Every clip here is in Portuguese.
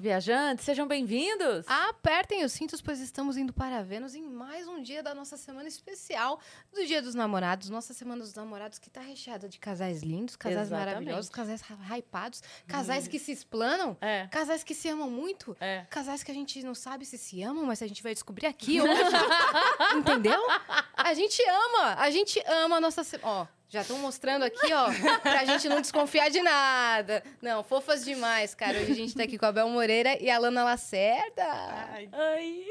Viajantes, sejam bem-vindos! Ah, Apertem os cintos, pois estamos indo para Vênus em mais um dia da nossa semana especial do Dia dos Namorados. Nossa Semana dos Namorados que tá recheada de casais lindos, casais Exatamente. Uhum. maravilhosos, casais ra- hypados, casais que se explanam, É, casais que se amam muito, é. casais que a gente não sabe se se amam, mas a gente vai descobrir aqui hoje. Entendeu? A gente ama, a gente ama a nossa semana. Ó, já estão mostrando aqui, ó, pra gente não desconfiar de nada. Não, fofas demais, cara. Hoje a gente tá aqui com a Bel Moreira e a Lana Lacerda. Ai, Ai.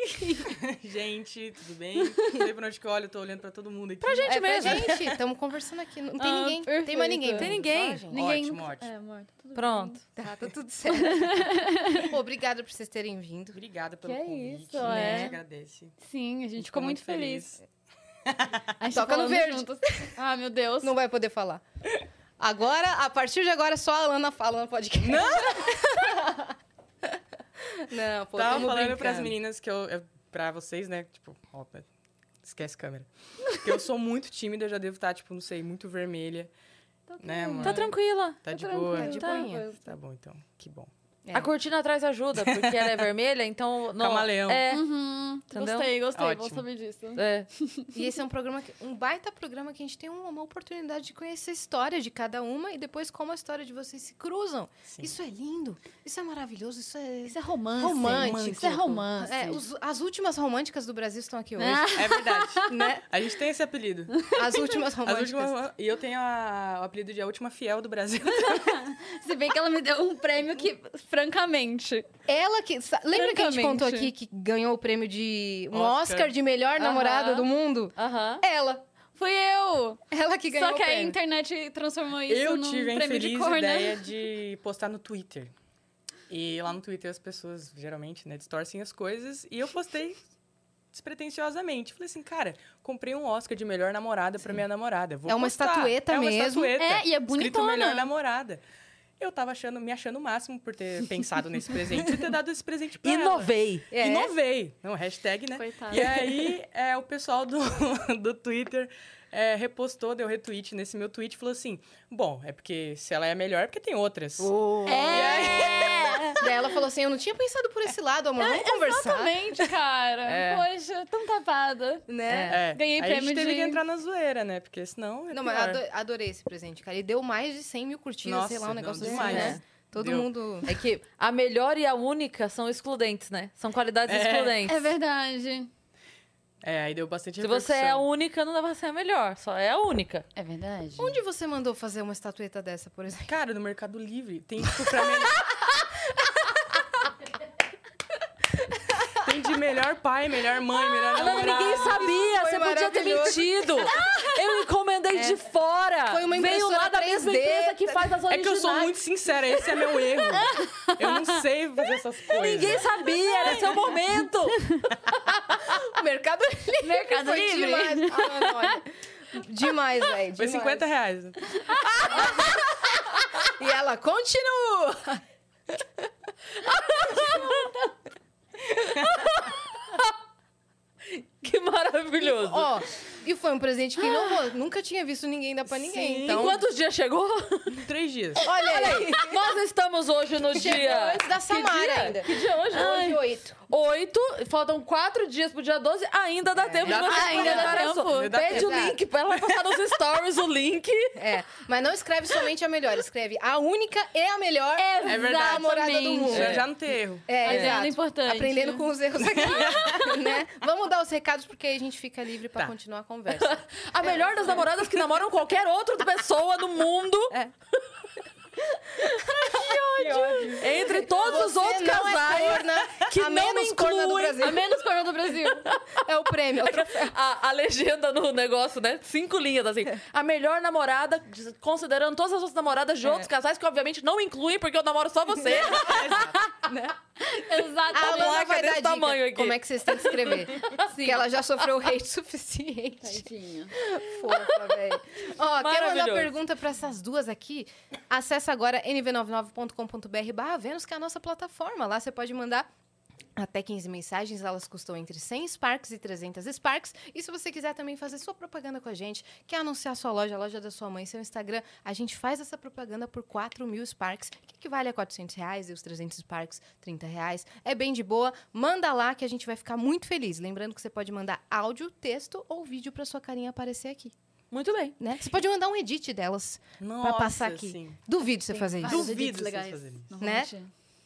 gente, tudo bem? Não sei pra onde que eu olho, eu tô olhando pra todo mundo aqui. Pra gente é pra mesmo. gente, estamos conversando aqui. Não tem Ah, ninguém, tem perfeito. mais ninguém. Tem Só ninguém. a gente. Ninguém Ótimo, nunca- ótimo. É, morta. Tudo Pronto. Tá, tá tudo certo. Obrigada por vocês terem vindo. Obrigada pelo Que convite. né? isso, a é. gente agradece. A gente bem. Sim, a gente ficou muito feliz. A gente Toca no falando verde. juntas. Ah, meu Deus. Não vai poder falar. Agora, a partir de agora, só a Lana fala no podcast. Não! Não, pô, Tava tamo falando brincando. pras meninas que eu... eu- Pra vocês, né? Tipo, ó, pera, esquece câmera. Porque eu sou muito tímida, eu já devo estar, tipo, não sei, muito vermelha. Né, amor? Tá tranquila. Tá de tranquilo, boa. É, de Tá. boinha. Tá bom, então. Que bom. É. A cortina atrás ajuda, porque ela é vermelha, então... não- Camaleão. É, Uhum. Entendeu? Gostei, gostei. Vou Ótimo. saber disso. é. E esse é um programa, que- um baita programa que a gente tem uma, uma oportunidade de conhecer a história de cada uma e depois como a história de vocês se cruzam. Sim. Isso é lindo, isso é maravilhoso, isso é... Isso é romance. Romântico. Isso é Ah, romance. É, os- as últimas românticas do Brasil estão aqui hoje, Ah, É verdade. né? A gente tem esse apelido. As últimas As românticas. últimas... E eu tenho a- o apelido de a última fiel do Brasil. se bem que ela me deu um prêmio que, francamente... Ela que. sa- Lembra que a gente Francamente. contou aqui que ganhou o prêmio de. um Oscar, Oscar. de melhor Aham. namorada do mundo? Aham. Ela. Fui eu! Ela que ganhou Só que é o aí a prêmio. internet transformou isso Eu num tive a prêmio de infeliz cor, né? ideia de postar no Twitter. E lá no Twitter as pessoas geralmente, né, distorcem as coisas. E eu postei despretensiosamente. Falei assim, cara, comprei um Oscar de melhor namorada pra minha namorada. Vou É uma postar. estatueta é mesmo. Uma estatueta. É, e é Escrito bonitona. melhor namorada. Eu tava achando, me achando o máximo por ter pensado nesse presente e ter dado esse presente pra ela. Inovei. É. Inovei. Não, hashtag, né? Coitada. E aí, é, o pessoal do, do Twitter é, repostou, deu retweet nesse meu tweet e falou assim: Bom, é porque se ela é a melhor, é porque tem outras. É! Daí ela falou assim: Eu não tinha pensado por esse lado, amor. Vamos conversar. Exatamente, cara. É. Poxa, tão tapada. Né? É, Ganhei aí a prêmio gente teve de- que entrar na zoeira, né? Porque senão. É Não, pior. mas ado- adorei esse presente, cara. E deu mais de 100 mil curtidas, Nossa, sei lá, um não, negócio assim, demais. né? Todo Deu. mundo. É que a melhor e a única são excludentes, né? São qualidades É. excludentes. É verdade. É, aí deu bastante Se você é a repercussão. única, não dá pra ser a melhor. Só é a única. É verdade. Onde você mandou fazer uma estatueta dessa, por um- exemplo? Cara, no Mercado Livre tem tipo pra melhor. tem de melhor pai, melhor mãe, melhor Mas namorada. ninguém sabia, foi você podia ter maravilhoso. É. mentido. Eu encomendei de fora. Foi uma Veio lá impressora da mesma 3D. empresa que faz as É originais. que eu sou muito sincera, esse é meu erro. Eu não sei fazer essas coisas. Ninguém sabia, era seu momento. Mercado Livre. Mercado Foi Livre. Demais, ah, mano, olha. demais velho. Foi demais. 50 reais. E ela continua. Que maravilhoso. Ó, e foi um presente que inovou. Nunca tinha visto ninguém dar pra ninguém. Sim. Então, Em quantos dias chegou? Três dias. olha aí. Nós estamos hoje no Chegou dia. antes da Samara ainda. Que dia é hoje? Hoje, Hoje, oito. 8, faltam 4 dias pro dia 12, ainda É. dá tempo dá tá de você tempo. Ainda dá mandar tempo. isso. Ainda dá Pede tempo. o link, ela vai passar nos stories o link. É, mas não escreve somente a melhor. Escreve a única e a melhor É verdade. namorada do mundo. Já, É. já não tem erro. É, Mas é exato. importante. Aprendendo com os erros aqui, né? Vamos dar os recados, porque aí a gente fica livre pra Tá. continuar a conversa. A melhor das namoradas que namoram qualquer outra pessoa no mundo. É. Entre todos os Você outros não é casais. corna, que a não menos me corna do incluem. Brasil. A menos corno do Brasil. É o prêmio, é o troféu. A, a legenda no negócio, né? Cinco linhas, assim. A melhor namorada, considerando todas as outras É. namoradas de outros casais, que obviamente não incluem, porque eu namoro só você. Exato. quadrado, A uma Alana placa vai dar desse dica tamanho aqui. como é que vocês têm que escrever. Porque ela já sofreu hate suficiente. Tadinha. Fofa, velho. Ó, quero mandar Maravilhoso. pergunta pra essas duas aqui. Acesse agora nv99.com.br barra Vênus, que é a nossa plataforma. Lá você pode mandar até 15 mensagens, elas custam entre 100 Sparks e 300 Sparks. E se você quiser também fazer sua propaganda com a gente, quer anunciar sua loja, a loja da sua mãe, seu Instagram, a gente faz essa propaganda por 4 mil Sparks, que equivale a 400 reais e os 300 Sparks, 30 reais. É bem de boa. Manda lá que a gente vai ficar muito feliz. Lembrando que você pode mandar áudio, texto ou vídeo pra sua carinha aparecer aqui, Muito bem. né? Você pode mandar um edit delas Nossa, pra passar aqui. sim. Duvido você fazer Vários isso. Duvido edits vocês legais, fazerem isso. normalmente.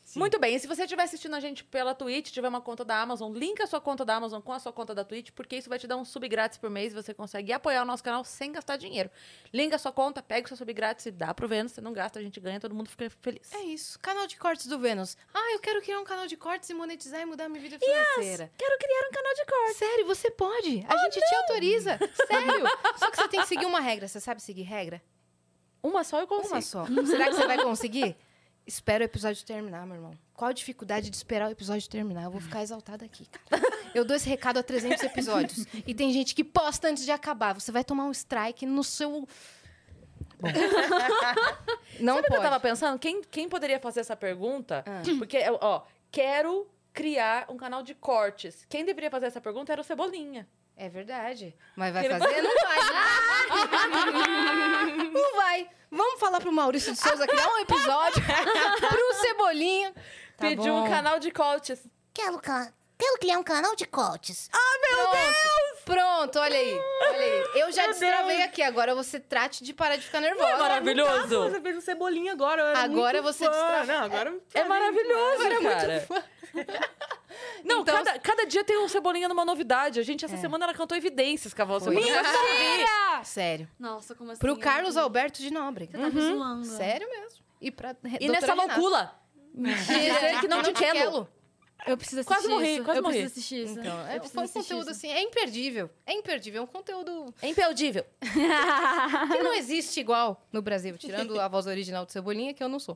Sim. Muito bem, e se você estiver assistindo a gente pela Twitch, tiver uma conta da Amazon, linka a sua conta da Amazon com a sua conta da Twitch, porque isso vai te dar um sub grátis por mês e você consegue apoiar o nosso canal sem gastar dinheiro. Linka a sua conta, pega o seu sub grátis e dá pro Vênus, você não gasta, a gente ganha, todo mundo fica feliz. É isso. Canal de cortes do Vênus. Ah, eu quero criar um canal de cortes e monetizar e mudar minha vida financeira. Quero criar um canal de corte. Sério, você pode. A gente te autoriza. Sério. Só que você tem que seguir uma regra. Você sabe seguir regra? Uma só eu consigo. Uma só. Será que você vai conseguir? Espera o episódio terminar, meu irmão. Qual a dificuldade de esperar o episódio terminar? Eu vou ficar exaltada aqui, cara. Eu dou esse recado a 300 episódios. E tem gente que posta antes de acabar. Você vai tomar um strike no seu... Bom. Não Sabe o que eu pode. tava pensando? Quem, quem poderia fazer essa pergunta? Porque, ó, quero criar um canal de cortes. Quem deveria fazer essa pergunta era o Cebolinha. É verdade. Mas vai Ele fazer? Não vai. Não vai. Vamos falar pro Maurício de Souza criar um episódio pro Cebolinha. Tá Pediu bom. um canal de cortes. Quero, ca- quero criar um canal de coaches. Pronto. Pronto, olha aí. Olha aí. Eu já destravei aqui. Agora você trate de parar de ficar nervosa. É Maravilhoso! Nossa, eu vejo um cebolinha agora. eu era Agora muito você fã. destravou. Não, agora É maravilhoso, cara. Não, Então- cada, cada dia tem um Cebolinha numa novidade. A gente, essa semana, ela cantou Evidências, Cavalo Foi. Cebolinha. Sério. Nossa, como assim? Pro Carlos Alberto de Nóbrega. Você tá me zoando. Sério mesmo. E pra E nessa loucura, dizer que não te quero. Eu preciso assistir Quase morri, isso. quase eu morri. preciso assistir isso. Então, eu é, preciso foi um assistir conteúdo isso. assim, é imperdível. É imperdível, é um conteúdo é impeudível. assim. que não existe igual no Brasil, tirando a voz original do Cebolinha, que eu não sou.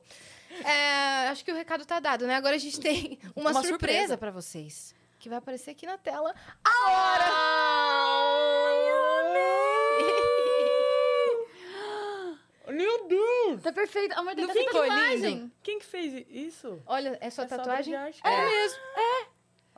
É, acho que o recado tá dado, né? Agora a gente tem uma, Uma surpresa, surpresa. pra vocês, que vai aparecer aqui na tela. Meu Deus! Tá perfeito. Amor, tem Não que fazer ficou tatuagem. Quem que fez isso? Olha, é sua É só tatuagem? obra de arte. É, É. mesmo.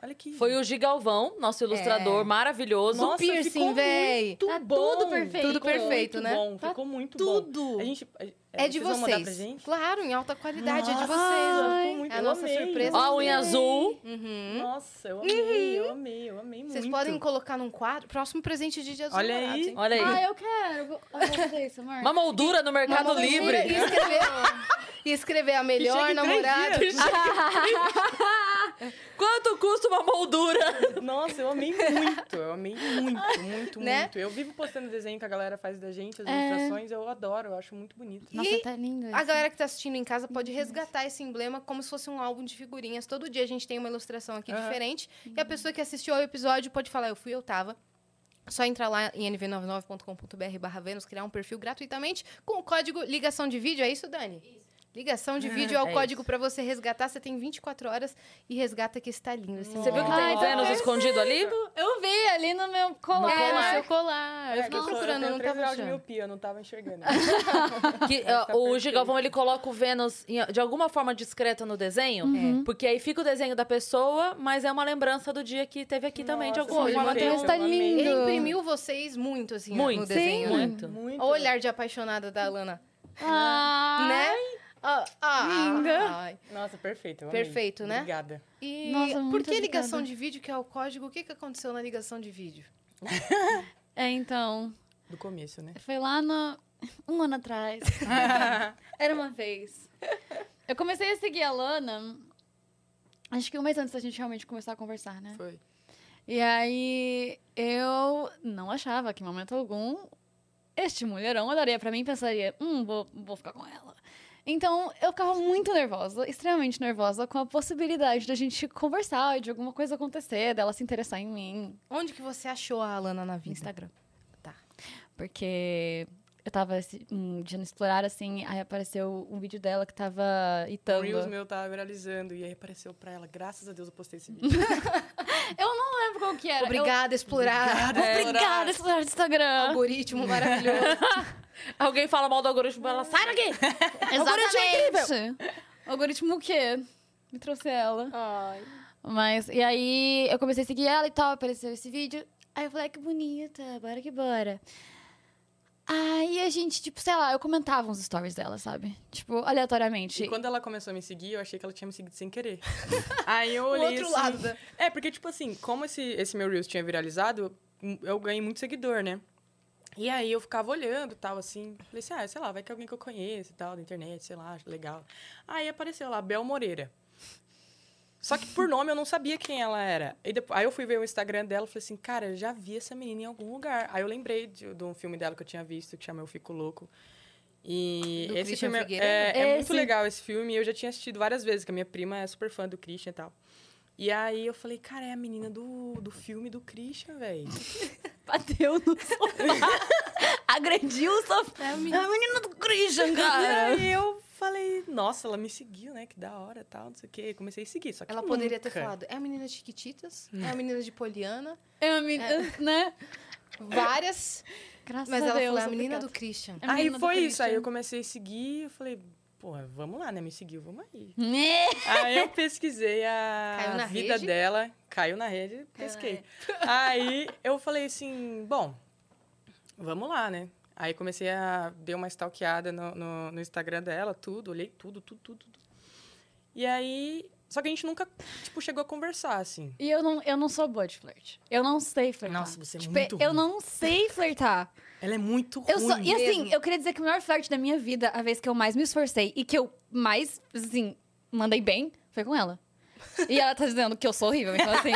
Olha que. Foi o Gigalvão, nosso ilustrador maravilhoso. Nossa, ficou piercing, véi. muito Tá bom. tudo perfeito. Tudo Ficou perfeito, muito né? Bom, Tá ficou muito tudo. bom. A gente, a- É de Vão mandar pra vocês. gente? Claro, em alta qualidade, é de Nossa, vocês. ficou muito- É a eu nossa amei. surpresa. Ó, a unha azul. Uhum. Nossa, eu amei, eu amei, eu amei muito. Vocês podem colocar num quadro. Próximo presente de Jesus. Olha Namorados, aí. hein? Olha aí. Ah, eu quero. Eu vou eu vou fazer isso, amor. Uma moldura no Mercado Uma Livre. moldura E escrever, e escrever a melhor em três namorada. dias. Quanto custa uma moldura? Nossa, eu amei muito, eu amei muito, muito, Né? É. muito. Eu vivo postando desenho que a galera faz da gente, as ilustrações, eu adoro, eu acho muito bonito. Nossa, tá lindo isso. A galera que tá assistindo em casa pode resgatar esse emblema como se fosse um álbum de figurinhas. Todo dia a gente tem uma ilustração aqui Aham. diferente. E a pessoa que assistiu ao episódio pode falar, eu fui, eu tava. Só entrar lá em nv99.com.br barra Vênus, criar um perfil gratuitamente com o código ligação de vídeo. É isso, Dani? Ligação de vídeo é o É código pra você resgatar. Você tem 24 horas e resgata que está lindo. Esse Você viu que tem Ai, o tá Vênus perfeito. escondido ali? Eu vi ali no meu colar. É, no É, seu colar. Eu É, fiquei eu sou- procurando, um eu não um tenho três tava graus de achando. miopia, eu não tava enxergando. Que, Tá ó, o perfeito. Gigalvão, ele coloca o Vênus em- de alguma forma discreta no desenho. Porque aí fica o desenho da pessoa, mas é uma lembrança do dia que teve aqui também, de Nossa, é alguma olha, forma. meu tem Deus, um- tá eu amei. lindo. Ele imprimiu vocês muito, assim, Muito. no desenho, Sim. né? Muito. Muito. O olhar de apaixonada da Alana. Ah, né? Ah, ah, ai. Nossa, perfeito, eu amei. Perfeito, né? Obrigada. E Nossa, por muito que ligação obrigada. de vídeo, que é o código? O que, que aconteceu na ligação de vídeo? É, então. Do começo, né? Foi lá no... um ano atrás. Era uma vez. Eu comecei a seguir a Lana. Acho que um mês antes da gente realmente começar a conversar, É. né? Foi. E aí eu não achava que em momento algum este mulherão olharia pra mim e pensaria, hum, vou, vou ficar com ela. Então eu ficava muito nervosa, extremamente nervosa, com a possibilidade da gente conversar e de alguma coisa acontecer, dela se interessar em mim Onde que você achou a Alana na no vida? Instagram. Tá. Porque Eu tava esse- um dia no Explorar, assim, aí apareceu um vídeo dela que tava O itando. Reels né? meu tava viralizando. E aí apareceu pra ela. Graças a Deus eu postei esse vídeo. Eu não lembro qual que era. Obrigada, explorar. Eu... Obrigada, Explorar do Instagram. Algoritmo maravilhoso. Alguém fala mal do algoritmo, ela sai daqui! é Exatamente. Algoritmo o quê? Me trouxe ela. Mas, e aí eu comecei a seguir ela e tal, apareceu esse vídeo. Aí eu falei, "Ai, que bonita, bora que bora. Aí a gente, tipo, sei lá, eu comentava uns stories dela, sabe? Tipo, aleatoriamente. E quando ela começou a me seguir, eu achei que ela tinha me seguido sem querer. Aí eu O olhei Um outro assim- lado da- É, porque, tipo assim, como esse, esse meu Reels tinha viralizado, eu- eu ganhei muito seguidor, né? E aí eu ficava olhando e tal, assim. Falei assim, ah, sei lá, vai que alguém que eu conheço e tal, da internet, sei lá, acho legal. Aí apareceu lá, Bel Moreira. Só que por nome eu não sabia quem ela era. E depo- aí eu fui ver o Instagram dela e falei assim, cara, eu já vi essa menina em algum lugar. Aí eu lembrei de, de um filme dela que eu tinha visto, que chama Eu Fico Louco. E Do esse Christian filme é- Figueiredo? é, é muito Esse. legal esse filme. e Eu já tinha assistido várias vezes, que a minha prima é super fã do Christian e tal. E aí eu falei, cara, é a menina do, do filme do Christian, velho. Bateu no sofá. Agrediu o sofá. É a menina do Christian, cara. E aí eu falei, nossa, ela me seguiu, né? Que da hora tal, não sei o quê. Comecei a seguir, só que Ela poderia ter nunca. falado, é a menina de Chiquititas, é a menina de Poliana, É uma menina, né? várias. Graças Mas a ela Deus. falou, é a menina do obrigada. Christian. É a menina aí do foi isso, aí eu Christian. comecei a seguir, eu falei, porra, vamos lá, né? Me seguiu, vamos aí. Né? Aí eu pesquisei a Caiu na vida rede? dela, caiu na rede, pesquei. Aí eu falei assim, bom, vamos lá, né? Aí comecei a dei uma stalkeada no, no, no Instagram dela, tudo, olhei tudo, tudo, tudo, tudo. E aí, só que a gente nunca, tipo, chegou a conversar, assim. E eu não, eu não sou boa de flerte. Eu não sei flertar. Nossa, você é Tipo, muito Eu ruim. não sei flertar. Ela é muito Eu ruim. sou, e assim, mesmo. eu queria dizer que o maior flerte da minha vida, a vez que eu mais me esforcei e que eu mais, assim, mandei bem, foi com ela. E ela tá dizendo que eu sou horrível, então assim,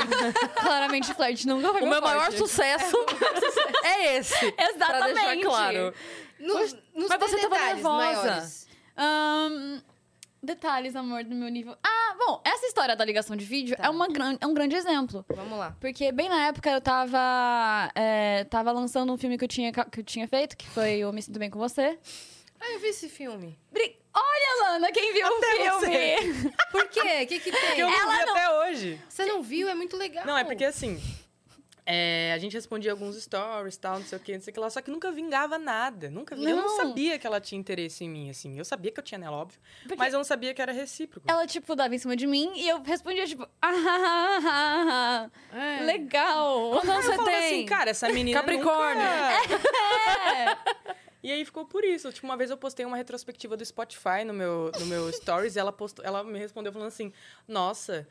claramente flerte nunca foi O meu maior forte. sucesso é esse. Exatamente. Pra deixar claro. Nos, nos mas você tava detalhes nervosa. maiores. Ahn, detalhes, amor, do meu nível. Ah, bom, essa história da ligação de vídeo Tá. é, uma gran- é um grande exemplo. Vamos lá. Porque bem na época eu tava, é, tava lançando um filme que eu, tinha, ca- que eu tinha feito, que foi Eu Me Sinto Bem Com Você. Ah, eu vi esse filme. Bri- Olha, Lana, quem viu o filme? Por quê? O que que tem? Porque eu não vi até hoje. Você não viu? É muito Tá legal. Não, é porque assim. é, a gente respondia alguns stories, tal, não sei o que, não sei o que lá, só que nunca vingava nada. Nunca vi- Eu não Não. sabia que ela tinha interesse em mim, assim. Eu sabia que eu tinha nela, óbvio. Porque- Mas eu não sabia que era recíproco. Ela, tipo, dava em cima de mim e eu respondia, tipo, ah, ah, ah, ah, ah, legal. Quanto Aí eu falava assim, cara, essa menina. Capricórnio. nunca- E aí ficou por isso. Tipo, uma vez eu postei uma retrospectiva do Spotify no meu, no meu stories e ela, postou, ela me respondeu falando assim: Nossa.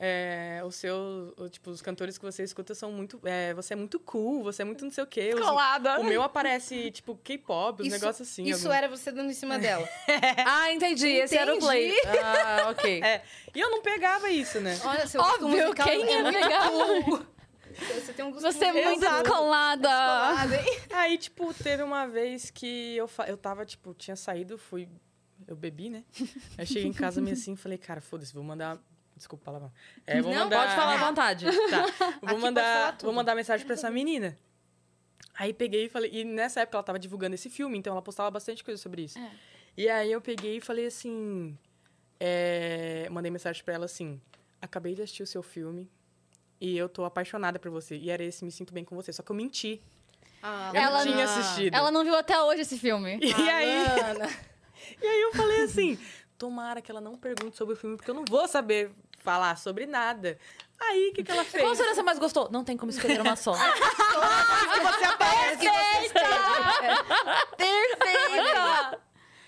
é, os seus, o- tipo, os cantores que você escuta são muito. é, você é muito cool, você é muito não sei o quê. os- Colada. O meu aparece, tipo, K-pop, um Isso- negócio assim. Isso algum- era você dando em cima dela. Ah, entendi. Esse era o play. Ah, ok. É. E eu não pegava isso, né? Olha, seu gosto Óbvio, musical quem é é muito legal? Você tem um gosto Você é musical muito muito descolada. descolado, hein? Aí, tipo, teve uma vez que eu, fa- eu tava, tipo, tinha saído, fui. Eu bebi, né? Aí cheguei em casa meio assim falei, cara, foda-se, vou mandar. Desculpa a palavra. É, vou Não, mandar... Pode falar à vontade. Tá. pode Vou falar mandar, tudo. vou mandar mensagem pra essa menina. Aí peguei e falei. E nessa época ela tava divulgando esse filme, então ela postava bastante coisa sobre isso. É. E aí eu peguei e falei assim. é, mandei mensagem pra ela assim: Acabei de assistir o seu filme e eu tô apaixonada por você. E era esse Me Sinto Bem com Você. Só que eu menti. Ah, Eu Ela- não tinha assistido. Ela não viu até hoje esse filme. E aí, Alana. e aí eu falei assim: tomara que ela não pergunte sobre o filme, porque eu não vou saber falar sobre nada. Aí, o que, que ela fez? Qual será que você mais gostou? Não tem como escolher uma só. Perfeita!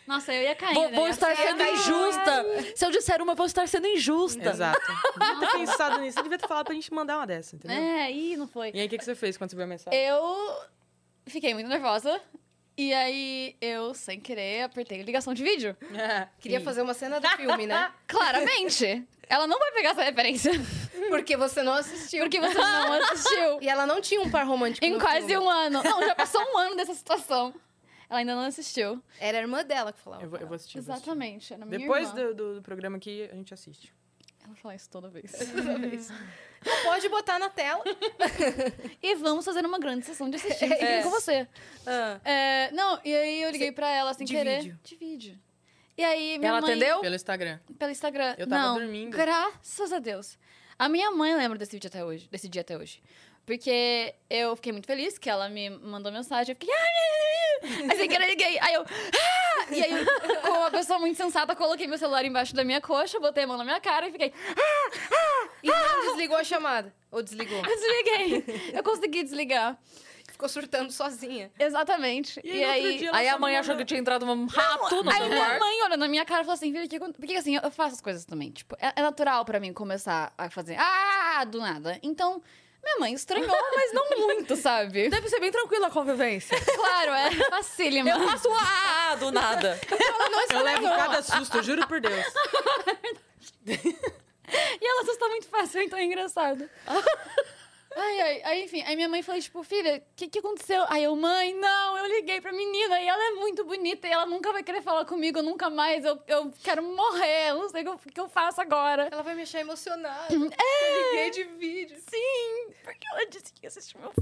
Nossa, eu ia cair, vou, né? vou Ia estar ser- sendo injusta. Se eu disser uma, eu vou estar sendo injusta. Exato. Devia ter pensado nisso. Você devia ter falado pra gente mandar uma dessa, entendeu? É, ih, não foi. E aí, o que, que você fez quando você viu a mensagem? tá. Eu fiquei muito nervosa. E aí, eu, sem querer, apertei ligação de vídeo. Queria fazer uma cena do filme, né? Claramente. Ela não vai pegar essa referência. Porque você não assistiu. Porque você não assistiu. E ela não tinha um par romântico em no quase filme. um ano. Não, já passou um ano dessa situação. Ela ainda não assistiu. Era a irmã dela que falava. Eu vou, eu vou assistir. eu vou assistir. Exatamente. Era minha Depois irmã. do, do, do programa aqui, a gente assiste. Ela fala isso toda vez. Não pode botar na tela. e vamos fazer uma grande sessão de assistir Fiquem com você. Ah. É, não, e aí eu liguei pra ela sem De querer. vídeo. De vídeo. E aí minha Ela mãe... atendeu? Pelo Instagram. Pelo Instagram. Eu tava não, dormindo. graças a Deus. A minha mãe lembra desse vídeo até hoje, desse dia até hoje. Porque eu fiquei muito feliz que ela me mandou mensagem. Eu fiquei... "Ah, ah, ah", Aí sem querer eu liguei. Aí eu... "Ah!" E aí, eu, como uma pessoa muito sensata, coloquei meu celular embaixo da minha coxa, botei a mão na minha cara e fiquei... E não desligou a chamada. Ou desligou. Eu desliguei. Eu consegui desligar. Ficou surtando sozinha. Exatamente. E, aí... Aí a mãe achou que tinha entrado um rato no Aí seu minha quarto. mãe olha na minha cara e fala assim, filha, o que acon- porque assim, eu faço as coisas também. Tipo, é, é natural pra mim começar a fazer, ah, do nada. Então, minha mãe estranhou, mas não muito, sabe? Deve ser bem tranquila a convivência. Claro, é facílima. Eu faço um ah, ah, do nada. Eu levo cada susto, eu juro por Deus. E ela assusta muito fácil, então é engraçado. Ai, ai, aí, enfim, aí minha mãe falou, tipo, filha, o que, que aconteceu? Aí eu, mãe, não, eu liguei pra menina e ela é muito bonita e ela nunca vai querer falar comigo, nunca mais, eu, eu quero morrer, eu não sei o que eu- o que eu faço agora. Ela vai me achar emocionada. É. Liguei de vídeo. Sim, porque ela disse que ia assistir meu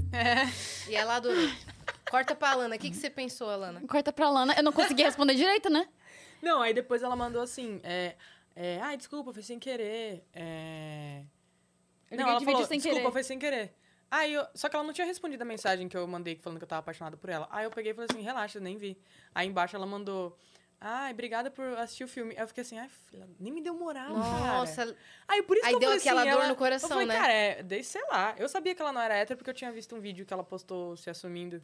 E ela adorou. Corta pra Alana. O que, que você pensou, Alana? Corta pra Lana. Eu não consegui responder direito, né? Não, aí depois ela mandou assim, é... é, Ai, desculpa, foi sem querer. É... não, Eu liguei ela de vídeo falou, sem desculpa, querer." foi sem querer. Aí eu... Só que ela não tinha respondido a mensagem que eu mandei falando que eu tava apaixonada por ela. Aí eu peguei e falei assim, relaxa, nem vi. Aí embaixo ela mandou, ai, obrigada por assistir o filme. Aí eu fiquei assim, ai, filha, nem me deu moral, cara." Nossa, Aí por isso Aí que eu deu falei assim, aquela dor ela- no coração, eu falei, né? Cara, é, dei, sei lá. Eu sabia que ela não era hétero porque eu tinha visto um vídeo que ela postou se assumindo.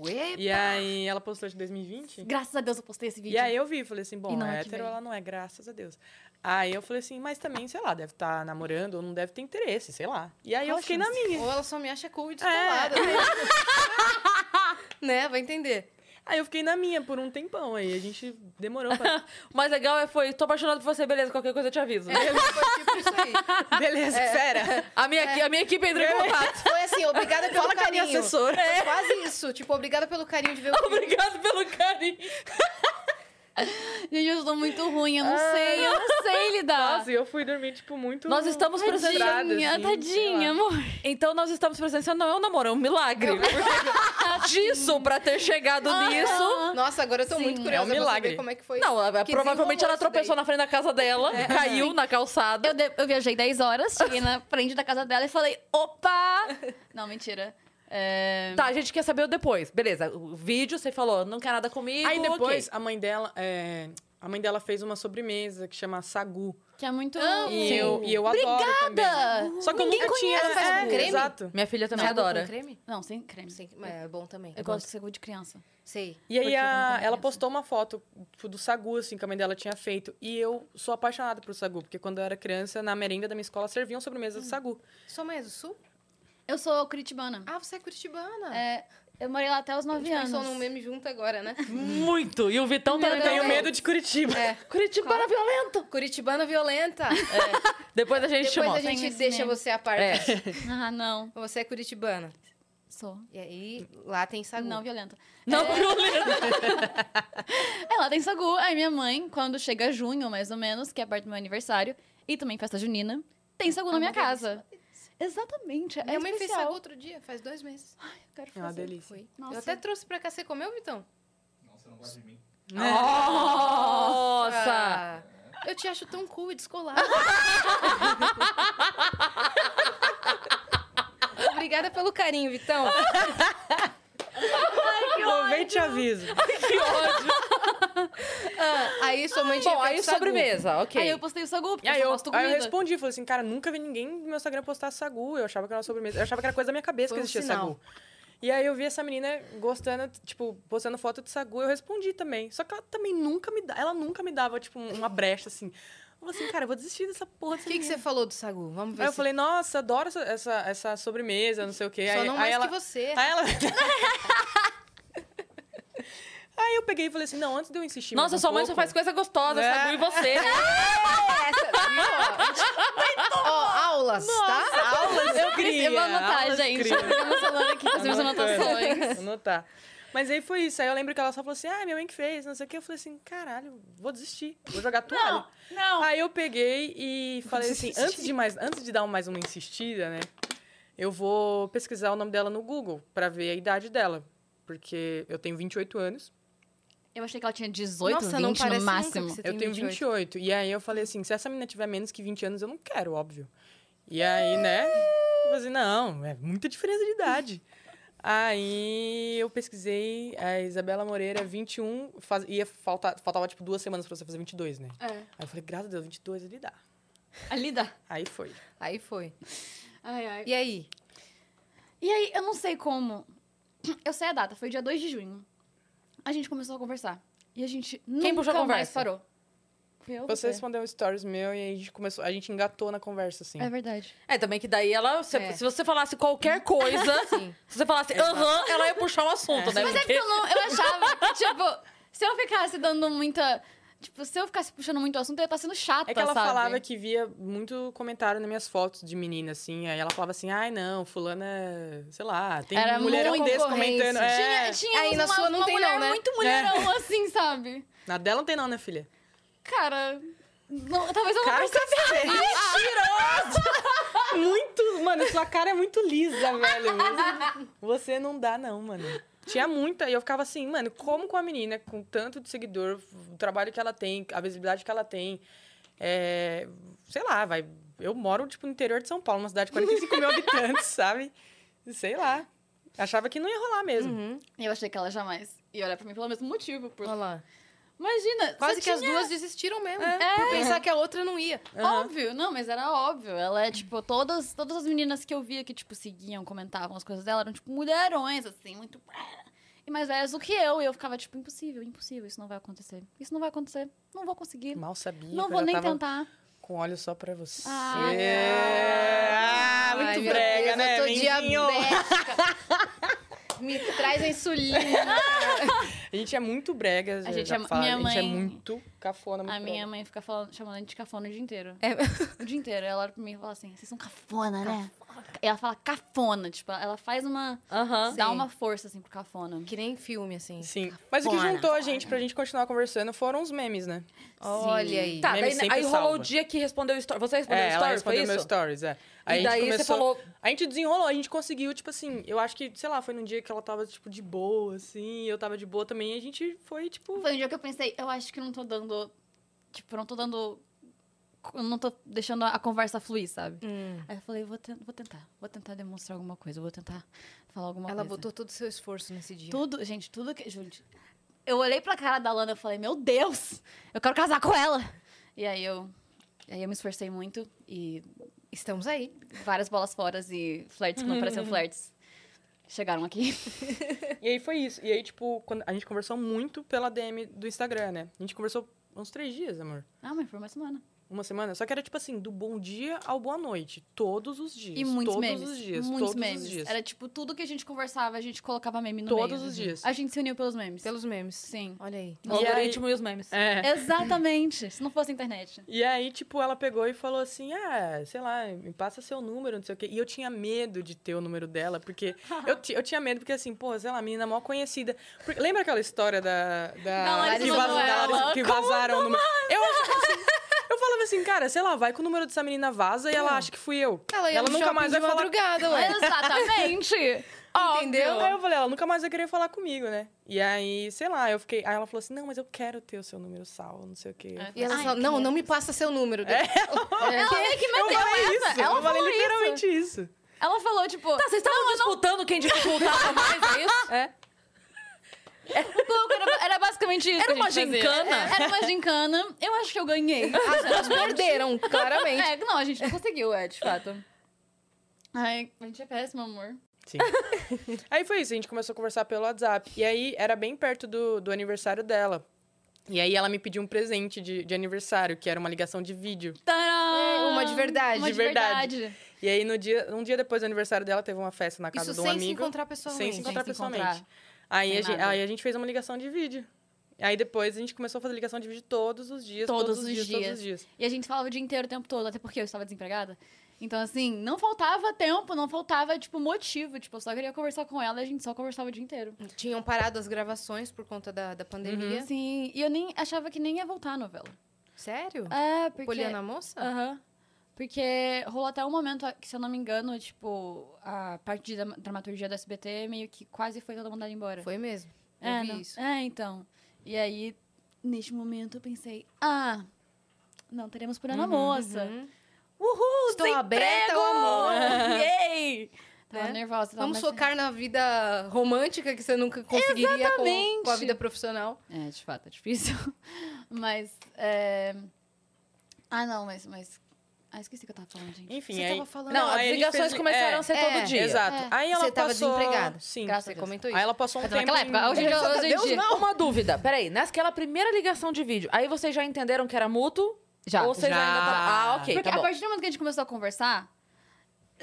ué, E aí ela postou de 2020. Graças a Deus eu postei esse vídeo. E aí eu vi, falei assim, bom, não é é que hétero veio. ela não é, graças a Deus. Aí eu falei assim, mas também, sei lá, deve estar namorando ou não deve ter interesse, sei lá. E aí Qual a eu fiquei na minha. Ou ela só me acha cool e descolada. Né? né? Vai entender. Aí eu fiquei na minha por um tempão aí, a gente demorou pra... O mais legal é foi, tô apaixonado por você, beleza, qualquer coisa eu te aviso. Foi tipo isso aí. Beleza, É. fera. A minha, a minha equipe entrou em contato. Foi assim, obrigada pelo Fala com a minha carinho. assessora. Foi Quase isso. Tipo, obrigada pelo carinho de ver o filme. Obrigado pelo carinho. Gente, eu sou muito ruim, eu não sei, eu não sei lidar. Nossa, e eu fui dormir, tipo, muito... Nós estamos presenciando. frustradas, tadinha, assim, sei tadinha, lá. amor. Então nós estamos presenciando, não é um namoro, é um milagre. Disso pra ter chegado nisso. Nossa, agora eu tô Sim. muito É um curiosa pra milagre. saber como é que foi. Não, ela- que provavelmente ela desenrolou isso tropeçou daí. na frente da casa dela, caiu na calçada. Eu, de- eu viajei 10 horas, cheguei na frente da casa dela e falei, opa! Não, mentira. É... Tá, a gente quer saber o depois. Beleza, o vídeo, você falou, não quer nada comigo. Aí Tipo, depois, ok. a mãe dela... é, A mãe dela fez uma sobremesa que chama sagu. Que é muito... E eu, e eu adoro também. Obrigada! Só que eu nunca tinha... é, conhece, faz com creme? Exato. Minha filha também Sagu adora. com creme? Não, sem creme. Sim, mas é bom também. Eu gosto de seguro de criança. Sei. E aí Porque eu não a- conheço. ela postou uma foto tipo, do sagu, assim, que a mãe dela tinha feito. E eu sou apaixonada por sagu, porque quando eu era criança, na merenda da minha escola, serviam sobremesa de sagu. Sua mãe é do sul? Eu sou curitibana. Ah, você é curitibana. É, eu morei lá até os A 9 gente anos. pensou num meme junto agora, né? Muito! E o Vitão tá Meu Eu Deus. tenho medo de Curitiba. É. Curitibana violento! Curitibana violenta. Depois a gente Depois chamou. a Tem gente esse deixa meme. você à parte. É. Ah, não. Você é curitibana. Sou. E aí, lá tem sagu. Não violenta. Não violento. Ela tem sagu. Aí minha mãe, quando chega junho, mais ou menos, que é perto do meu aniversário, e também festa junina, tem sagu na minha casa. Exatamente. É Minha mãe fez sagu especial. outro dia, faz dois meses. Eu quero É uma fazer. delícia. Foi. Nossa. Eu até trouxe pra cá. Você comeu, Vitão? Nossa! Ah, eu te acho tão cool e descolado. Obrigada pelo carinho, Vitão. Vou ver e te aviso. Que ódio! Ah, aí sua mãe tinha Bom, feito aí sagu. sobremesa, ok. Aí eu postei o sagu, porque E aí eu só eu, posto aí comida. eu respondi, falei assim, cara, nunca vi ninguém no meu Instagram postar sagu. Eu achava que era sobremesa. Eu achava que era coisa da minha cabeça Foi um que existia sinal. sagu. E aí eu vi essa menina gostando, tipo, postando foto de sagu, eu respondi também. Só que ela também nunca me dava, ela nunca me dava, tipo, uma brecha, assim. Eu falei assim, cara, eu vou desistir dessa porra. O que, que você falou do sagu? Vamos ver Aí eu se- falei, nossa, adoro essa, essa, essa sobremesa, não sei o quê. Só aí, não aí mais ela, que você. Aí ela. aí eu peguei e falei assim, não, antes de eu insistir. mais Nossa, um sua mãe só pouco, faz coisa gostosa, É. sagu e você. Ó, aulas, tá? Aulas eu queria. Eu vou anotar, aulas gente. cria. é Eu vou no celular aqui fazer minhas Anotando, anotações. Vou anotar. Mas aí foi isso. Aí eu lembro que ela só falou assim: ah, minha mãe que fez, não sei o quê. Eu falei assim: caralho, vou desistir, vou jogar toalha. Não, não. Aí eu peguei e falei assim, antes de mais, antes de dar mais uma insistida, né? Eu vou pesquisar o nome dela no Google pra ver a idade dela, porque eu tenho 28 anos, Eu achei que ela tinha 18, Nossa, 20 não parece no nunca máximo. que você eu tem tenho 28. E aí eu falei assim, se essa menina tiver menos que 20 anos, eu não quero, óbvio. E aí, né? Eu falei assim, não, é muita diferença de idade. Aí eu pesquisei a Isabela Moreira, 21, faz, ia faltar, faltava tipo duas semanas pra você fazer 22, né? É. Aí eu falei, graças a Deus, 22 ele dá. Ali dá. Aí foi. Aí foi. Ai, ai. E aí? E aí, eu não sei como. Eu sei a data, foi dia 2 de junho. A gente começou a conversar. E a gente nunca puxou a mais conversa? parou. Fui eu, Você É. você. respondeu um stories meu e aí a gente começou, a gente engatou na conversa, assim. É verdade. É, também que daí ela. Se, É. se você falasse qualquer coisa, Sim. se você falasse aham, ela ia puxar o assunto, né? Mas é porque eu, não, eu achava que, tipo, se eu ficasse dando muita. Tipo, se eu ficasse puxando muito o assunto, eu ia estar sendo chata, É que ela sabe? falava que via muito comentário nas minhas fotos de menina, assim. Aí ela falava assim, ai, não, fulana, é, sei lá, tem Era um mulherão muito desse concorrência. comentando. É. Tinha, tinha Aí na uma, sua não uma tem mulher não, né? muito mulherão, assim, sabe? Na dela não tem não, né, filha? Cara, não- talvez eu não Cara, perceba. você é mentirosa! muito, mano, sua cara é muito lisa, velho. Mas Você não dá não, mano. Tinha muita, e eu ficava assim, mano, como com a menina, com tanto de seguidor, o trabalho que ela tem, a visibilidade que ela tem, é, sei lá, vai. Eu moro, tipo, no interior de São Paulo, uma cidade de 45 mil habitantes, sabe? Sei lá. Achava que não ia rolar mesmo. Uhum. E Eu achei que ela jamais ia olhar pra mim pelo mesmo motivo. por- Olha lá. Imagina, Quase você que as tinha- duas desistiram mesmo. Por pensar que a outra não ia. Aham. Óbvio, não, mas era óbvio. Ela é, tipo, todas, todas as meninas que eu via que, tipo, seguiam, comentavam as coisas dela, eram, tipo, mulherões, assim, muito. E mais velhas do que eu. E eu ficava, tipo, impossível, impossível, isso não vai acontecer. Isso não vai acontecer. Não vou conseguir. Mal sabia. não que eu vou já nem tava tentar. Com olho só pra você. Ah, Ah, Ai, muito meu brega, Deus, né, Eu tô Mendinho? diabética. Me traz a insulina. A gente é muito brega, já- gente já é- fala, minha a gente é mãe- muito cafona, muito A minha brega. mãe fica falando, chamando a gente de cafona o dia inteiro. É. O dia inteiro. Ela olha pra mim e fala assim: vocês são cafona, né? E ela fala cafona, tipo, ela faz uma. Aham. Dá Sim. uma força, assim, pro cafona. Que nem filme, assim. tá Sim. Mas o que Cafona, juntou a gente pra gente continuar conversando foram os memes, né? Olha aí. Tá, Meme daí, sempre aí rolou o salva. dia que respondeu o story. Você respondeu é, o ela story, foi respondeu isso? meus stories, é. Aí e a daí gente você começou- falou. A gente desenrolou, a gente conseguiu, tipo assim, eu acho que, sei lá, foi num dia que ela tava, tipo, de boa, assim, eu tava de boa também, e a gente foi, tipo... Foi um dia que eu pensei, eu acho que eu não tô dando. Tipo, eu não tô dando. Eu não tô deixando a conversa fluir, sabe? Hum. Aí eu falei, vou, ten- vou tentar. Vou tentar demonstrar alguma coisa, vou tentar falar alguma Ela coisa. botou todo o seu esforço nesse dia. Tudo, gente, tudo que. Gente, eu olhei pra cara da Lana e falei, meu Deus, eu quero casar com ela. E aí eu. Aí eu me esforcei muito e Estamos aí. várias bolas fora e flertes que não pareciam flertes chegaram aqui. E aí foi isso. E aí, tipo, quando- a gente conversou muito pela DM do Instagram, né? A gente conversou uns três dias, amor. Ah, mas foi uma semana. Uma semana. Só que era, tipo assim, do bom dia ao boa noite. Todos os dias. E muitos todos memes. os dias. muitos todos memes. os dias. Era tipo, tudo que a gente conversava, a gente colocava meme no meio. Todos os dias. A gente se uniu pelos memes. Pelos memes. Sim. Olha aí. O E aí- algoritmo e os memes. É. Exatamente. Se não fosse a internet. E aí, tipo, ela pegou e falou assim: ah, sei lá, me passa seu número, não sei o quê. E eu tinha medo de ter o número dela, porque eu, ti- eu tinha medo, porque assim, pô, sei lá, menina mal conhecida. Porque- lembra aquela história da. Da, Da Larissa que, vaz- da Manoela. Larissa- que vazaram o número? Eu, achava assim- eu falava assim, cara, sei lá, vai que o número dessa menina vaza e ela acha que fui eu. Ela ia no nunca shopping mais de vai falar. madrugada, ué. Exatamente. Entendeu? Aí eu falei, ela nunca mais vai querer falar comigo, né? E aí, sei lá, eu fiquei. Aí ela falou assim: não, mas eu quero ter o seu número salvo, não sei o quê. É. E ela Ai, fala, não, credo. não me passa seu número. É. Ela meio que Eu meteu falei essa. isso, Ela eu falei falou literalmente isso. isso. Ela falou, tipo, Tá, vocês estavam disputando quem dificultava mais, é isso? É. um pouco. Era, era basicamente isso. Era que a uma gente fazia. gincana? É, Era uma gincana. Eu acho que eu ganhei. As duas perderam, claramente. É, não, a gente não conseguiu, é, de fato. Ai, a gente é péssimo, amor. Sim. aí foi isso, a gente começou a conversar pelo WhatsApp. E aí era bem perto do, do aniversário dela. E aí ela me pediu um presente de, de aniversário, que era uma ligação de vídeo. Tcharam! Uma de verdade, Uma de verdade. verdade. E aí no dia, um dia depois do aniversário dela, teve uma festa na casa Isso de um sem se amigo. encontrar pessoalmente. Sem se encontrar Sem se pessoalmente. encontrar. Aí, Sem a gente, nada. aí a gente fez uma ligação de vídeo. Aí depois a gente começou a fazer ligação de vídeo todos os dias, todos, os dias, todos os dias. E a gente falava o dia inteiro, o tempo todo, até porque eu estava desempregada. Então, assim, não faltava tempo, não faltava, tipo, motivo. Tipo, eu só queria conversar com ela e a gente só conversava o dia inteiro. Uhum. Tinham parado as gravações por conta da, da pandemia. Uhum. Sim, e eu nem achava que nem ia voltar a novela. Sério? Ah, É, porque... Poliana Moça? Aham. Porque rolou até um momento que, se eu não me engano, tipo, a parte de dra- dramaturgia do SBT meio que quase foi toda mandada embora. Foi mesmo. Eu é, vi não- isso. É, então. E aí, neste momento, eu pensei, ah, não teremos por Ana Moça. Uhum. Uhul, Estou desemprego! aberta ao amor. Yay! Tava Né? nervosa. Tava é Vamos mas- focar na vida romântica que você nunca conseguiria com, com a Exatamente. vida profissional. É, de fato, é difícil. mas, é... Ah, não, mas... mas... Ah, esqueci o que eu tava falando, gente. Enfim, Você aí... tava falando... Não, aí a as gente ligações fez- começaram é, a ser é, todo dia. Exato. É. Aí ela Você tava passou... desempregada. Sim. Graças Você a Deus. comentou isso. Aí ela passou um Mas tempo... naquela época, em- hoje em dia- Graças a Deus, dia- não. Uma dúvida, peraí. Naquela primeira ligação de vídeo, aí vocês já entenderam que era mútuo? Já. Ou vocês já. ainda tavam- Ah, ok, Porque tá a bom. partir do momento que a gente começou a conversar,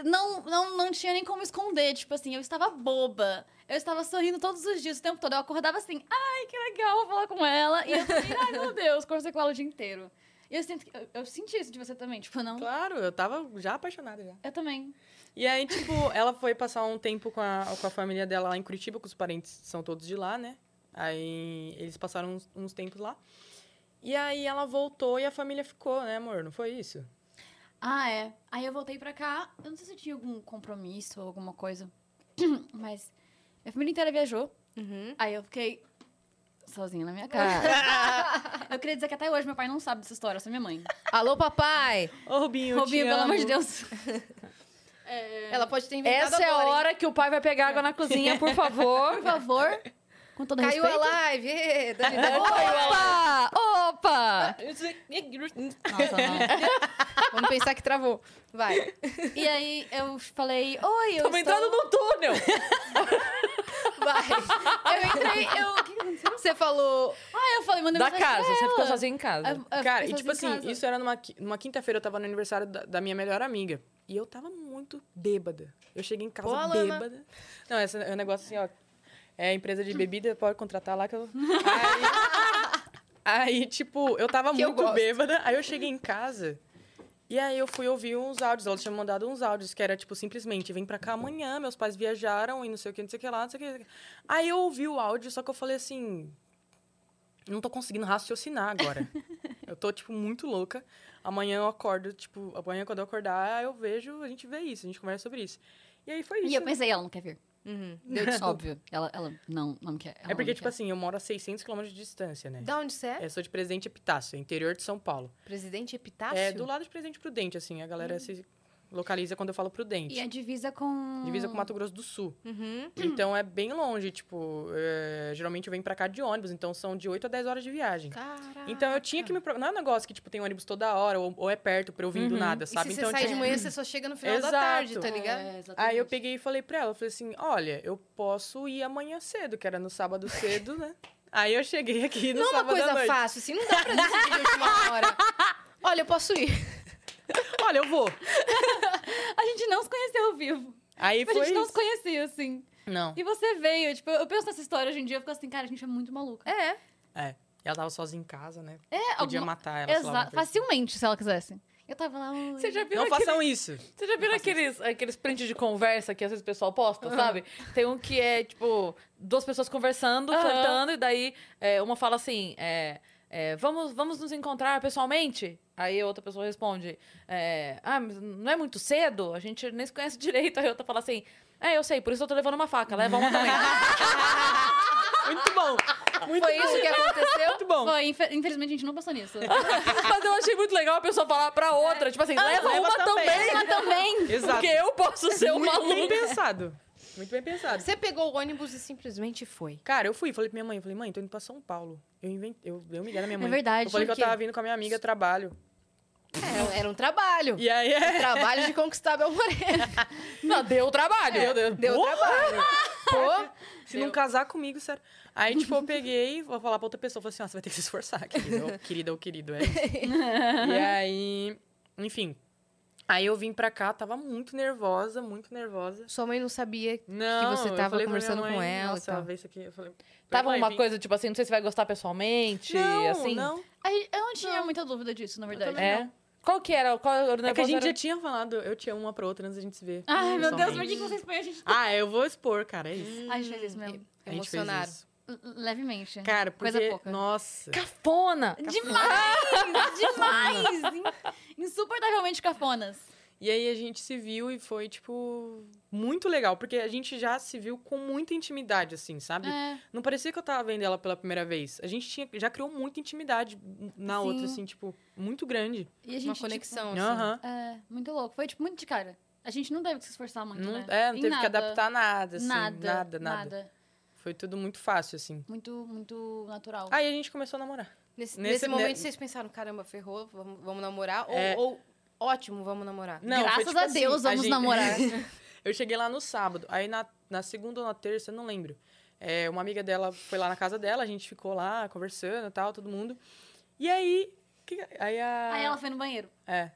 não, não, não tinha nem como esconder. Tipo assim, eu estava boba. Eu estava sorrindo todos os dias, o tempo todo. Eu acordava assim, ai, que legal, vou falar com ela. E eu fiquei, ai, meu Deus, conversei com ela o dia inteiro. E eu, sinto que- eu, eu senti isso de você também. Tipo, não, Claro, eu tava já apaixonada já. eu também. E aí, tipo, ela foi passar um tempo com a, com a família dela lá em Curitiba, que os parentes são todos de lá, né? Aí eles passaram uns, uns tempos lá. E aí ela voltou e a família ficou, né, amor? Não foi isso? Ah, é. Aí eu voltei pra cá. Eu não sei se eu tinha algum compromisso ou alguma coisa. Mas minha família inteira viajou. Uhum. Aí eu fiquei sozinha na minha casa. eu queria dizer que até hoje meu pai não sabe dessa história, só minha mãe. Alô, papai! Ô, Rubinho, eu Robinho, te pelo amo. amor de Deus. Ela pode ter inventado Essa é a tá agora, hein? hora que o pai vai pegar água na cozinha, por favor. Por favor, com todo Caiu respeito. a live! ê, tá Dani, Dani. Opa! Opa! Nossa, não. Vamos pensar que travou. Vai. E aí eu falei, oi, eu Estamos estou... entrando num túnel. Vai. Eu entrei, eu... Você falou... Ah, eu falei, mandei Da mensagem casa, pra você ficou ela. sozinha em casa. Eu- eu Cara, fiquei e tipo assim, sozinha em casa. isso era numa, qui- numa quinta-feira, eu tava no aniversário da, da minha melhor amiga. E eu tava muito bêbada. Eu cheguei em casa Pô, Alana. bêbada. Não, esse é um negócio assim, ó. É empresa de bebida, pode contratar lá que eu. Aí, aí, tipo, eu tava Que eu muito gosto. bêbada. Aí eu cheguei em casa. E aí eu fui ouvir uns áudios, elas tinham mandado uns áudios, que era tipo, simplesmente, vem pra cá amanhã, meus pais viajaram e não sei o que, não sei o que lá, não sei o que. não sei o que. Aí eu ouvi o áudio, só que eu falei assim, não tô conseguindo raciocinar agora. eu tô, tipo, muito louca. Amanhã eu acordo, tipo, amanhã quando eu acordar, eu vejo, a gente vê isso, a gente conversa sobre isso. E aí foi isso. E eu pensei, ela não quer vir. Uhum. Óbvio. Ela, ela não, não me quer. ela É porque, não tipo quer. assim, eu moro a 600 quilômetros de distância, né? Da onde você é? Eu sou de Presidente Epitácio, interior de São Paulo. Presidente Epitácio? É do lado de Presidente Prudente, assim, a galera se localiza quando eu falo Prudente. Hum. E a divisa com... Divisa com Mato Grosso do Sul. Uhum. Então é bem longe, tipo, é, geralmente eu venho pra cá de ônibus, então são de 8 a 10 horas de viagem. Caraca. Então eu tinha que me. pro- Não é um negócio que, tipo, tem ônibus toda hora ou, ou é perto pra eu vir do Uhum. nada, E sabe? se você então eu sai de tinha- manhã, você só chega no final da Exato. tarde, tá ligado? É, exatamente. Aí eu peguei e falei pra ela, eu falei assim, olha, eu posso ir amanhã cedo, que era no sábado cedo, né? Aí eu cheguei aqui no Não é uma sábado à coisa noite. fácil, assim, não dá pra decidir de última hora. Olha, eu posso ir. Olha, eu vou. A gente não se conheceu ao vivo. Aí Tipo, a foi gente não se isso. conhecia, assim. Não. E você veio, tipo, eu penso nessa história hoje em dia, eu fico assim, cara, a gente é muito maluca. É. É. Ela tava sozinha em casa, né? É, Podia alguma- matar ela. sei lá, Exato, alguma coisa. assim. facilmente, se ela quisesse. Eu tava lá... "Oi". Você já viu Não aquele- façam isso. Você já viram aqueles, aqueles prints de conversa que às vezes o pessoal posta, sabe? Tem um que é, tipo, duas pessoas conversando, Aham. flertando, e daí é, uma fala assim: é, é, vamos, vamos nos encontrar pessoalmente? Aí a outra pessoa responde: é, Ah, mas não é muito cedo? A gente nem se conhece direito. Aí a outra fala assim: É, eu sei, por isso eu tô levando uma faca, leva uma também. Muito bom. Muito Foi bom. isso que aconteceu? Muito bom. Foi, infe- infelizmente a gente não passou nisso. mas eu achei muito legal a pessoa falar pra outra, tipo assim, leva, Ah, leva uma também." também. Ela também! Exato. Porque eu posso ser o Muito bem maluco. pensado. Muito bem pensado. Você pegou o ônibus e simplesmente foi. Cara, eu fui, falei pra minha mãe, eu falei, mãe, tô indo pra São Paulo. Eu inventei, eu dei uma ideia na minha É mãe. verdade, Eu falei que por eu quê? tava vindo com a minha amiga trabalho. É, era um trabalho. E aí é. Trabalho de conquistar Bel Moreno. Não, deu trabalho. Meu Deus, Deu porra! trabalho. Pô, Se não casar comigo, sério. Aí, tipo, eu peguei, vou falar pra outra pessoa, falei assim, ó, você vai ter que se esforçar, querida. Ou- querida ou querido, é isso. e aí, enfim. Aí eu vim pra cá, tava muito nervosa, muito nervosa. sua mãe não sabia. Não, você eu tava falei pra minha conversando com mãe, ela e Nossa, tal. vê isso aqui. Eu falei, Tava mãe, uma vim- coisa, tipo assim, não sei se vai gostar pessoalmente, não, assim. Não, A gente- Eu não tinha muita dúvida disso, na verdade. também É. não. Qual que era? Qual era o É que a gente já nervoso? tinha falado, eu tinha uma pra outra antes da gente se ver. Ai, meu Deus, Hum, por pessoalmente. que que vocês põem a gente... Ah, eu vou expor, cara, é isso. Ai, a gente fez isso mesmo. A gente fez Emocionaram. isso. Levemente. Cara, porque... Coisa pouca. Nossa. Cafona! Demais! demais! In- Insuportavelmente cafonas. E aí a gente se viu e foi, tipo, muito legal. Porque a gente já se viu com muita intimidade, assim, sabe? É. Não parecia que eu tava vendo ela pela primeira vez. A gente tinha, já criou muita intimidade na Sim. outra, assim, tipo, muito grande. E a gente, Uma tipo, conexão, assim. Aham. é, muito louco. Foi, tipo, muito de cara. A gente não teve que se esforçar muito, Não, né? É, não Em teve que nada. adaptar nada, assim. Nada, nada, nada. nada. Foi tudo muito fácil, assim. Muito, muito natural. Aí a gente começou a namorar. Nesse, Nesse- nesse momento, ne- vocês pensaram, caramba, ferrou, vamos, vamos namorar? Ou- É. Ou, ótimo, vamos namorar. Não, foi Graças tipo a assim, Deus, vamos gente- namorar. eu cheguei lá no sábado. Aí na, na segunda ou na terça, eu não lembro. é, uma amiga dela foi lá na casa dela, a gente ficou lá conversando e tal, todo mundo. E aí. que- aí a. Aí ela foi no banheiro. É.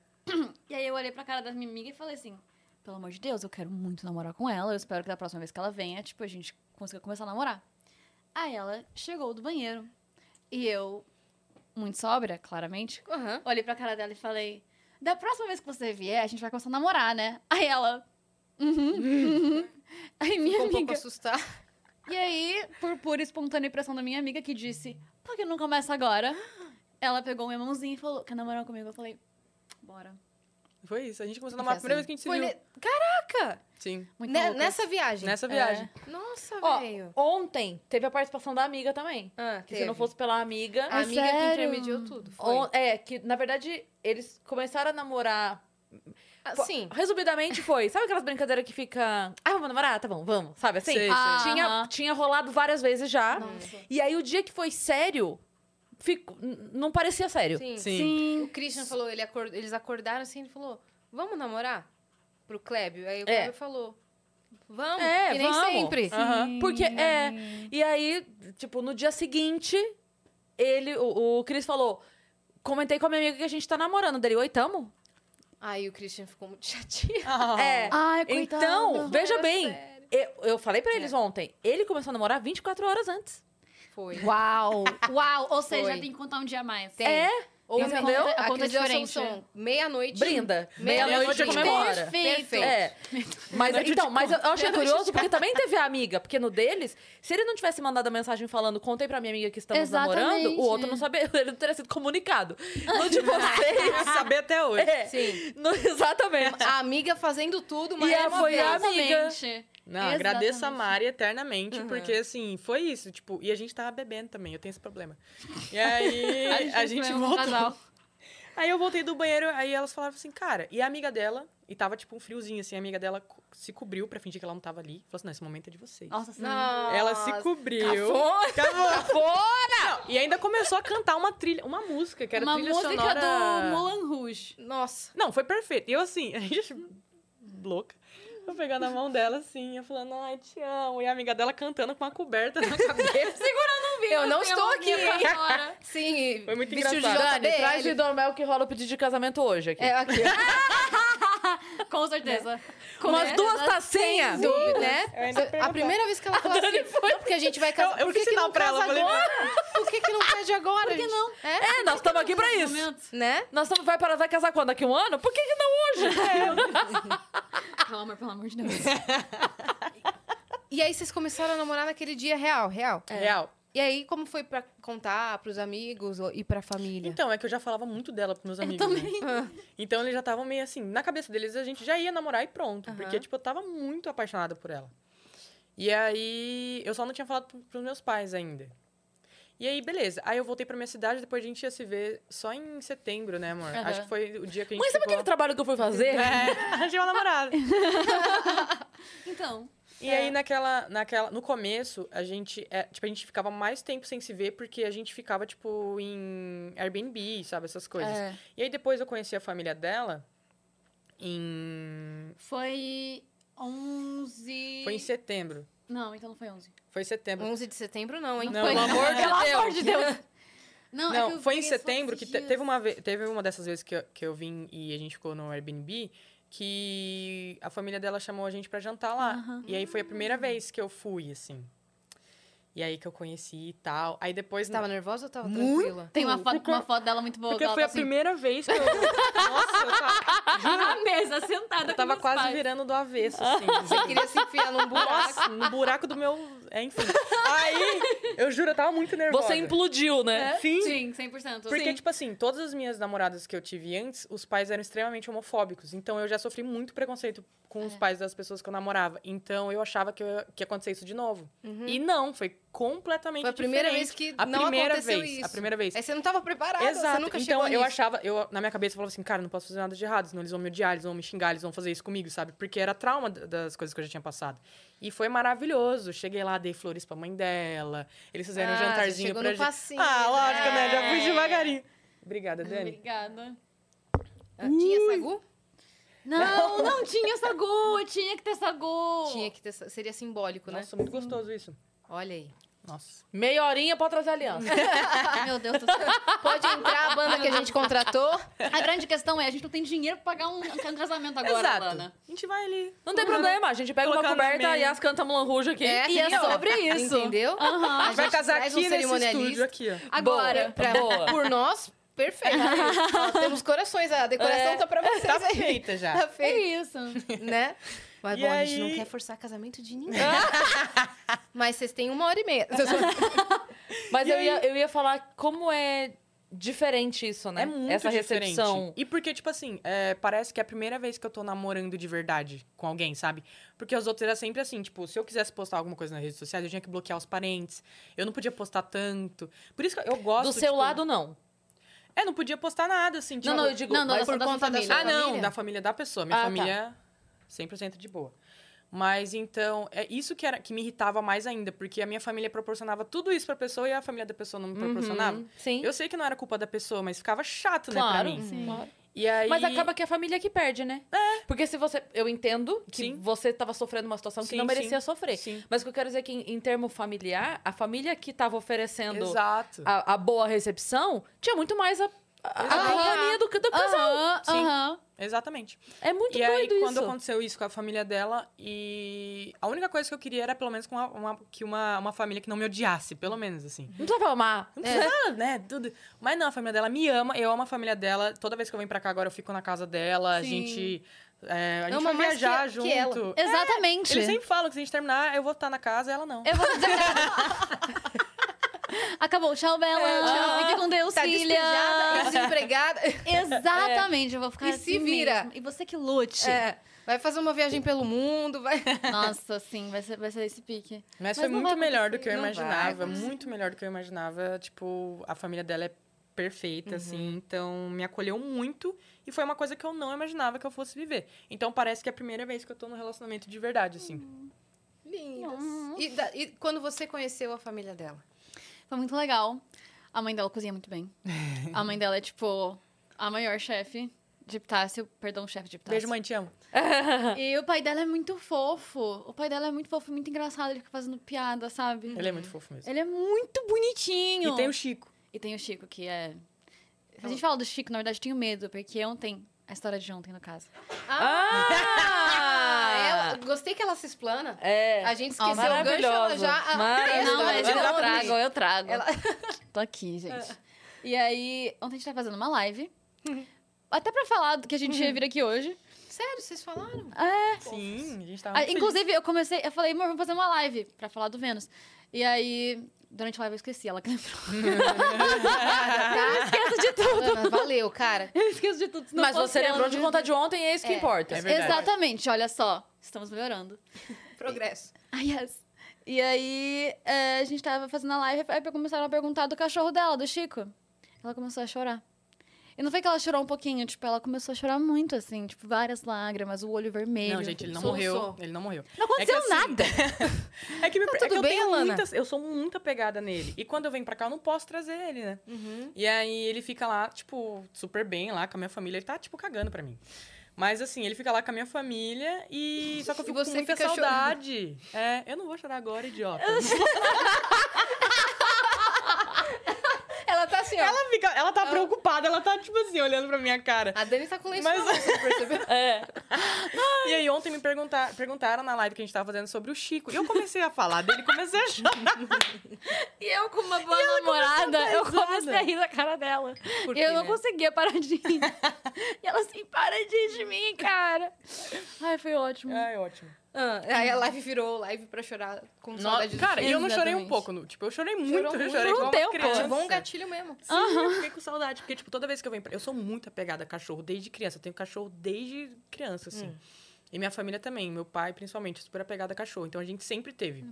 E aí eu olhei pra cara da minha amiga e falei assim: pelo amor de Deus, eu quero muito namorar com ela. Eu espero que da próxima vez que ela venha, tipo, a gente consiga começar a namorar. Aí ela chegou do banheiro. E eu, muito sóbria, claramente, Aham. olhei pra cara dela e falei: da próxima vez que você vier, a gente vai começar a namorar, né? Aí ela. Uhum, uhum. Aí minha Ficou um pouco amiga. assustada. E aí, por pura e espontânea impressão da minha amiga que disse, por que não começa agora? Ela pegou minha mãozinha e falou, quer namorar comigo? Eu falei, bora. Foi isso. A gente começou a namorar a Foi assim. primeira vez que a gente se Foi viu. ne- Caraca! Sim. Muito Ne- louco. Né, Nessa viagem. Nessa viagem. é. Nossa, Ó, velho. ontem teve a participação da amiga também. Ah, Que se não fosse pela amiga. A Ah, amiga sério? que intermediou tudo. Foi. on- é, que na verdade eles começaram a namorar. Ah, Sim. Resumidamente foi. Sabe aquelas brincadeiras que fica. Ah, vamos namorar? Tá bom, vamos. Sabe assim? Sei, sei. Ah, Tinha, aham. tinha rolado várias vezes já. Nossa. E aí o dia que foi sério, fico- n- não parecia sério. Sim. Sim. O Christian falou, ele acor- eles acordaram assim, ele falou, vamos namorar? Pro Clébio. Aí o É. Clébio falou, vamos. É, e nem vamos. sempre. Aham. Porque é. E aí, tipo, no dia seguinte, ele, o, o Cris falou. Comentei com a minha amiga que a gente tá namorando. Dele, oi, tamo? Aí o Christian ficou muito chateado. É. Ai, coitado. é Então, veja Era bem. sério. Eu, eu falei pra eles ontem. Ele começou a namorar 24 horas antes. Foi. Uau! Uau! Ou seja, Foi. tem que contar um dia a mais. Tem. É. Ou então, Entendeu? entendeu? A A conta é conta de diferente. Assunção, assim, meia-noite. assim, Brinda. Meia-noite Meia-noite já comemora. Perfeito. É. Mas então, mas eu eu achei Meia-noite curioso porque também teve a amiga, porque no deles, se ele não tivesse mandado a mensagem falando, contei pra minha amiga que estamos namorando, Exatamente. o outro não sabia, ele não teria sido comunicado. No de vocês. Eu saber até hoje. é. Sim. No- exatamente. A amiga fazendo tudo, mas E era a- uma foi vez. a amiga. Exatamente. Não, agradeço a Exatamente. Mari eternamente, porque assim, foi isso. Tipo, e a gente tava bebendo também, eu tenho esse problema. E aí A gente, a gente foi um voltou. casal. Aí eu voltei do banheiro, aí elas falaram assim, cara, e a amiga dela, e tava tipo um friozinho, assim, a amiga dela co- se cobriu pra fingir que ela não tava ali. Falou assim, não, esse momento é de vocês. Nossa, sim. Nossa. Ela se cobriu. Cafona. Não, e ainda começou a cantar uma trilha, uma música, que era Uma trilha música sonora. do Moulin Rouge. Nossa. Não, foi perfeito. E eu assim, a gente louca. Eu pegando a mão dela assim, eu falando, ai, te amo. E a amiga dela cantando com uma coberta na cabeça. Eu não estou aqui, hein? Agora. Sim, e Foi muito vestido engraçado. de Dani, Ah, JBL. traz o hidromel que rola o pedido de casamento hoje aqui. É, aqui, ó. Com certeza. Com Umas certeza. duas tacinhas. Dúvida, né? Eu ainda A primeira vez que ela falou assim, não, porque a gente vai casar. Eu- eu Por fiz que, que sinal não pra ela, casa eu falei, agora? Por que, que não pede agora? Por que não? É? É, nós estamos aqui pra isso. Momento. Né? Nós estamos vai para vai casar quando daqui um ano? Por que, que não hoje? Pelo amor, pelo amor de Deus. E aí vocês começaram a namorar naquele dia real, real. É. Real. E aí, como foi pra contar pros amigos ou- e pra família? Então, é que eu já falava muito dela pros meus Eu amigos. né? também. Então eles já estavam meio assim, na cabeça deles a gente já ia namorar e pronto. Aham. Porque, tipo, eu tava muito apaixonada por ela. E aí, eu só não tinha falado pro- pros meus pais ainda. E aí, beleza. Aí eu voltei pra minha cidade, depois a gente ia se ver só em setembro, né, amor? Aham. Acho que foi o dia que a gente Mãe, sabe ficou... aquele trabalho que eu fui fazer? É, arranjei uma namorada. Então. E aí, naquela, naquela... No começo, a gente... é, tipo, a gente ficava mais tempo sem se ver, porque a gente ficava, tipo, em Airbnb, sabe? Essas coisas. É. E aí, depois eu conheci a família dela em... Foi 11. Foi em setembro. Não, então não foi 11. Foi em setembro. 11 de setembro não, hein? Então, Não, foi. pelo amor de Pelo Deus. amor de Deus. Não, é que Não, eu foi em vi só setembro que esses te- dias. teve um uma, ve- teve uma dessas vezes que eu, que eu vim e a gente ficou no Airbnb que a família dela chamou a gente pra jantar lá. Aham. Hum. E aí foi a primeira vez que eu fui, assim. E aí que eu conheci e tal. Aí depois. Você tava nervosa ou tava Muito. tranquila? Tem uma foto, uma foto dela muito boa. que um Porque ela foi tá a assim. primeira vez que eu. Nossa, eu tava, assim, na mesa, sentada. eu tava com meus quase pais. virando do avesso, assim. Você queria se enfiar num buraco. Nossa, no buraco do meu. É, enfim. Aí, eu juro, eu tava muito nervosa. É, Você implodiu, É? né? Sim. Sim, 100%. Porque, Sim. tipo assim, todas as minhas namoradas que eu tive antes, os pais eram extremamente homofóbicos. Então, eu já sofri muito preconceito com É. os pais das pessoas que eu namorava. Então, eu achava que, eu- que ia acontecer isso de novo. E não, foi completamente Uhum. Foi a primeira diferente. vez que a não primeira aconteceu vez, isso. É A primeira vez. Aí você não tava preparada, Exato. você nunca então, chegou eu nisso. achava, eu, na minha cabeça, eu falava assim, cara, não posso fazer nada de errado, senão eles vão me odiar, eles vão me xingar, eles vão fazer isso comigo, sabe? Porque era trauma d- das coisas que eu já tinha passado. E foi maravilhoso. Cheguei lá, dei flores pra mãe dela, eles fizeram Ah, um já jantarzinho chegou pra no gente. passinho, ah, lógico, né? Já fui né? devagarinho. Obrigada, Dani. Obrigada. Ah, né? Tinha sagu? Não, não tinha sagu. Tinha que ter sagu. Tinha que ter... sa- Seria simbólico, né? Nossa, muito gostoso isso. Olha aí. Nossa. Meia horinha pra trazer a aliança. Meu Deus do céu. Pode entrar a banda que a gente contratou. A grande questão é, a gente não tem dinheiro pra pagar um, um casamento agora, Exato. Lana. A gente vai ali. Não tem problema, a gente pega uma Colocar no coberta meio. e as canta Mulan Rouge aqui. E é sobre isso. Entendeu? Aham. é A gente Ah, Vai casar traz um aqui nesse cerimonialista. estúdio aqui, ó. Agora, Boa, pra- boa. por nós, perfeito. Ó, temos corações, a decoração tá pra vocês Tá aí. feita já. Tá É feito, isso. né? Mas E bom, a gente não aí? quer forçar casamento de ninguém. Mas vocês têm uma hora e meia. Mas eu ia, eu ia falar como é diferente isso, né? É muito Essa diferente. recepção. E porque, tipo assim, é, parece que é a primeira vez que eu tô namorando de verdade com alguém, sabe? Porque os outros era sempre assim, tipo, se eu quisesse postar alguma coisa nas redes sociais, eu tinha que bloquear os parentes. Eu não podia postar tanto. Por isso que eu gosto. Do seu tipo, lado, não. É, não podia postar nada, assim. Tipo, Não, não, eu digo. Não, não, mas- eu sou por da sua conta da família. sua- ah, não, família? da família da pessoa. Minha Ah, tá. família 100% de boa. Mas então, é isso que, era, que me irritava mais ainda, porque a minha família proporcionava tudo isso pra pessoa e a família da pessoa não me proporcionava. Uhum, Sim. Eu sei que não era culpa da pessoa, mas ficava chato, Claro. né, pra mim. Sim. Claro. E aí... Mas acaba que é a família que perde, né? É. Porque se você. Eu entendo que Sim. você tava sofrendo uma situação que Sim, não merecia sim. sofrer. Sim. Mas o que eu quero dizer é que, em, em termo familiar, a família que tava oferecendo Exato. Ah. a, a boa recepção tinha muito mais a, a, a Exato. companhia do que do casal. Aham, Sim. aham. Exatamente. É muito e aí, doido quando isso. aconteceu isso com a família dela, e a única coisa que eu queria era, pelo menos, com uma, uma- que uma, uma família que não me odiasse, pelo menos, assim. Não precisa falar má. Não precisa, né? Tudo. Mas não, a família dela me ama, eu amo a família dela. Toda vez que eu venho pra cá agora, eu fico na casa dela. A Sim. gente. é, a gente Ama vai mais que- viajar que junto. ela. Exatamente. Eles sempre falam que se a gente terminar, eu vou estar na casa, ela não. Eu vou dizer... Acabou. Tchau, Bela. tchau. Fique com Deus, tá filha. despejada, e desempregada. Exatamente. Eu vou ficar E assim se vira. mesmo. E você que lute. É, vai fazer uma viagem pelo mundo, vai... Nossa, sim. Vai ser, vai ser esse pique. Mas, Mas foi não muito vai melhor do que eu não vai imaginava. Muito melhor do que eu imaginava. Tipo, a família dela é perfeita, Uhum. assim. Então, me acolheu muito. E foi uma coisa que eu não imaginava que eu fosse viver. Então, parece que é a primeira vez que eu tô num relacionamento de verdade, assim. Hum. E, da- e quando você conheceu a família dela? Foi muito legal. A mãe dela cozinha muito bem. A mãe dela é, tipo, a maior chefe de Epitácio. Perdão, chefe de Epitácio. Beijo, mãe, te amo. Ah! E o pai dela é muito fofo. O pai dela é muito fofo, muito engraçado. Ele fica fazendo piada, sabe? Ele é muito fofo mesmo. Uhum. Ele é muito bonitinho. E tem o Chico. E tem o Chico, que é. Se a gente fala do Chico, na verdade, eu tenho medo, porque ontem. A história de ontem, no caso. Ah, Ah! ela- gostei que ela se explana. É. A gente esqueceu o gancho, ela Maravilhosa. já... a- Mara- É, a Não, história mas de eu ela- trago, eu trago. Ela- Tô aqui, gente. E aí, ontem a gente tá fazendo uma live. Até pra falar do que a gente ia vir aqui hoje. Sério, vocês falaram? Sim, a gente Ah, tava muito feliz. inclusive, eu comecei, eu falei, amor, vamos fazer uma live pra falar do Vênus. E aí, durante a live eu esqueci, ela que lembrou. eu esqueço de tudo. Ana, Tá, Ah, valeu, cara. Eu esqueço de tudo. se não Mas fosse você ela, lembrou não de ia contar de ontem e é isso que É. importa. É verdade. Exatamente, olha só. Estamos melhorando. Progresso. Ah, yes. E aí, é, a gente tava fazendo a live, aí começaram a perguntar do cachorro dela, do Chico. Ela começou a chorar. E não foi que ela chorou um pouquinho, tipo, ela começou a chorar muito, assim, tipo, várias lágrimas, o olho vermelho. Não, gente, ele não Soluçou. morreu. Ele não morreu. Não É que aconteceu assim- nada. É que, me, é que Tá tudo eu bem, tenho Alana? muitas. Eu sou muito apegada nele. E quando eu venho pra cá, eu não posso trazer ele, né? Uhum. E aí ele fica lá, tipo, super bem lá com a minha família. Ele tá, tipo, cagando pra mim. Mas assim, ele fica lá com a minha família e. Só que eu E fico você com muita fica chorando. saudade. É, eu não vou chorar agora, idiota. Ela tá assim, ó. Ela fica. Ela tá preocupada, ela tá, tipo assim, olhando pra minha cara. A Dani tá com lenço Mas- na mão, você percebeu? É. E aí daí ontem me pergunta- perguntaram na live que a gente tava fazendo sobre o Chico. E eu comecei a falar dele, comecei a chorar. E eu com uma boa namorada, eu risada. comecei a rir da cara dela. Por e eu quê, não né? conseguia parar de rir. e ela assim, para de rir de mim, cara. Ai, foi ótimo. Ai, ótimo. Ah, é. É. aí a live virou live pra chorar com saudade No, cara, e eu não chorei um Exatamente. pouco. no- tipo, eu chorei muito. Chorou eu muito. chorei Por um igual uma tempo. criança. Ativou um gatilho mesmo. Sim, eu fiquei com saudade. Porque, tipo, toda vez que eu venho pra... Eu sou muito apegada a cachorro desde criança. Eu tenho cachorro desde criança, assim. Hum. E minha família também. Meu pai, principalmente, é super apegado a cachorro. Então, a gente sempre É teve.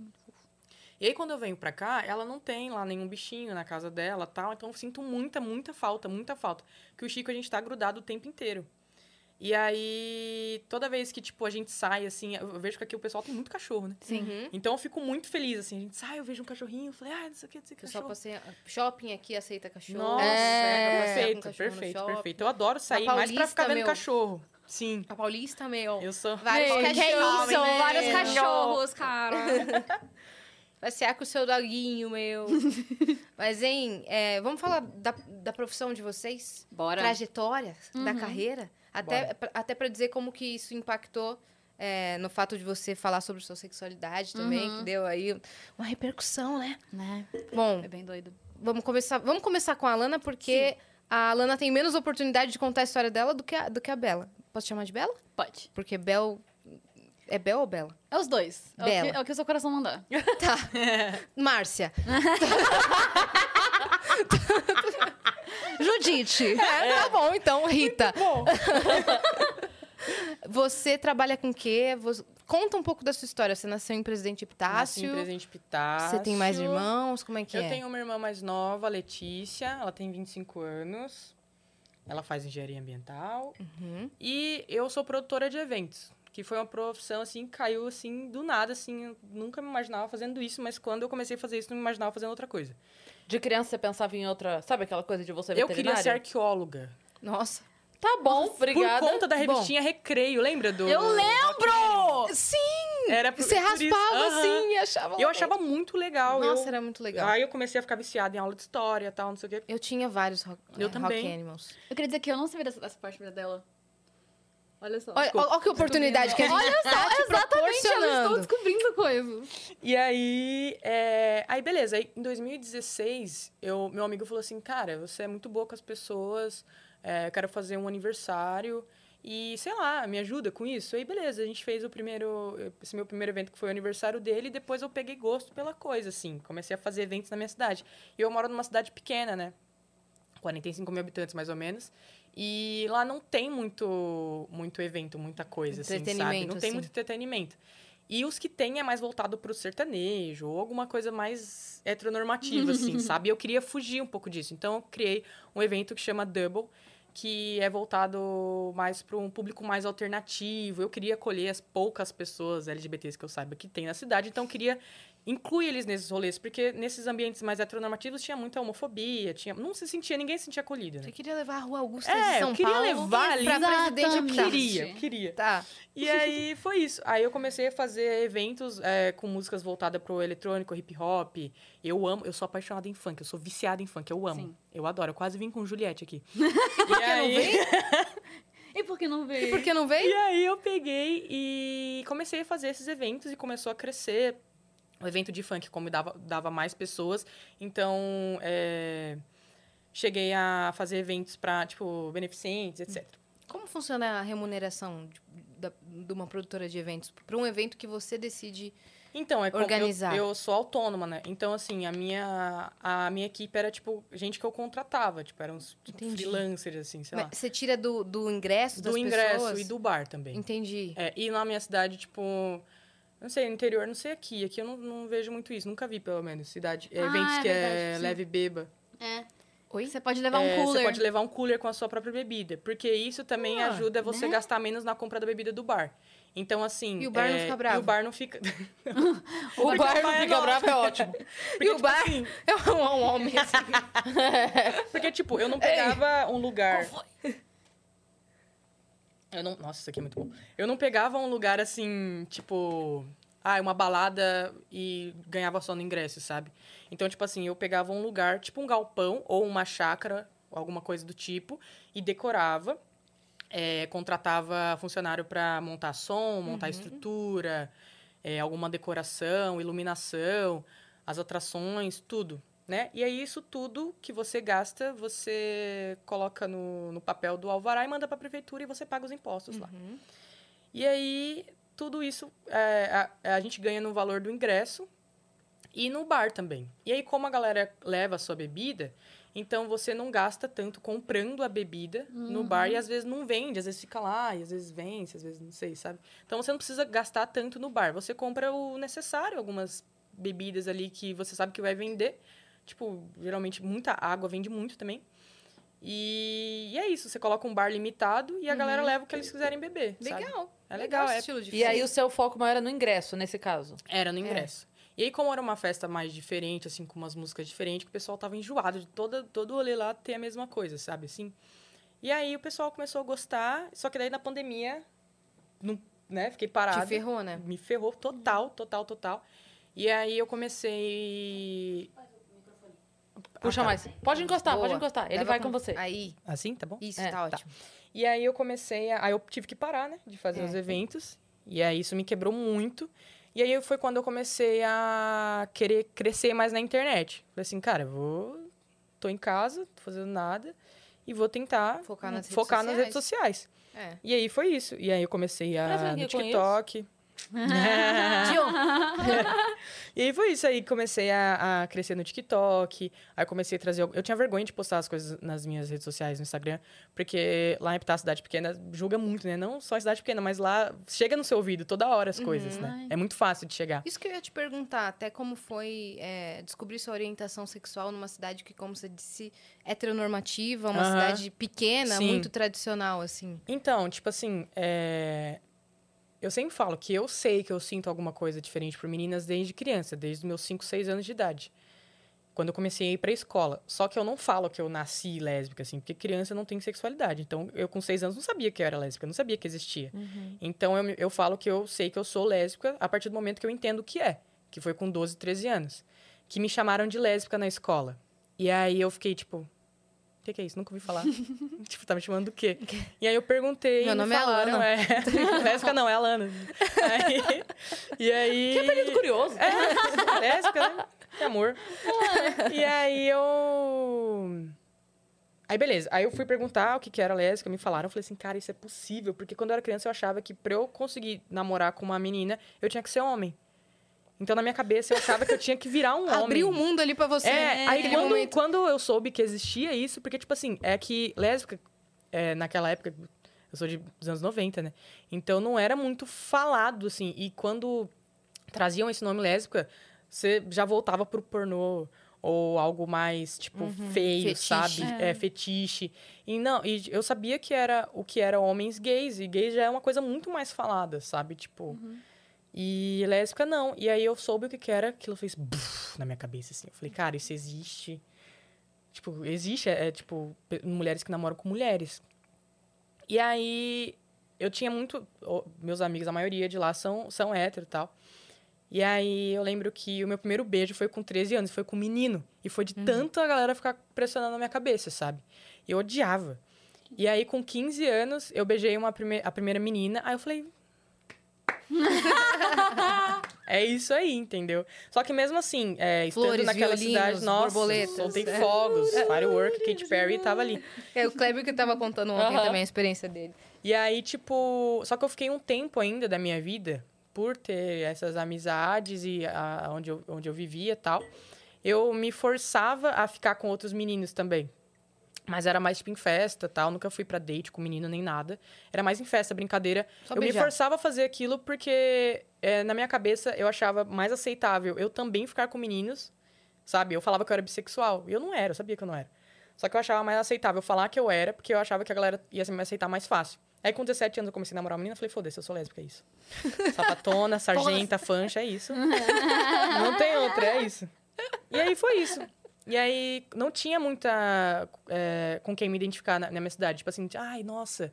E aí, quando eu venho pra cá, ela não tem lá nenhum bichinho na casa dela tal. Então, eu sinto muita, muita falta, muita falta. Porque o Chico, a gente tá grudado o tempo inteiro. E aí, toda vez que, tipo, a gente sai, assim... Eu vejo que aqui o pessoal tem muito cachorro, né? Sim. Uhum. Então, eu fico muito feliz, assim. A gente sai, eu vejo um cachorrinho. Eu falei, ah, não sei o que, não sei o que. Eu só cachorro. passei. Shopping aqui aceita cachorro. Nossa, é, pra passear com cachorro perfeito, no perfeito, shopping. perfeito. Eu adoro sair mais pra Paulista, ficar vendo meu. cachorro. Sim, A Paulista, meu. eu sou. Vários Meu, que cachorros. isso, meu. vários cachorros, cara. Passear com o seu doguinho, meu. Mas, hein, é, vamos falar da, da profissão de vocês? Bora. Trajetória da Uhum. carreira? Até, pra- até para dizer como que isso impactou é, no fato de você falar sobre sua sexualidade também, Uhum. que deu aí uma repercussão, né? Né? Bom, É bem doido. vamos começar, vamos começar com a Alana, porque a Alana tem menos oportunidade de contar a história dela do que a, do que a Bela. Posso chamar de Bela? Pode. Porque Bel... É Bel ou Bela? É os dois. É o, Bela. que, é o que o seu coração mandar. Tá. Márcia. Judite. É, tá bom, então, Rita. Você trabalha com o quê? Você- Conta um pouco da sua história. Você nasceu em Presidente Nasci em Epitácio. assim, presente Pitácio. Você tem mais irmãos? Como é que Eu é? tenho uma irmã mais nova, a Letícia. Ela tem 25 anos. Ela faz engenharia ambiental. Uhum. E eu sou produtora de eventos. Que foi uma profissão, assim, que caiu, assim, do nada, assim. Eu nunca me imaginava fazendo isso, mas quando eu comecei a fazer isso, não me imaginava fazendo outra coisa. De criança você pensava em outra. Sabe aquela coisa de é você Eu queria veterinária? ser arqueóloga. Nossa. Tá bom, obrigada. Por conta da revistinha Recreio, lembra do... Eu lembro! Era por- Você por isso. raspava Aham. assim e achava... Eu achava muito legal. Nossa, eu... era muito legal. Aí eu comecei a ficar viciada em aula de história e tal, não sei o quê. Eu tinha vários rock, Eu eh, também. rock animals. Eu queria dizer que eu não sabia dessa, dessa parte da vida dela. Olha só. Olha, olha que oportunidade que a gente Olha tá te Exatamente, eu estou proporcionando. descobrindo coisa. E aí, é, aí beleza. Aí, em 2016, eu, meu amigo falou assim, cara, você é muito boa com as pessoas, é, eu quero fazer um aniversário e, sei lá, me ajuda com isso. Aí, beleza, a gente fez o primeiro, esse meu primeiro evento que foi o aniversário dele e depois eu peguei gosto pela coisa, assim. Comecei a fazer eventos na minha cidade. E eu moro numa cidade pequena, né? 45 mil habitantes, mais ou menos. E lá não tem muito, muito evento, muita coisa, assim, sabe? Entretenimento, Não assim. tem muito entretenimento. E os que tem é mais voltado pro sertanejo, ou alguma coisa mais heteronormativa, assim, sabe? E eu queria fugir um pouco disso. Então, eu criei um evento que chama Double, que é voltado mais para um público mais alternativo. Eu queria acolher as poucas pessoas LGBTs que eu saiba que tem na cidade, então eu queria incluir eles nesses rolês, porque nesses ambientes mais heteronormativos tinha muita homofobia, tinha, não se sentia, ninguém se sentia acolhido. Né? Você queria levar a Rua Augusta de É, São eu queria Paulo levar ali. pra Presidente Exatamente. Epitácio. Queria, eu queria. Tá. E aí foi isso. Aí eu comecei a fazer eventos é, com músicas voltadas pro eletrônico, hip hop. Eu amo, eu sou apaixonada em funk, eu sou viciada em funk, eu amo. Sim. Eu adoro, eu quase vim com Juliette aqui. e, aí, E por que não veio? E por que não veio? e aí eu peguei e comecei a fazer esses eventos e começou a crescer. O evento de funk, como dava, dava mais pessoas. Então, é, cheguei a fazer eventos pra, tipo, beneficentes, etc. Como funciona a remuneração de, da- de uma produtora de eventos para um evento que você decide? Então, é como eu- Organizar. Eu, sou autônoma, né? Então, assim, a minha, a minha equipe era, tipo, gente que eu contratava. Tipo, eram uns tipo, Entendi. freelancers, assim, sei lá. Mas Você tira do, do ingresso das do ingresso pessoas? e do bar também. Entendi. É, e na minha cidade, tipo... Não sei, no interior, não sei aqui. Aqui eu não, não vejo muito isso. Nunca vi, pelo menos. Cidade, é, Ah, eventos é que verdade, é sim. leve e beba. Oi? Você pode levar É, um cooler. Você pode levar um cooler com a sua própria bebida. Porque isso também Ah, ajuda você gastar menos na compra da bebida do bar. Então, assim... E o bar não fica bravo? E o bar não fica... O bar não fica bravo, é ótimo. Porque, tipo, assim, É um, um homem. assim. Porque, tipo, eu não pegava um lugar. Eu não. Nossa, isso aqui é muito bom. Eu não pegava um lugar assim, tipo. Ah, uma balada e ganhava só no ingresso, sabe? Então, tipo assim, eu pegava um lugar, tipo um galpão ou uma chácara, alguma coisa do tipo, e decorava. é, contratava funcionário para montar som, montar estrutura, é, alguma decoração, iluminação, as atrações, tudo. Né? E aí, isso tudo que você gasta, você coloca no, no papel do alvará e manda para a prefeitura e você paga os impostos lá. E aí, tudo isso é, a, a gente ganha no valor do ingresso e no bar também. E aí, como a galera leva a sua bebida, então você não gasta tanto comprando a bebida no bar e às vezes não vende, às vezes fica lá, e às vezes vence, às vezes não sei, sabe? Então você não precisa gastar tanto no bar. Você compra o necessário, algumas bebidas ali que você sabe que vai vender. Tipo, geralmente muita água vende muito também. E, e é isso, você coloca um bar limitado e a galera leva o que eles quiserem beber. sabe? Legal. É legal, esse é estilo de E aí festa. o seu foco maior era no ingresso, nesse caso. Era no ingresso. E aí, como era uma festa mais diferente, assim, com umas músicas diferentes, que o pessoal tava enjoado de toda, todo o rolê lá ter a mesma coisa, sabe, assim? E aí, o pessoal começou a gostar, só que daí, na pandemia, não, né, fiquei parado. Te ferrou, né? Me ferrou total, total, total. E aí, eu comecei... Puxa Ah, tá. mais. Pode encostar, Boa. pode encostar. Ele Dava vai com você. Aí, Assim, tá bom? isso, É, tá ótimo. E aí eu comecei a... Aí eu tive que parar, né? De fazer os eventos. E aí isso me quebrou muito. E aí foi quando eu comecei a querer crescer mais na internet. Falei assim, cara, eu vou... Tô em casa, tô fazendo nada. E vou tentar Focar nas redes focar nas redes sociais. sociais. É. E aí foi isso. E aí eu comecei Parece a alguém no que eu TikTok. Ah. e aí foi isso aí. Comecei a, a crescer no TikTok. Aí comecei a trazer. algu- Eu tinha vergonha de postar as coisas nas minhas redes sociais, no Instagram. Porque lá em Pitá, cidade pequena, julga muito, né? Não só a cidade pequena, mas lá chega no seu ouvido toda hora as coisas, né? É muito fácil de chegar. Isso que eu ia te perguntar, até como foi é, descobrir sua orientação sexual numa cidade que, como você disse, é heteronormativa, uma Aham. cidade pequena, Sim. muito tradicional, assim. Então, tipo assim, é, eu sempre falo que eu sei que eu sinto alguma coisa diferente por meninas desde criança, desde os meus 5, 6 anos de idade. Quando eu comecei a ir pra escola. Só que eu não falo que eu nasci lésbica, assim, porque criança não tem sexualidade. Então, eu com 6 anos não sabia que eu era lésbica, não sabia que existia. Uhum. Então, eu, me- eu falo que eu sei que eu sou lésbica a partir do momento que eu entendo o que é, que foi com 12, 13 anos. Que me chamaram de lésbica na escola. E aí eu fiquei tipo, o que, que é isso? Nunca ouvi falar. tipo, tá me chamando do quê? E aí eu perguntei. Meu e me nome é falaram, Alana. É, lésbica não, é Alana. Aí, e aí. Que apelido Curioso. É, lésbica, né? Que amor. E aí eu. Aí beleza, aí eu fui perguntar o que, que era lésbica, me falaram, eu falei assim, cara, isso é possível, porque quando eu era criança eu achava que pra eu conseguir namorar com uma menina, eu tinha que ser homem. Então na minha cabeça eu achava que eu tinha que virar um homem. Abriu o mundo ali pra você. É, né, aí naquele quando, momento. quando eu soube que existia isso, porque, tipo assim, é que lésbica, é, naquela época, eu sou de, dos anos 90, né? Então não era muito falado, assim. E quando traziam esse nome lésbica, você já voltava pro pornô ou algo mais, tipo, feio, Fetiche. sabe? É. fetiche. E não, e eu sabia que era o que era homens gays, e gay já é uma coisa muito mais falada, sabe? Tipo. E lésbica não. E aí eu soube o que, que era, aquilo fez buf na minha cabeça, assim. Eu falei, cara, isso existe. Tipo, existe, é, é, tipo, pe- mulheres que namoram com mulheres. E aí eu tinha muito. o- Meus amigos, a maioria de lá são, são hétero e tal. E aí eu lembro que o meu primeiro beijo foi com 13 anos, foi com um menino. E foi Uhum. de tanto a galera ficar pressionando a minha cabeça, sabe? Eu odiava. E aí, com 15 anos, eu beijei uma prime a primeira menina. Aí eu falei, é isso aí, entendeu? Só que mesmo assim, é, estando Flores, naquela violinos, cidade, nossa, borboletas. soltei fogos, firework, Katy Perry tava ali. É, o Kleber que tava contando ontem Aham. também a experiência dele. E aí, tipo, só que eu fiquei um tempo ainda da minha vida, por ter essas amizades e a, onde, eu, onde eu vivia e tal, eu me forçava a ficar com outros meninos também. Mas era mais tipo em festa tal, nunca fui pra date com menino nem nada. Era mais em festa, brincadeira. Só eu beijar. me forçava a fazer aquilo porque é, na minha cabeça eu achava mais aceitável eu também ficar com meninos, sabe? Eu falava que eu era bissexual. E eu não era, eu sabia que eu não era. Só que eu achava mais aceitável falar que eu era, porque eu achava que a galera ia me aceitar mais fácil. Aí com 17 anos eu comecei a namorar uma menina, falei, foda-se, eu sou lésbica, é isso. Sapatona, sargenta, fancha, é isso. Não tem outra, é isso. E aí foi isso. E aí não tinha muita é, com quem me identificar na, na minha cidade. Tipo assim, ai, nossa.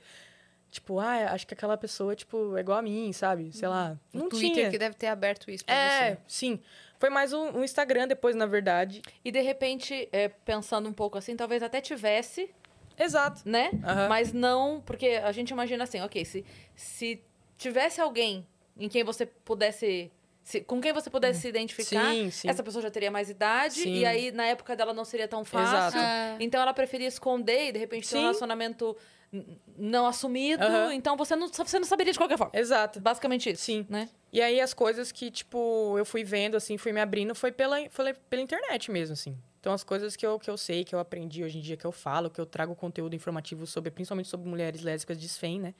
Tipo, ai, acho que aquela pessoa, tipo, é igual a mim, sabe? Sei lá. O Não Hum. Twitter tinha. que deve ter aberto isso né? pra É, você. sim. Foi mais um, um Instagram depois, na verdade. E de repente, é, pensando um pouco assim, talvez até tivesse Exato. né? Aham. Mas não, porque a gente imagina assim, ok, se, se tivesse alguém em quem você pudesse. se- com quem você pudesse se identificar, Sim, sim. essa pessoa já teria mais idade, Sim. e aí na época dela não seria tão fácil. Exato. É. Então ela preferia esconder e de repente ter um Sim. relacionamento n- não assumido. Aham. Então você não, você não saberia de qualquer forma. Exato. Basicamente isso. Sim. Né? E aí as coisas que, tipo, eu fui vendo, assim, fui me abrindo, foi pela, foi pela internet mesmo, assim. Então as coisas que eu, que eu sei, que eu aprendi hoje em dia, que eu falo, que eu trago conteúdo informativo sobre, principalmente sobre mulheres lésbicas desfém, né?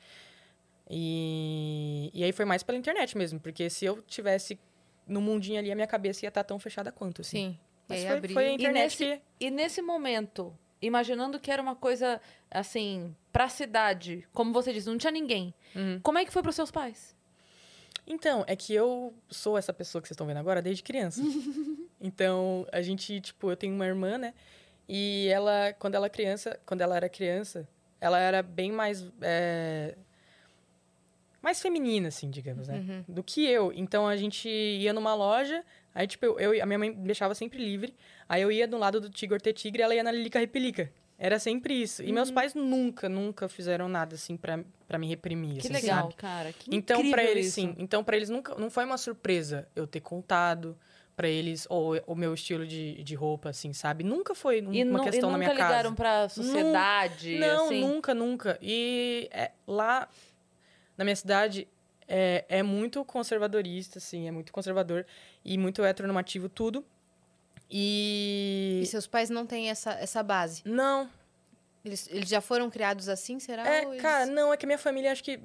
E, e aí foi mais pela internet mesmo, porque se eu tivesse no mundinho ali, a minha cabeça ia estar tão fechada quanto, assim. Sim. Mas E aí foi, abri. foi a E internet nesse- que... E nesse momento, imaginando que era uma coisa assim, pra cidade, como você disse, não tinha ninguém. Uhum. Como é que foi pros seus pais? Então, é que eu sou essa pessoa que vocês estão vendo agora desde criança. então, a gente, tipo, eu tenho uma irmã, né? E ela, quando ela é criança, quando ela era criança, ela era bem mais é, mais feminina, assim, digamos, né? Uhum. Do que eu. Então a gente ia numa loja, aí tipo eu, eu- a minha mãe me deixava sempre livre. Aí eu ia do lado do Tigor T Tigre, ela ia na Lilica Repelica. Era sempre isso. E Uhum. meus pais nunca, nunca fizeram nada assim pra pra me reprimir, Que assim, legal, sabe? cara. Que Então, pra incrível eles, isso. sim. Então, pra eles, nunca, não foi uma surpresa eu ter contado pra eles, ou o meu estilo de, de roupa, assim, sabe? Nunca foi um- E, uma nu- e questão na nunca minha ligaram casa. pra sociedade, Não, assim? nunca, nunca. E é, lá na minha cidade é, é muito conservadorista, assim, é muito conservador e muito heteronormativo tudo. E. E seus pais não têm essa, essa base? Não, Eles, eles já foram criados assim, será? É, Ou eles- cara, não, é que a minha família, acho que.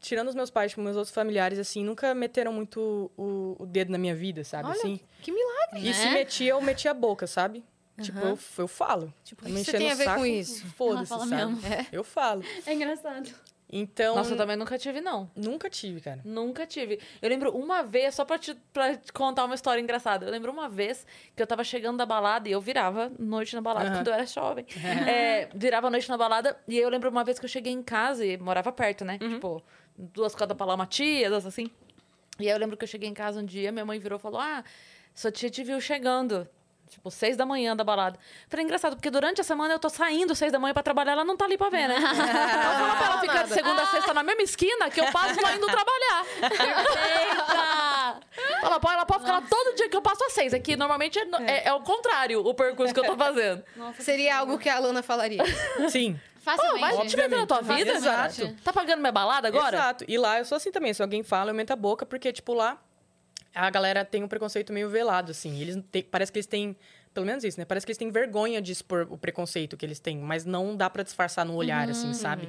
Tirando os meus pais, tipo, meus outros familiares, assim, nunca meteram muito o, o dedo na minha vida, sabe? Olha, assim. que milagre. E se né? metia, eu metia a boca, sabe? Tipo, eu, eu falo. Tipo, Eu o que me que você tem enchendo tá o a ver saco, com isso? Ela Foda-se, fala sabe? Eu falo. É engraçado. Então, Nossa, eu também nunca tive, não. nunca tive, cara. Nunca tive. Eu lembro uma vez, só pra te, pra te contar uma história engraçada. Eu lembro uma vez que eu tava chegando da balada e eu virava noite na balada Aham. quando eu era jovem. É, virava noite na balada e eu lembro uma vez que eu cheguei em casa e morava perto, né? Tipo, duas quadras pra lá, uma tia, duas assim. E aí eu lembro que eu cheguei em casa um dia, minha mãe virou e falou: Ah, sua tia te viu chegando. Tipo, seis da manhã da balada. Falei, engraçado, porque durante a semana eu tô saindo seis da manhã pra trabalhar, ela não tá ali pra ver, né? Ela fala pra ela ficar de segunda a sexta na mesma esquina que eu passo lá indo trabalhar. Perfeita! Ela pode, ela pode ficar lá todo dia que eu passo às seis. É que normalmente é, no- é- é o contrário o percurso que eu tô fazendo. Seria algo que a Alana falaria. Sim. Facilmente. Pô, vai te meter na tua vida? Exato. Tá pagando minha balada agora? Exato. E lá eu sou assim também. Se alguém fala, eu meto a boca, porque, tipo, lá a galera tem um preconceito meio velado, assim. Eles te- parece que eles têm. Pelo menos isso, né? Parece que eles têm vergonha de expor o preconceito que eles têm, mas não dá pra disfarçar no olhar, assim, sabe?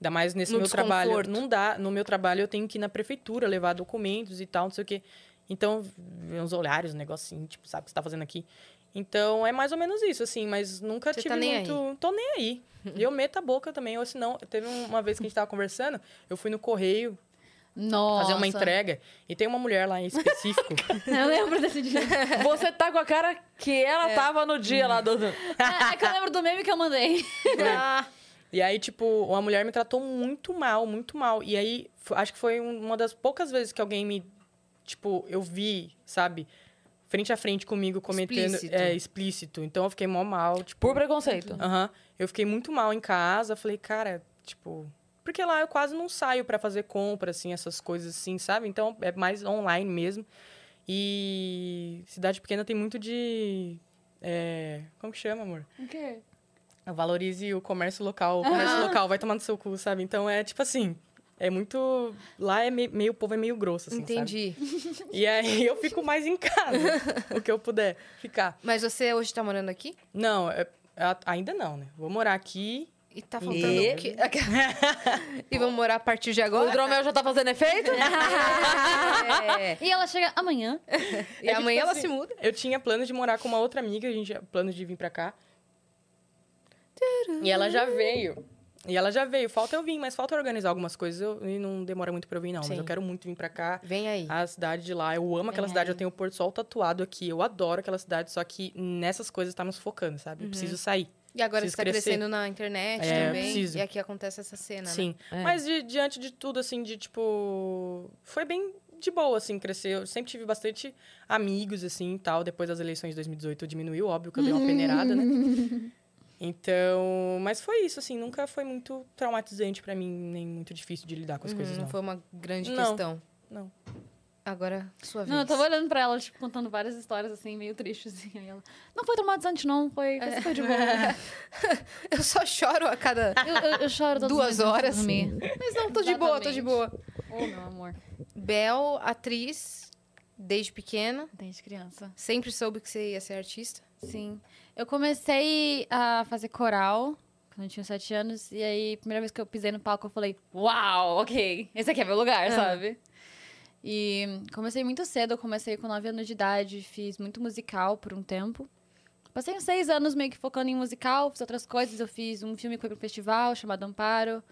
Ainda mais nesse Uhum. No meu trabalho. desconforto. Não dá. No meu trabalho, eu tenho que ir na prefeitura levar documentos e tal, não sei o quê. Então, vê uns olhares, um negocinho, tipo, sabe o que você tá fazendo aqui? Então, é mais ou menos isso, assim, mas nunca Você tive tá nem muito. Tô nem aí. E eu meto a boca também, ou senão, teve um, uma vez que a gente tava conversando, eu fui no correio Nossa. fazer uma entrega e tem uma mulher lá em específico. Eu lembro desse dia. Você tá com a cara que ela tava no dia lá do. É, é que eu lembro do meme que eu mandei. e aí, tipo, uma mulher me tratou muito mal, muito mal. E aí, f- acho que foi um- uma das poucas vezes que alguém me, tipo, eu vi, sabe, frente a frente comigo comentando Explícito. é, explícito. Então eu fiquei mó mal, tipo, Por preconceito. Aham. Eu fiquei muito mal em casa, falei, cara, tipo. Porque lá eu quase não saio pra fazer compra, assim, essas coisas assim, sabe? Então é mais online mesmo. E cidade pequena tem muito de. é, Como que chama, amor? O quê? Valorize o comércio local. O comércio local vai tomar no seu cu, sabe? Então é tipo assim. É muito. Lá é me- meio. O povo é meio grosso, assim. Sabe? Entendi. E aí eu fico mais em casa, o que eu puder ficar. Mas você hoje tá morando aqui? Não, é- a- ainda não, né? Vou morar aqui E tá faltando E- o quê? e vamos morar a partir de O agora? hidromel já tá fazendo efeito? É É. E ela chega amanhã. E amanhã assim. ela se muda. Eu tinha plano de morar com uma outra amiga, a gente tinha plano de vir pra cá. E ela já veio. E ela já veio. Falta eu vir, mas falta eu organizar algumas coisas. Eu, e não demora muito pra eu vir, não. Sim. Mas eu quero muito vir pra cá. Vem aí. A cidade de lá, eu amo aquela cidade. Eu tenho o Porto Sol tatuado aqui. Eu adoro aquela cidade, só que nessas coisas tá me sufocando, sabe? Eu preciso sair. E agora preciso você tá crescer. crescendo na internet É, eu também. preciso. E aqui acontece essa cena, né? Sim. É. Mas de- diante de tudo, assim, de tipo. Foi bem de boa, assim, crescer. Eu sempre tive bastante amigos, assim e tal. Depois das eleições de 2018 diminuiu, óbvio que eu dei uma peneirada, né? Então, mas foi isso, assim, nunca foi muito traumatizante pra mim, nem muito difícil de lidar com as coisas, Uhum. Não não. foi uma grande Não. questão. Não. Agora, sua vez. Não, eu tava olhando pra ela, tipo, contando várias histórias, assim, meio tristes. Assim, aí ela, não foi traumatizante, não. Foi, foi super de boa. Eu só choro a Ah, cada... Eu, eu, eu choro todas Duas as noites horas? antes de dormir. Mas não, tô de boa, tô de boa. Ô, Oh, meu amor. Bel, atriz, desde pequena. Desde criança. Sempre soube que você ia ser artista. Sim. Eu comecei a fazer coral quando eu tinha sete anos. E aí, primeira vez que eu pisei no palco, eu falei: Uau, ok, esse aqui é meu lugar, sabe? E comecei muito cedo. Eu comecei com nove anos de idade, fiz muito musical por um tempo. Passei uns seis anos meio que focando em musical, fiz outras coisas. Eu fiz um filme que foi pro festival chamado Amparo.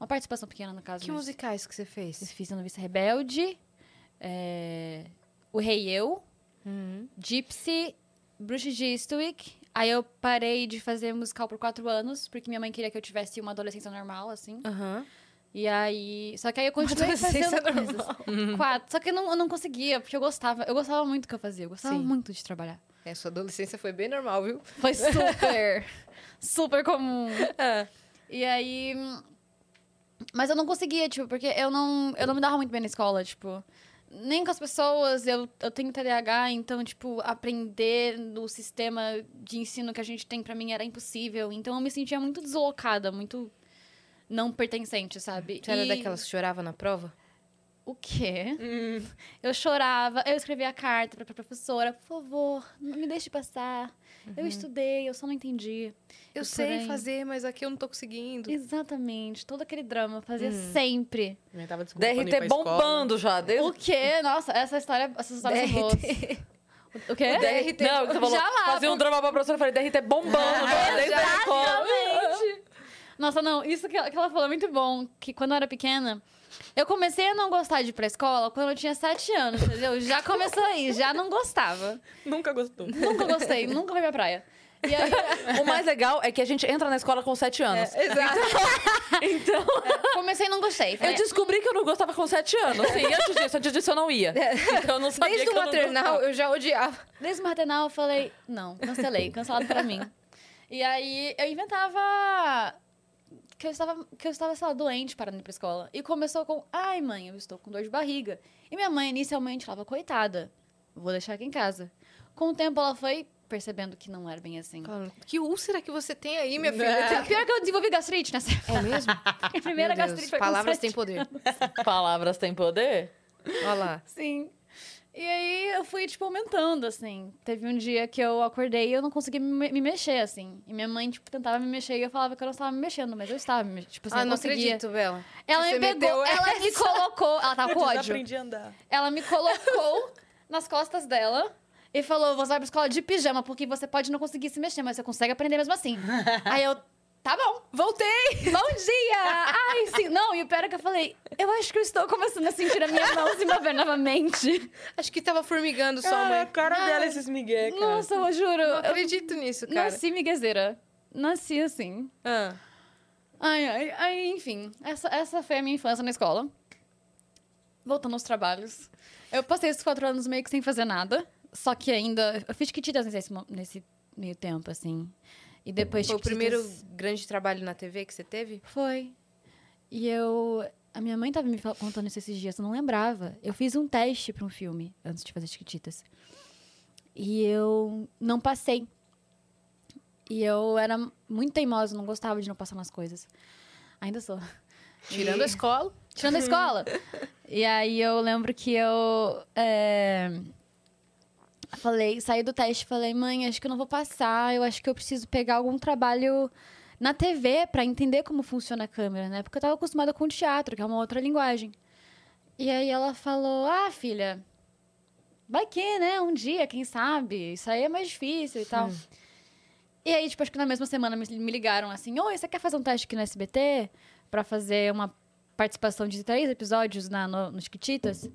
Uma participação pequena, no caso. né? Que mas- musicais que você Eu fez? fiz a Novice Rebelde, é, O Rei Eu, Uhum. Gypsy, Bruxa de Eastwick. Aí eu parei de fazer musical por quatro anos, porque minha mãe queria que eu tivesse uma adolescência normal, assim. Aham. E aí... Só que aí eu continuei adolescência fazendo coisas. Quatro. Só que eu não, eu não conseguia, porque eu gostava. Eu gostava muito do que eu fazia. Eu gostava Sim. muito de trabalhar. É, sua adolescência foi bem normal, viu? Foi super, super comum. É. E aí. Mas eu não conseguia, tipo, porque eu não, eu não me dava muito bem na escola, tipo. Nem com as pessoas, eu, eu tenho TDAH, então, tipo, aprender no sistema de ensino que a gente tem pra mim era impossível. Então eu me sentia muito deslocada, muito não pertencente, sabe? Você era E- daquelas Hum. que chorava na prova? o quê? Eu chorava, eu escrevia a carta pra, pra professora, por favor, não me deixe passar. Eu Uhum. estudei, eu só não entendi. Eu Por sei aí. fazer, mas aqui eu não tô conseguindo. Exatamente, todo aquele drama, eu fazia sempre. Inventava desculpa pra não ir pra DRT escola. bombando já. O quê? Nossa, essa história, essas histórias são boas. O É? quê? O DRT. Não, que você falou, Já lá, fazia um drama pra professora, eu falei, DRT bombando, já, desde a escola. Exatamente. Nossa, não, isso que ela, que ela falou é muito bom. Que quando eu era pequena, eu comecei a não gostar de ir pra escola quando eu tinha sete anos, entendeu? Já começou aí, já não gostava. Nunca gostou. Nunca gostei, nunca foi minha praia. E aí, O mais legal é que a gente entra na escola com 7 anos. É, Exato. Então, comecei e não gostei. eu Falei, descobri que eu não gostava com 7 anos. Sim, antes disso, antes disso eu não ia. Então eu não sabia Desde que o eu não maternal eu já odiava. Desde o maternal, eu falei, não, cancelei, cancelado pra mim. E aí, eu inventava que eu estava, que eu estava sei lá, doente para ir pra escola. E começou com, ai mãe, eu estou com dor de barriga. E minha mãe, inicialmente, falava, coitada, vou deixar aqui em casa. Com o tempo, ela foi percebendo que não era bem assim. Que úlcera que você tem aí, minha É. filha? Pior que eu desenvolvi gastrite nessa época. É mesmo? Minha primeira Meu Deus, gastrite foi com Palavras sete têm poder. gostava. Palavras têm poder? Olha lá. Sim. E aí eu fui, tipo, aumentando, assim. Teve um dia que eu acordei e eu não conseguia me, me mexer, assim. E minha mãe, tipo, tentava me mexer e eu falava que eu não estava me mexendo, mas eu estava me mexendo. Tipo, assim, ah, eu não conseguia. acredito, Bela. Ela Você me pegou, meteu ela me colocou. Ela tava Eu Ah, com ódio. desaprendi a andar. Ela me colocou nas costas dela. E falou, você vai pra escola de pijama, porque você pode não conseguir se mexer, mas você consegue aprender mesmo assim. Aí eu, tá bom. Voltei! Bom dia! Ai, sim. Não, e o pior é que eu falei, eu acho que eu estou começando a sentir a minha mão se mover novamente. Acho que tava formigando só, Cara, a mãe. é cara dela, esses migué, cara. Nossa, eu juro. Eu Eu acredito nisso, cara. nasci miguezeira. Nasci assim. Ah. Ai, ai, ai, enfim. Essa, essa foi a minha infância na escola. Voltando aos trabalhos. Eu passei esses quatro anos meio que sem fazer nada. Só que ainda... Eu fiz kitidas nesse, mo- nesse meio tempo, assim. E depois... Foi o Chiquititas- primeiro grande trabalho na TV que você teve? Foi. E eu... A minha mãe tava me fal- contando isso esses dias, eu não lembrava. Eu fiz um teste pra um filme antes de fazer Chiquititas. E eu não passei. E eu era muito teimosa, não gostava de não passar nas coisas. Ainda sou. Tirando E- a escola. Tirando a escola. e aí eu lembro que eu. é, Falei, saí do teste e falei, mãe, acho que eu não vou passar, eu acho que eu preciso pegar algum trabalho na TV pra entender como funciona a câmera, né? Porque eu tava acostumada com teatro, que é uma outra linguagem. E aí ela falou, ah, filha, vai que, né? Um dia, quem sabe? Isso aí é mais difícil e tal. E aí, tipo, acho que na mesma semana me me ligaram assim, oi, você quer fazer um teste aqui no SBT? Pra fazer uma participação de três episódios na, no, no Chiquititas.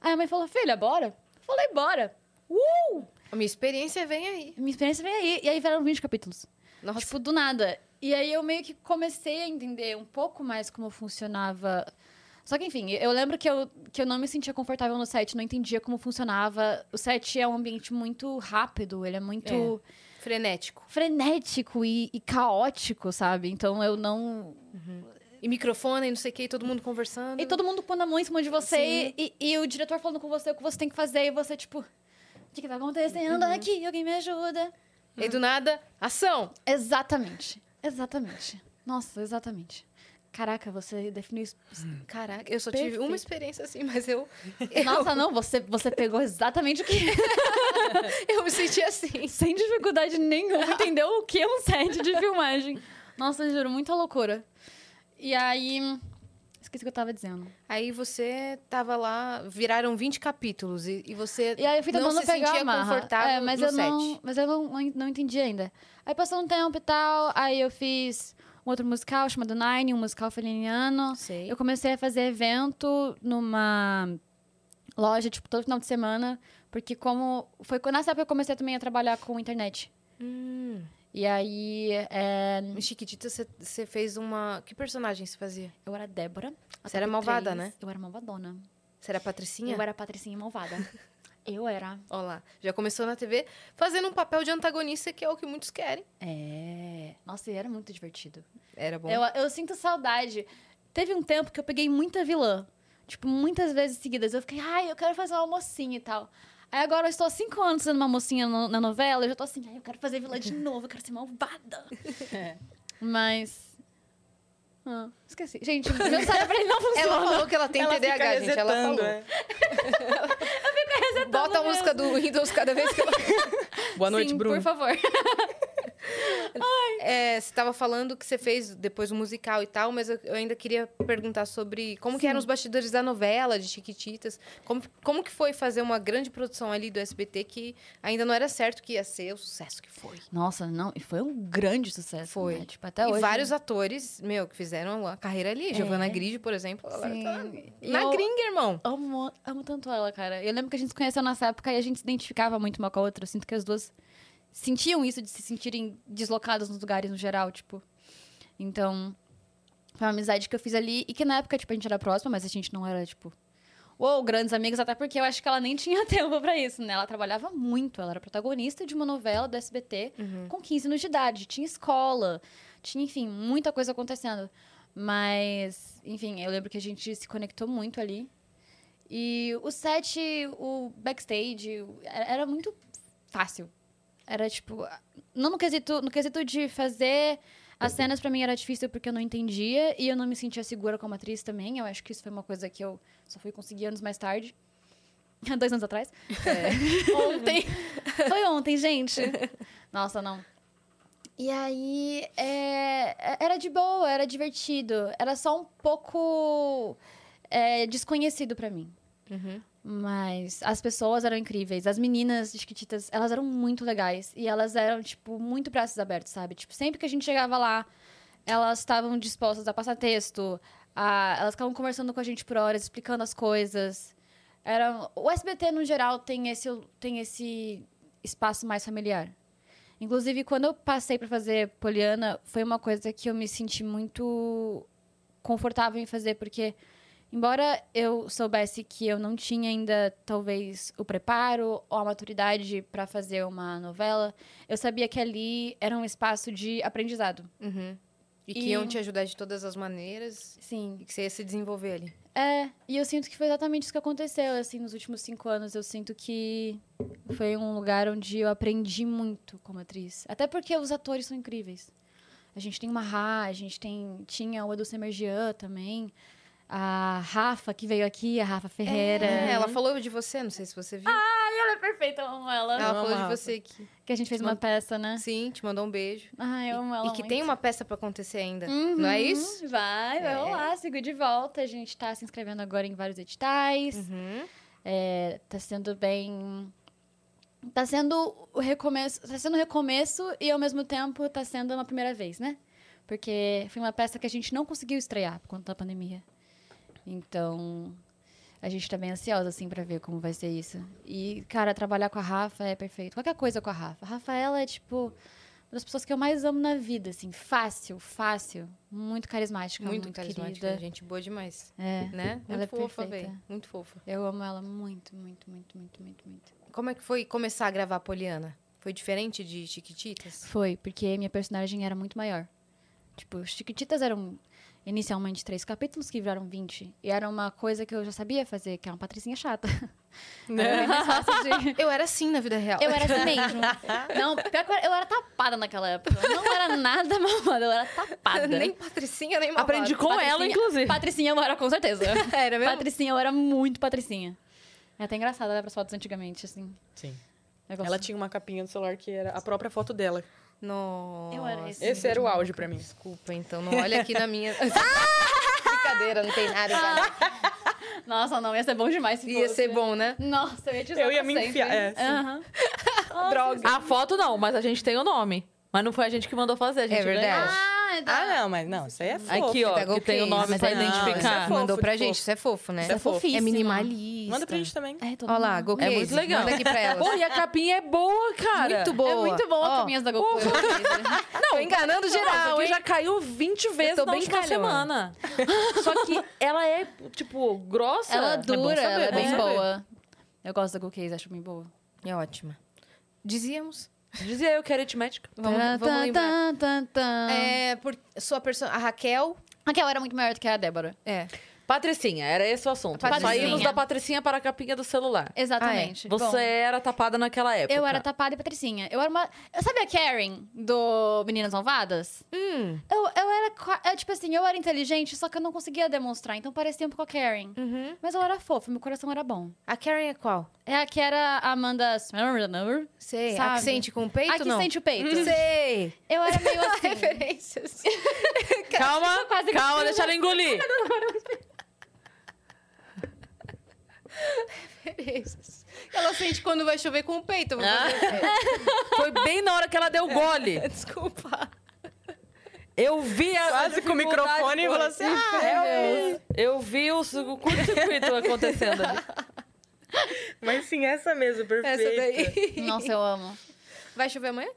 Aí a mãe falou, filha, bora? Eu Falei, bora. Uh! A minha experiência vem aí. Minha experiência veio aí. E aí vieram 20 capítulos. Nossa. Tipo, do nada. E aí eu meio que comecei a entender um pouco mais como funcionava. Só que, enfim, eu lembro que eu, que eu não me sentia confortável no set, não entendia como funcionava. O set é um ambiente muito rápido, ele é muito. É. frenético. frenético e, e caótico, sabe? Então eu não. E microfone, e não sei o que, e todo mundo conversando. E todo mundo pondo a mão em cima de você e, e o diretor falando com você o que você tem que fazer e você, tipo. O que, que tá acontecendo aqui? Alguém me ajuda. E do nada, ação! Exatamente. Exatamente. Nossa, exatamente. Caraca, você definiu isso. Caraca, eu só tive Perfeito. uma experiência assim, mas eu, Nossa, não, você, você pegou exatamente o que. eu me senti assim. Sem dificuldade nenhuma, entendeu? O que é um set de filmagem. Nossa, juro, muita loucura. E aí. Esqueci o que eu tava dizendo. Aí você tava lá, viraram 20 capítulos e, e você E aí eu fui não tentando se pegar sentia a marra. confortável é, mas no eu set. Não, mas eu não, não en- não entendi ainda. Aí passou um tempo e tal, aí eu fiz um outro musical chamado Nine, um musical feliniano. Sei. Eu comecei a fazer evento numa loja, tipo, todo final de semana. Porque como... Foi quando- nessa época eu comecei também a trabalhar com internet. E aí, é, Em Hum. Chiquitita, você- você fez uma... Que personagem você fazia? eu era Débora. a Você era top malvada, três. né? Eu era malvadona. Você era a Patricinha? Eu era a patricinha malvada. eu era. Ó lá, já começou na TV fazendo um papel de antagonista, que é o que muitos querem. É... Nossa, e era muito divertido. Era bom. Eu, eu sinto saudade. Teve um tempo que eu peguei muita vilã. Tipo, muitas vezes seguidas. Eu fiquei, ai, eu quero fazer uma mocinha e tal. Aí agora eu estou há cinco anos sendo uma mocinha no- na novela. Eu já tô assim, ai, eu quero fazer vilã de novo. Eu quero ser malvada. É. Mas... Ah, esqueci. Gente, meu cérebro ele não funciona. Ela falou que ela tem Ela fica TDAH, gente. Ela resetando, falou. é. Bota a música do Windows cada vez que ela... Boa noite, Sim, Bruno. por favor. É, você tava falando que você fez depois o musical e tal, mas eu, eu ainda queria perguntar sobre como que eram os bastidores da novela, de Chiquititas. Como, como que foi fazer uma grande produção ali do SBT que ainda não era certo que ia ser o sucesso que foi. Nossa, não. E foi um grande sucesso, Foi. né? Tipo, até e hoje... É. vários atores, meu, que fizeram a carreira ali. Giovanna Gride, por exemplo, ela Sim. tá E na eu- gringa, irmão. Amo, amo tanto ela, cara. Eu lembro que a gente se conheceu nessa época e a gente se identificava muito uma com a outra. Eu sinto que as duas sentiam isso de se sentirem deslocadas nos lugares no geral, tipo. Então, foi uma amizade que eu fiz ali e que na época, tipo, a gente era próxima, mas a gente não era, tipo, uou, grandes amigos, até porque eu acho que ela nem tinha tempo pra isso, né? Ela trabalhava muito, ela era protagonista de uma novela do SBT com 15 anos de idade, tinha escola, tinha, enfim, muita coisa acontecendo. Mas, enfim, eu lembro que a gente se conectou muito ali. E o set, o backstage, o- era era muito fácil. Era tipo, não no quesito, no quesito de fazer as cenas pra mim era difícil porque eu não entendia e eu não me sentia segura como atriz também. Eu acho que isso foi uma coisa que eu só fui conseguir anos mais tarde. Há Dois anos atrás. ontem. Foi ontem, gente. Nossa, não. E aí, é, é- era de boa, era divertido. Era só um pouco é, desconhecido pra mim. Mas as pessoas eram incríveis. As meninas de Chiquititas, elas eram muito legais. E elas eram, tipo, muito braços abertos, sabe? Tipo, sempre que a gente chegava lá, elas estavam dispostas a passar texto. a- Elas estavam conversando com a gente por horas, explicando as coisas. Era... O SBT, no geral, tem esse, tem esse espaço mais familiar. Inclusive, quando eu passei pra fazer Poliana, foi uma coisa que eu me senti muito confortável em fazer, porque embora eu soubesse que eu não tinha ainda talvez o preparo ou a maturidade para fazer uma novela, eu sabia que ali era um espaço de aprendizado. E que E- iam te ajudar de todas as maneiras Sim. e que você ia se desenvolver ali. É, e eu sinto que foi exatamente isso que aconteceu, assim, nos últimos cinco anos. Eu sinto que foi um lugar onde eu aprendi muito como atriz. Até porque os atores são incríveis. A gente tem uma Rá, a gente tem, tinha o Edu Semergian também. A Rafa, que veio aqui, a Rafa Ferreira. É, ela falou de você, não sei se você viu. Ela é perfeita, eu amo ela. ela eu falou de amava. você que Que a gente fez uma peça, né? sim, te mandou um beijo. Ai, eu amo ela e que muito. tem uma peça pra acontecer ainda. Uhum, Não é isso? Vai, vai É. rolar, sigo de volta. A gente tá se inscrevendo agora em vários editais. Uhum. É, tá sendo bem. Tá sendo o recomeço. Tá sendo o recomeço e ao mesmo tempo tá sendo uma primeira vez, né? Porque foi uma peça que a gente não conseguiu estrear por conta da pandemia. Então, a gente tá bem ansiosa, assim, pra ver como vai ser isso. E, cara, trabalhar com a Rafa é perfeito. Qualquer coisa com a Rafa. A Rafa, ela é, tipo, uma das pessoas que eu mais amo na vida, assim. Fácil, fácil. Muito carismática, É muito, Muito, carismática, querida. gente boa demais. É. Né? Muito Ela é fofa, perfeita. velho. Muito fofa. Eu amo ela muito, muito, muito, muito, muito, muito. Como é que foi começar a gravar Poliana? Foi diferente de Chiquititas? Foi, porque minha personagem era muito maior. Tipo, Chiquititas eram inicialmente três capítulos que viraram 20. E era uma coisa que eu já sabia fazer, que é uma patricinha chata. Era bem mais fácil de... Eu era assim na vida real. Eu era assim mesmo. Não, pior que eu era- eu era tapada naquela época. Eu não era nada mamada, eu era tapada. nem patricinha, nem malvada. Aprendi com ela, Patricinha- inclusive. Patricinha eu era com certeza. É, Era mesmo? Patricinha, eu era muito patricinha. É até engraçado olhar pras fotos antigamente, assim. Sim. Eu gosto. Ela tinha uma capinha do celular que era a própria foto dela. Nossa. Eu era esse. Esse era o auge pra mim. Desculpa, então não olha aqui na minha. Brincadeira, não tem nada. cara. Nossa, não, ia ser bom demais se Ia fosse. ser bom, né? Nossa, eu ia te usar Eu ia pra me sempre. enfiar, é, sim. Aham. Droga. A foto não, mas a gente tem o nome. Mas não foi a gente que mandou fazer, a gente É verdade. ganhou. Ah, Ah, tá. não, mas não, isso aí é fofo. Aqui, ó, Tá que tem o ok. nome Mas pra aí não, isso é identificar. fofo, Mandou pra de gente, fofo. isso é fofo, né? Isso é fofo. É fofíssima. minimalista. Manda pra gente também. É, todo Olha lá, mundo- Golcase. É muito legal. Manda aqui pra elas. Pô, e a capinha é boa, cara. muito boa. É muito bom as Ó, caminhas da Goku. eu gostei. Tô enganando Não, geral, porque hein? já caiu 20 vezes tô na bem última calhona. semana. Só que ela é, tipo, grossa. ela dura, saber, ela é bom bem saber. boa. Eu gosto da Golcase, acho bem boa. É ótima. Dizíamos. Dizia eu que era aritmética. Vamos, Tá, vamos tá, lembrar. tá, tá, tá. É, por sua pessoa, a Raquel. Aquela era muito maior do que a Débora. É. Patricinha, era esse o assunto. Patricinha. Saímos da Patricinha para a capinha do celular. Exatamente. Ah, é. Você Bom. era tapada naquela época. Eu era tapada e patricinha. Eu era uma. Eu sabia a Karen do Meninas Malvadas? Hum. Eu, eu era. qua- eu, tipo assim, eu era inteligente, só que eu não conseguia demonstrar, então parecia um pouco a Karen. Uhum. Mas eu era fofa, meu coração era bom. A Karen é qual? É a que era a Amanda. né? Sei. A Sabe? que sente com o peito, a que não? sente o peito. Sei. Eu era meio assim. Referências. Calma, quase calma, deixa ela engolir. Referências. Ela sente quando vai chover com o peito. eu vou fazer- Foi bem na hora que ela deu o gole. Desculpa. Eu vi a. Quase a com o dificuldade, microfone e pô. falou assim: ah, Eu vi o, su- o curto-circuito acontecendo ali. Mas sim, essa mesmo, perfeita. Essa daí. Nossa, eu amo. Vai chover amanhã?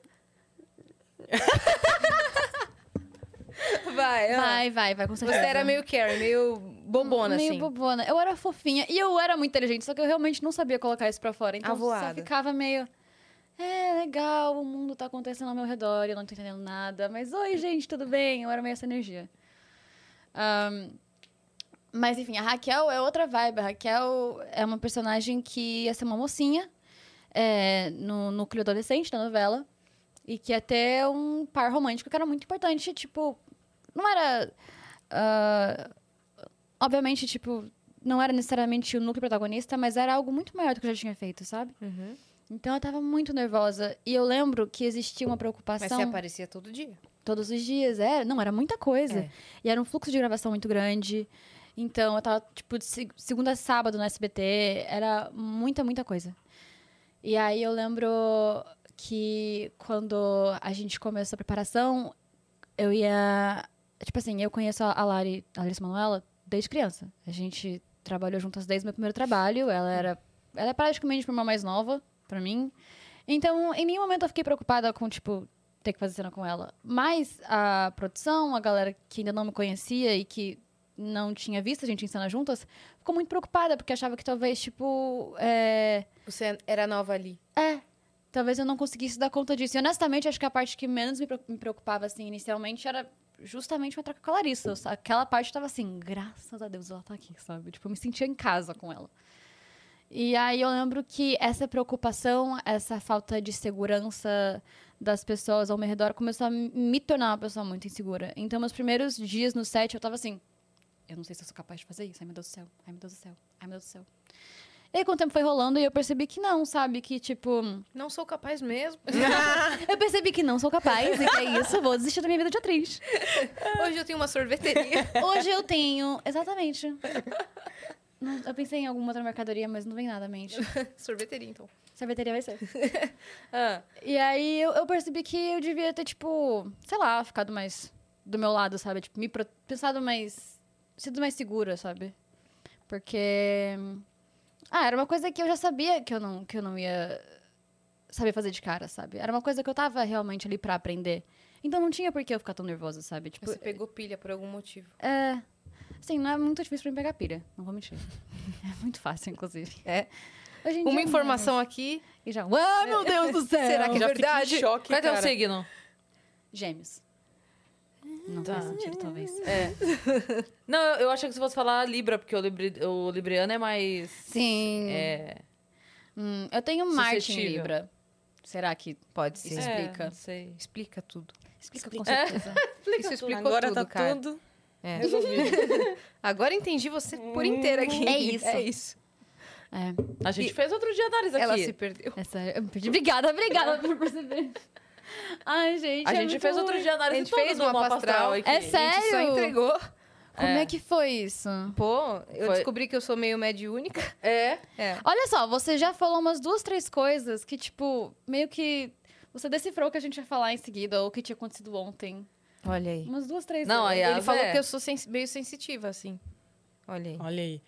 vai, ah. Vai, vai, vai, com Você certeza. era meio Karen, meio bobona, meio assim. bobona. Eu era fofinha e eu era muito inteligente, só que eu realmente não sabia colocar isso pra fora. Então eu só Avoada. ficava meio. É, legal, o mundo tá acontecendo ao meu redor, eu não tô entendendo nada. Mas oi, gente, tudo bem? Eu era meio essa energia. Ahn, mas enfim, a Raquel é outra vibe. A Raquel é uma personagem que ia ser uma mocinha é, no núcleo adolescente da novela. E que ia ter um par romântico que era muito importante. Tipo, não era. ah, obviamente, tipo, não era necessariamente o núcleo protagonista, mas era algo muito maior do que eu já tinha feito, sabe? Uhum. Então eu tava muito nervosa. E eu lembro que existia uma preocupação Mas você aparecia todo dia. todos os dias. É, não, era muita coisa. É. E era um fluxo de gravação muito grande. Então, eu tava, tipo, de se- segunda a sábado no SBT. Era muita, muita coisa. E aí eu lembro que quando a gente começou a preparação, eu ia. Tipo assim, eu conheço a a Lari, a Larissa Manuela, desde criança. A gente trabalhou juntas desde o meu primeiro trabalho. Ela era. Ela é praticamente uma irmã mais nova pra mim. Então, em nenhum momento eu fiquei preocupada com, tipo, ter que fazer cena com ela. Mas a produção, a galera que ainda não me conhecia e que não tinha visto a gente em cena juntas, ficou muito preocupada, porque achava que talvez, tipo. É, Você era nova ali. é, talvez eu não conseguisse dar conta disso. E honestamente, acho que a parte que menos me preo- me preocupava, assim, inicialmente, era justamente uma troca com a Larissa. Eu sa- Aquela parte eu tava assim, graças a Deus ela tá aqui, sabe? Tipo, eu me sentia em casa com ela. E aí eu lembro que essa preocupação, essa falta de segurança das pessoas ao meu redor começou a m- me tornar uma pessoa muito insegura. Então, meus primeiros dias no set, eu tava assim, eu não sei se eu sou capaz de fazer isso. Ai, meu Deus do céu. Ai, meu Deus do céu. Ai, meu Deus do céu. E aí, com o tempo foi rolando e eu percebi que não, sabe? Que, tipo, Não sou capaz mesmo. eu percebi que não sou capaz, e que é isso, vou desistir da minha vida de atriz. Hoje eu tenho uma sorveteria. Hoje eu tenho. Exatamente. Não, eu pensei em alguma outra mercadoria, mas não vem nada à mente. sorveteria, então. Sorveteria vai ser. Ah, E aí eu, eu percebi que eu devia ter, tipo, sei lá, ficado mais do meu lado, sabe? Tipo, me pro- pensado mais. sido mais segura, sabe? Porque. Ah, era uma coisa que eu já sabia que eu não, que eu não ia saber fazer de cara, sabe? Era uma coisa que eu tava realmente ali pra aprender. Então não tinha por que eu ficar tão nervosa, sabe? Tipo, você pegou pilha por algum motivo. é. Assim, não é muito difícil pra mim pegar pilha, não vou mentir. É muito fácil, inclusive. É? Hoje em Uma dia, informação aqui. menos. E já, ah, meu Deus do céu! Será que é Já verdade? fiquei em choque, Vai ter um cara. signo. Gêmeos. Não Tá. faz sentido, talvez. Não, eu, eu achei que você fosse falar Libra, porque o, libri, o Libriano é mais. Sim. É, Hum, eu tenho Marte em Suscetível. Libra. Será que Pode Isso ser. é. explica. é, não sei. Explica tudo. explica, com certeza? Isso explicou Agora tudo, tá cara. tudo. É. Agora entendi você por inteira aqui. É isso. É isso. É, A gente fez outro dia análise aqui. Ela se perdeu. essa... eu perdi- Obrigada, obrigada por perceber. Ai, gente, A é gente muito fez outro ruim. dia A análise gente toda fez do uma tá um mapa astral. astral. aqui. É A gente só Sério? entregou. Como é que foi isso? Pô, eu Foi. descobri que eu sou meio mediúnica. É. É. Olha só, você já falou umas duas, três coisas que, tipo, meio que... Você decifrou o que a gente ia falar em seguida, ou o que tinha acontecido ontem. Olha aí. Umas duas, três Não, vezes. aí Ele Yas, falou é. que eu sou sens- meio sensitiva, assim. Olha aí. Olha aí.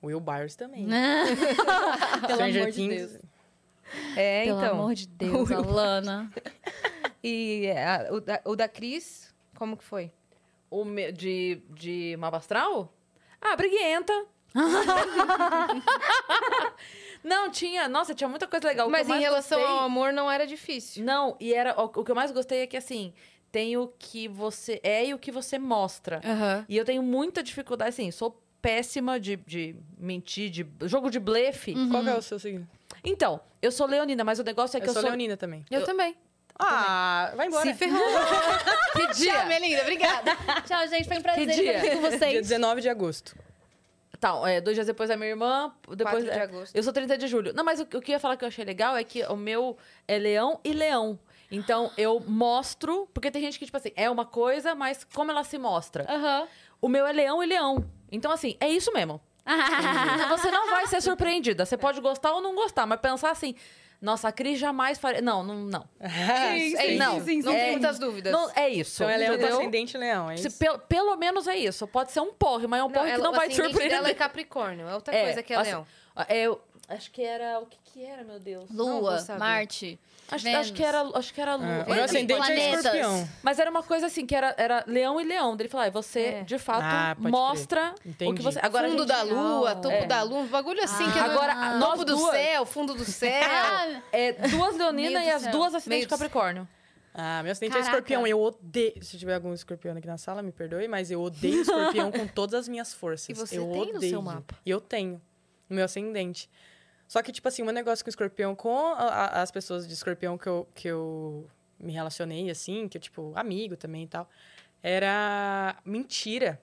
Will Byers também. Pelo amor de Things. Deus. É, Pelo então. amor de Deus, Alana. E é, a- o, da, o da Cris, como que foi? O me- de, de mapa astral? Ah, briguenta. não, tinha. Nossa, tinha muita coisa legal. É O que Mas eu em mais relação gostei- ao amor, não era difícil. Não, e era. O, o que eu mais gostei é que assim, tem o que você é e o que você mostra. Aham. E eu tenho muita dificuldade, assim, sou péssima de, de mentir, de jogo de blefe. Hum. Qual que é o seu signo? Então, eu sou leonina, mas o negócio é eu que eu, sou, sou. leonina também. Eu também. Ah, vai embora. Se ferrou. que Tchau, minha linda. Obrigada. Tchau, gente. Foi um prazer Que estar dia? aqui com Dia vocês. 19 de agosto. Tal, é, dois dias depois da minha irmã, depois. 4 de é, agosto. Eu sou 30 de julho. Não, mas o, o que eu ia falar que eu achei legal é que o meu é leão e leão. Então, eu mostro, porque tem gente que, tipo assim, é uma coisa, mas como ela se mostra? Aham. O meu é leão e leão. Então, assim, é isso mesmo. Então, Você não vai ser surpreendida. Você pode gostar ou não gostar, mas pensar assim, nossa, a Cris jamais faria. Não, não, não. Sim, É isso. não, não é- tem muitas dúvidas. Não, é isso. Então ela é o entendeu? ascendente leão, é Se isso? pelo, pelo menos é isso. Pode ser um porre, mas é um porre ela- que não o vai te ascendente surpreender. dela é Capricórnio. É outra É, coisa que é assim, leão. É, eu acho que era. O que que era, meu Deus? Não vou Lua, saber. Marte. Acho, acho que era, acho que era Lua. Ah, o Era- meu ascendente é planetas. escorpião. Mas era uma coisa assim, que era, era leão e leão. Daí Ele falou, ah, você, É. de fato, Ah, pode crer. mostra o que Entendi. você... Agora, a fundo gente- da lua, topo É. da lua, um bagulho assim que eu não- Agora, nós topo do duas, céu, fundo do céu. Ah, é, duas leoninas Meio e do as céu. duas acidentes Meio de do Capricórnio. Ah, meu ascendente Caraca. é escorpião. Eu odeio. Se tiver algum escorpião aqui na sala, me perdoe, mas eu odeio escorpião com todas as minhas forças. E você eu tem odeio. no seu mapa? E eu tenho. No meu ascendente. Só que, tipo assim, o meu negócio com escorpião, com a- a- as pessoas de escorpião que eu, que eu me relacionei, assim, que eu, tipo, amigo também e tal, era mentira.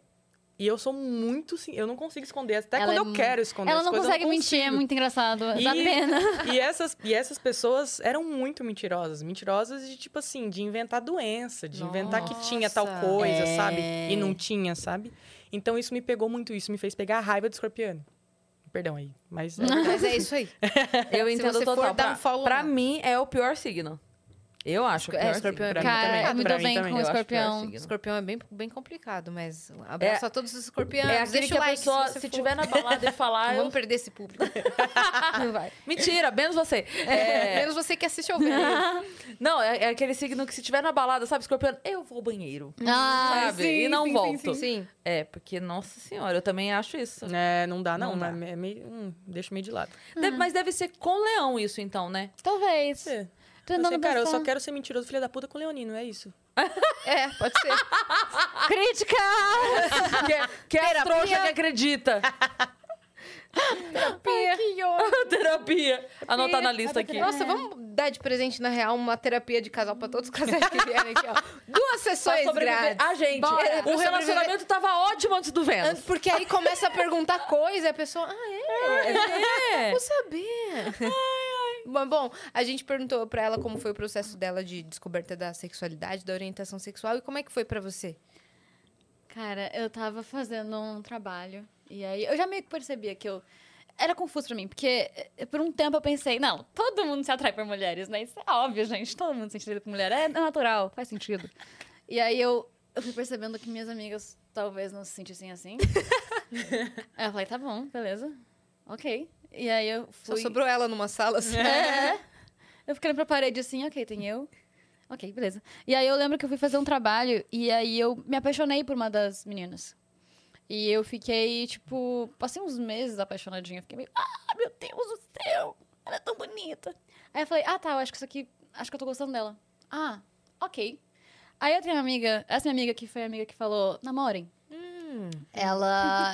E eu sou muito. sin- Eu não consigo esconder. Até Ela quando é eu mu- quero esconder ela as não coisas. eu consegue mentir, é consigo. muito engraçado. Dá E- pena. E essas, e essas pessoas eram muito mentirosas. Mentirosas de, tipo assim, de inventar doença, de inventar que tinha tal Nossa. coisa, É. sabe? E não tinha, sabe? Então isso me pegou muito, isso me fez pegar a raiva do escorpião. Perdão aí, mas... Mas é isso aí. Eu Se entendo você for total. dar um Pra- follow pra não. mim, é o pior signo. Eu acho. o É, pior escorpião é signo. mim Cara, também, eu me pra dou mim bem também, com o eu acho que é escorpião. assim. Escorpião é bem, bem complicado, mas abraço a todos os escorpiões. É aquele que Deixa o a like pessoa, se, se, você for. tiver na balada e falar... Não eu... vamos perder esse público. Mentira, menos você. É, Menos você que assiste ao vivo. Não, é, é aquele signo que se tiver na balada, sabe, escorpião, eu vou ao banheiro. Ah, sabe? e não volto. Sim. É, porque, nossa senhora, eu também acho isso. É, não dá, não. Não dá. mas É meio, hum, deixa meio de lado. Deve- Uhum. mas deve ser com leão isso, então, né? talvez. É. Tô Eu tentando sei, cara, eu só pensar. quero ser mentiroso, filha da puta, com o leonino, é isso. É, pode ser. Crítica! Ah. Que, é- que é a trouxa que acredita. Terapia. Anotar na lista aqui. Nossa, vamos dar de presente, na real, uma terapia de casal pra todos os casais que vierem aqui, ó. Duas Pra sessões sobreviver. grátis. Ah, gente, Bora, pra o sobreviver. relacionamento tava ótimo antes do Vênus. Porque aí começa a perguntar coisa e a pessoa, ah, é? É. Vou saber. Bom, bom, a gente perguntou pra ela como foi o processo dela de descoberta da sexualidade, da orientação sexual e como é que foi pra você? Cara, eu tava fazendo um trabalho e aí eu já meio que percebia que eu. Era confuso pra mim, porque eh, por um tempo eu pensei, não, todo mundo se atrai por mulheres, né? Isso é óbvio, gente. Todo mundo se atrai por mulher. É natural, faz sentido. E aí eu, eu fui percebendo que minhas amigas talvez não se sentissem assim. aí eu falei, tá bom, beleza. Ok. E aí eu Só fui. sobrou ela numa sala assim. É. Eu fiquei olhando pra parede assim, ok, tem eu. Ok, beleza. E aí eu lembro que eu fui fazer um trabalho e aí eu me apaixonei por uma das meninas. E eu fiquei, tipo, passei uns meses apaixonadinha. Fiquei meio, ah, meu Deus do céu! bonita. Aí eu falei, ah, tá, eu acho que isso aqui, acho que eu tô gostando dela. Ah, ok. Aí eu tenho uma amiga, essa minha amiga que foi a amiga que falou, namorem. Hum. Ela.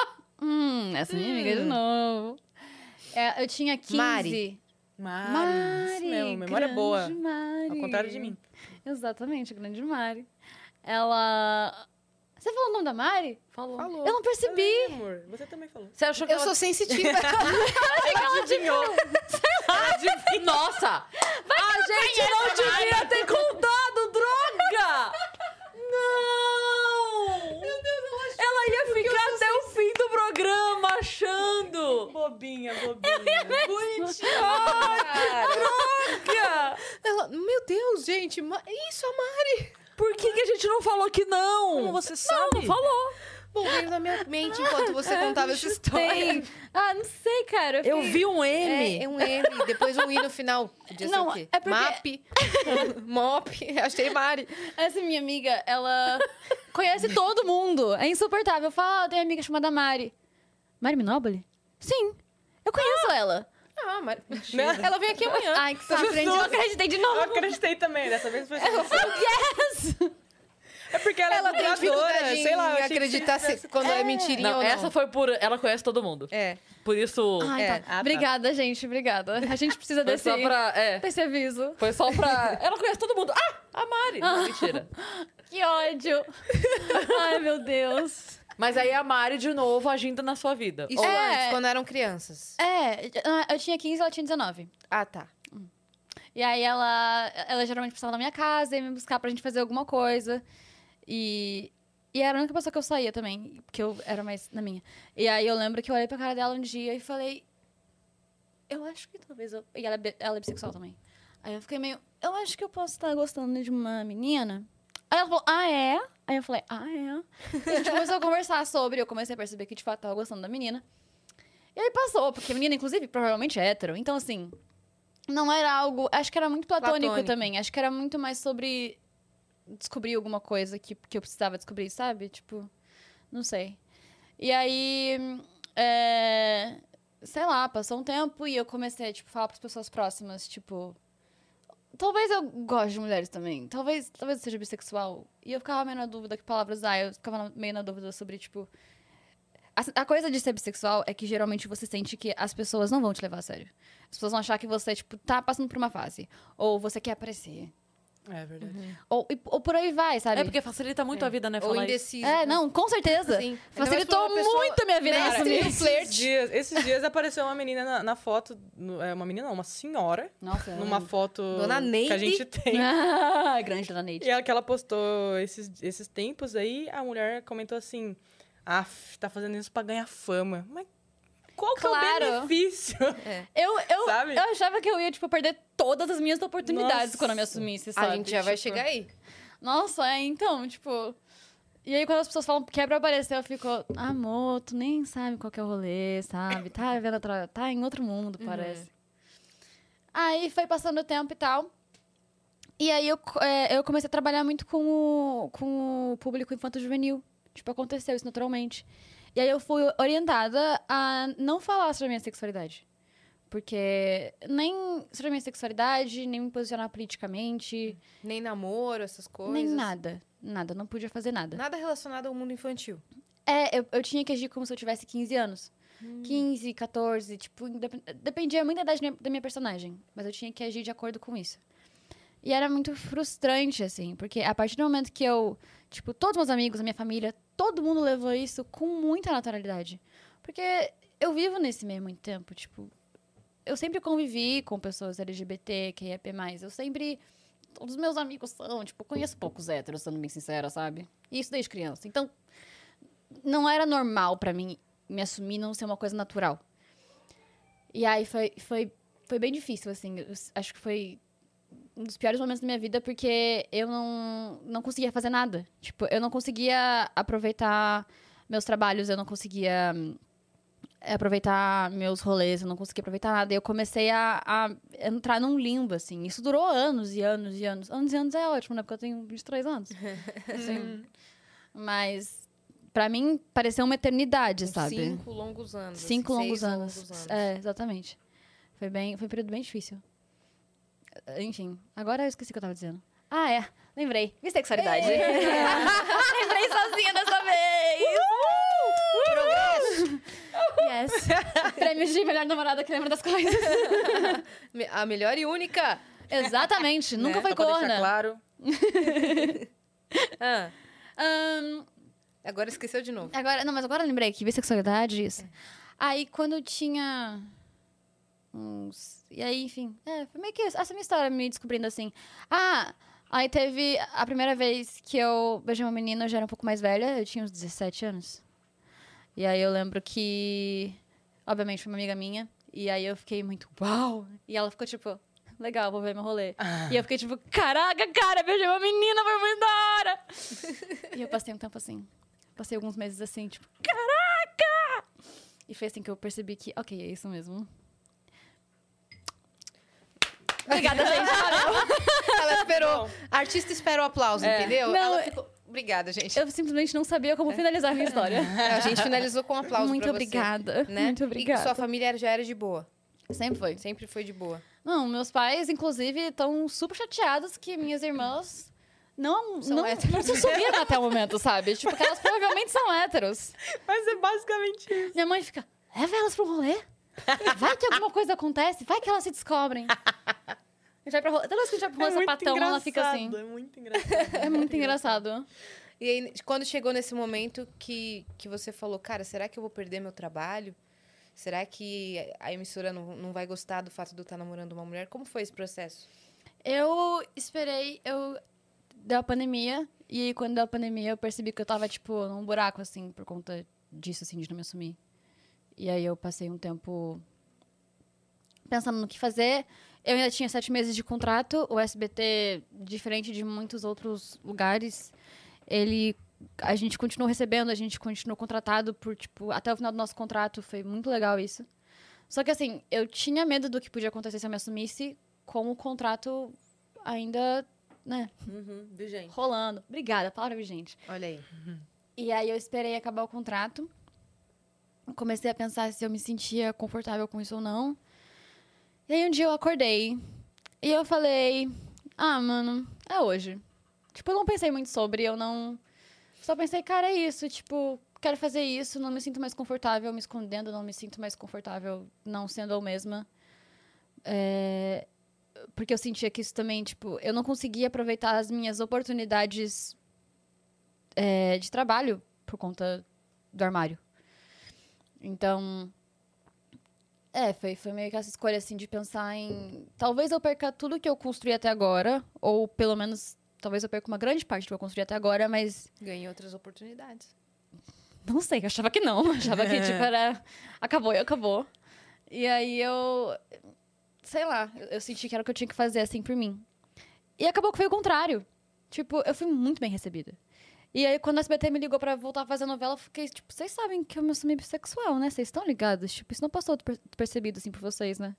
hum, essa minha amiga de novo. É, eu tinha 15. Mari. Mari, isso é mesmo, memória grande boa. Mari. Ao contrário de mim. Exatamente, grande Mari. Ela. Você falou o nome da Mari? Falou. Eu não percebi. Eu lembro, Tá amor. Você também falou. Você achou que Eu ela... sou sensitiva. Adivinhou. Ah, Nossa! a gente não devia ter contado, droga! Não! Meu Deus, ela ia ficar até o fim do programa achando! Bobinha, bobinha. Bonitinha! Ah, droga! Ela, meu Deus, gente, ma- isso, a Mari. Por que, que a gente não falou que não? Como você sabe? Não, não falou. Bom, veio na minha mente enquanto você contava essa história. Tem. Ah, não sei, cara. Eu fiquei- vi um M. É, é um M, depois um I no final. Podia ser Não, o quê? é porque- MAP, MOP, achei Mari. Essa minha amiga, ela conhece todo mundo. É insuportável. Eu falo, ah, eu tenho uma amiga chamada Mari. Mari Minoboli? Sim. Eu conheço ela. Ah, Mari. Ela vem aqui amanhã. Ai, que saco. gente, Eu acreditei de novo. Eu acreditei também, dessa vez foi só você. Yes! É porque ela, Ela é tem dubladora, dificuldade sei lá. eu em achei que acreditar você- se- quando é, mentirinha Não, ou não. essa foi por. Ela conhece todo mundo. É. Por isso. Ai, É, tá. ah, tá. Obrigada, gente. Obrigada. A gente precisa Foi desse, só pra. É. desse aviso. Foi só pra. Ela conhece todo mundo. Ah! A Mari! Não, mentira. Que ódio. Ai, meu Deus. Mas aí a Mari de novo agindo na sua vida. Isso É. antes, quando eram crianças. É, ah, eu tinha 15 ela tinha 19. Ah, tá. E aí ela, ela geralmente passava na minha casa e me buscar pra gente fazer alguma coisa. E, e era a única pessoa que eu saía também, porque eu era mais na minha. E aí eu lembro que eu olhei pra cara dela um dia e falei. Eu acho que talvez eu. E ela é, bi- ela é bissexual também. Aí eu fiquei meio. Eu acho que eu posso estar gostando de uma menina. Aí ela falou, ah, é? Aí eu falei, ah, é? E a gente começou a conversar sobre, eu comecei a perceber que de fato tava gostando da menina. E aí passou, porque a menina, inclusive, provavelmente é hétero. Então, assim, não era algo. Acho que era muito platônico, Platônico. também. Acho que era muito mais sobre descobrir alguma coisa que, que eu precisava descobrir, sabe? Tipo, não sei. E aí. é, sei lá, passou um tempo e eu comecei a tipo, falar pras pessoas próximas, tipo. Talvez eu goste de mulheres também. Talvez, talvez eu seja bissexual. E eu ficava meio na dúvida que palavras usar. Eu ficava na- meio na dúvida sobre, tipo. A, a coisa de ser bissexual é que geralmente você sente que as pessoas não vão te levar a sério. As pessoas vão achar que você, tipo, tá passando por uma fase. Ou você quer aparecer. É verdade. Uhum. Ou, e- ou por aí vai, sabe? É porque facilita muito a vida, né? Então Ou falar isso. indeciso. É, não, com certeza. Sim. Facilitou muito a minha vida nessa mestre. vida. um flerte. Esses dias, esses dias apareceu uma menina na, na foto. no- é, uma menina, não, uma senhora. Nossa, eu Numa amo. foto Ah. Dona Neide. que a gente tem. Ah, grande Dona E Neide. ela que ela postou esses, esses tempos aí, a mulher comentou assim: Aff, tá fazendo isso pra ganhar fama. Mas qual que é Claro. o benefício? Eu, eu, Sabe? eu achava que eu ia, tipo, perder todas as minhas oportunidades Nossa. quando eu me assumisse, sabe? A gente já vai Tipo, chegar aí. Nossa, é, então, tipo... E aí, quando as pessoas falam que é pra aparecer, eu fico... Amor, tu nem sabe qual que é o rolê, sabe? Tá vivendo outra... Tá em outro mundo, parece. Aí, foi passando o tempo e tal. E aí, eu, co- é, eu comecei a trabalhar muito com o, com o público infanto-juvenil. Tipo, aconteceu isso naturalmente. E aí, eu fui orientada a não falar sobre a minha sexualidade. Porque nem sobre a minha sexualidade, nem me posicionar politicamente... Nem namoro, essas coisas. Nem nada. Nada, não podia fazer nada. Nada relacionado ao mundo infantil. É, eu, eu tinha que agir como se eu tivesse 15 anos. 15, 14, tipo, independ- dependia muito da idade da minha- da minha personagem. Mas eu tinha que agir de acordo com isso. E era muito frustrante, assim, porque a partir do momento que eu, tipo, todos meus amigos, a minha família, todo mundo levou isso com muita naturalidade. Porque eu vivo nesse meio há muito tempo, tipo, eu sempre convivi com pessoas LGBT, QIAP+, eu sempre, todos os meus amigos são, tipo, eu conheço poucos héteros, sendo bem sincera, sabe? E isso desde criança. Então, não era normal pra mim me assumir não ser uma coisa natural. E aí foi, foi, foi bem difícil, assim. Eu s- acho que foi um dos piores momentos da minha vida porque eu não, não conseguia fazer nada. Tipo, eu não conseguia aproveitar meus trabalhos, eu não conseguia hum, aproveitar meus rolês, eu não conseguia aproveitar nada. E eu comecei a, a entrar num limbo, assim. Isso durou anos e anos e anos. Anos e anos é ótimo, né? Porque eu tenho 23 anos. assim. Mas, pra mim, pareceu uma eternidade, Uns sabe? Cinco longos anos. Cinco assim, longos seis anos. longos anos. É, exatamente. Foi bem, foi um período bem difícil. Eh, Enfim, agora eu esqueci o que eu tava dizendo. Ah, é. Lembrei. Bissexualidade. Lembrei sozinha dessa vez. Yes. Prêmio de melhor namorada que lembra das coisas. Me- A melhor e única. Exatamente. Nunca Né? foi Só pra deixar corna. claro. Ah, Ahn, agora esqueceu de novo. Agora, não, mas agora eu lembrei que bissexualidade, isso. Aí quando eu tinha uns. E aí, enfim. É, foi meio que essa minha história me descobrindo assim. Ah, aí teve a primeira vez que eu beijei uma menina, eu já era um pouco mais velha, eu tinha uns 17 anos. E aí eu lembro que. Obviamente foi uma amiga minha. E aí eu fiquei muito, uau! E ela ficou tipo, legal, vou ver meu rolê. E eu fiquei tipo, caraca, cara, beijei uma menina, foi muito da hora! e eu passei um tempo assim. Passei alguns meses assim, tipo, caraca! E foi assim que eu percebi que, ok, é isso mesmo. Obrigada, gente. Valeu. Ela esperou. A artista espera o aplauso, entendeu? Não, Ela é- ficou... Obrigada, gente. Eu simplesmente não sabia como finalizar a minha história. A gente finalizou com um aplauso Muito pra você, obrigada. né? Muito E sua obrigada. família era- já era de boa. Sempre foi. Sempre foi de boa. Não, meus pais, inclusive, estão super chateados que minhas irmãs não, São não, héteros. não se subiram até o momento, sabe? Tipo, que elas provavelmente são héteros. Mas é basicamente isso. Minha mãe fica, leva elas pra um rolê. Vai que alguma coisa acontece, vai que elas se descobrem. A gente vai pra rolê. Toda vez que a gente vai pro É rolê muito sapatão, ela fica assim. engraçado, É muito engraçado. É muito engraçado. E aí, quando chegou nesse momento que, que você falou, cara, será que eu vou perder meu trabalho? Será que a emissora não, não vai gostar do fato de eu estar namorando uma mulher? Como foi esse processo? Eu esperei, eu deu a pandemia, e aí quando deu a pandemia eu percebi que eu tava, tipo, num buraco, assim, por conta disso, assim, de não me assumir. E aí eu passei um tempo pensando no que fazer. Eu ainda tinha sete meses de contrato, o SBT, diferente de muitos outros lugares, ele. A gente continuou recebendo, a gente continuou contratado por, tipo, até o final do nosso contrato, foi muito legal isso. Só que assim, eu tinha medo do que podia acontecer se eu me assumisse com o contrato ainda, né, uhum, de gente. rolando. Obrigada, palavra gente. Olha aí. E aí eu esperei acabar o contrato. Comecei a pensar se eu me sentia confortável com isso ou não. E aí um dia eu acordei e eu falei: "Ah, mano, é hoje". Tipo, eu não pensei muito sobre, eu não só pensei, cara, é isso, tipo, quero fazer isso, não me sinto mais confortável me escondendo, não me sinto mais confortável não sendo eu mesma. É, porque eu sentia que isso também, tipo, eu não conseguia aproveitar as minhas oportunidades é, de trabalho por conta do armário. Então, é, foi, foi meio que essa escolha, assim, de pensar em... Talvez eu perca tudo que eu construí até agora, ou pelo menos, talvez eu perca uma grande parte do que eu construí até agora, mas Ganhei outras oportunidades. não sei, eu achava que não. Achava que, tipo, era... Acabou e acabou. E aí eu... Sei lá, eu- eu senti que era o que eu tinha que fazer, assim, por mim. E acabou que foi o contrário. Tipo, eu fui muito bem recebida. E aí, quando a SBT me ligou pra voltar a fazer novela, eu fiquei, tipo, vocês sabem que eu me assumi bissexual, né? Vocês estão ligados? Tipo, isso não passou per- percebido, assim, por vocês, né?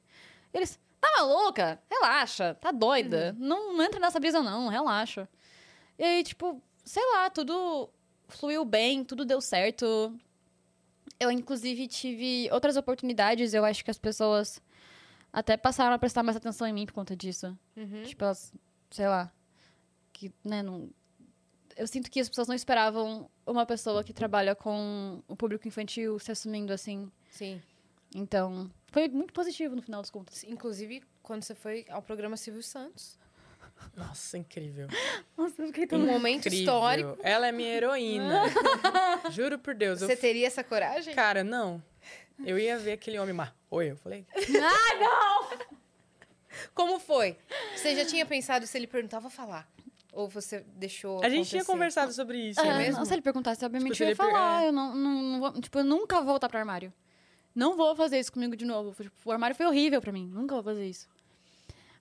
Eles, tá maluca? Relaxa, tá doida. Não, não entra nessa brisa, não, relaxa. E aí, tipo, sei lá, tudo fluiu bem, tudo deu certo. Eu, inclusive, tive outras oportunidades. Eu acho que as pessoas até passaram a prestar mais atenção em mim por conta disso. Tipo, elas, sei lá, que, né, não... Eu sinto que as pessoas não esperavam uma pessoa que trabalha com o público infantil se assumindo assim. Sim. Então, foi muito positivo no final dos contos. Inclusive, quando você foi ao programa Silvio Santos. Nossa, incrível. Nossa, eu fiquei Um momento incrível. histórico. Ela é minha heroína. Juro por Deus. Eu Você teria essa coragem? Cara, não. Eu ia ver aquele homem lá. Oi, eu falei. Como foi? Você já tinha pensado se ele perguntava falar? Ou você deixou. A gente tinha acontecer? conversado sobre É isso, Ah, né? não, se ele perguntasse, obviamente Tipo, se eu ia ele per- falar. "Ah, é. Eu não, não, não vou- tipo, eu nunca vou voltar pro armário. Não vou fazer isso comigo de novo. Tipo, o armário foi horrível pra mim. Nunca vou fazer isso.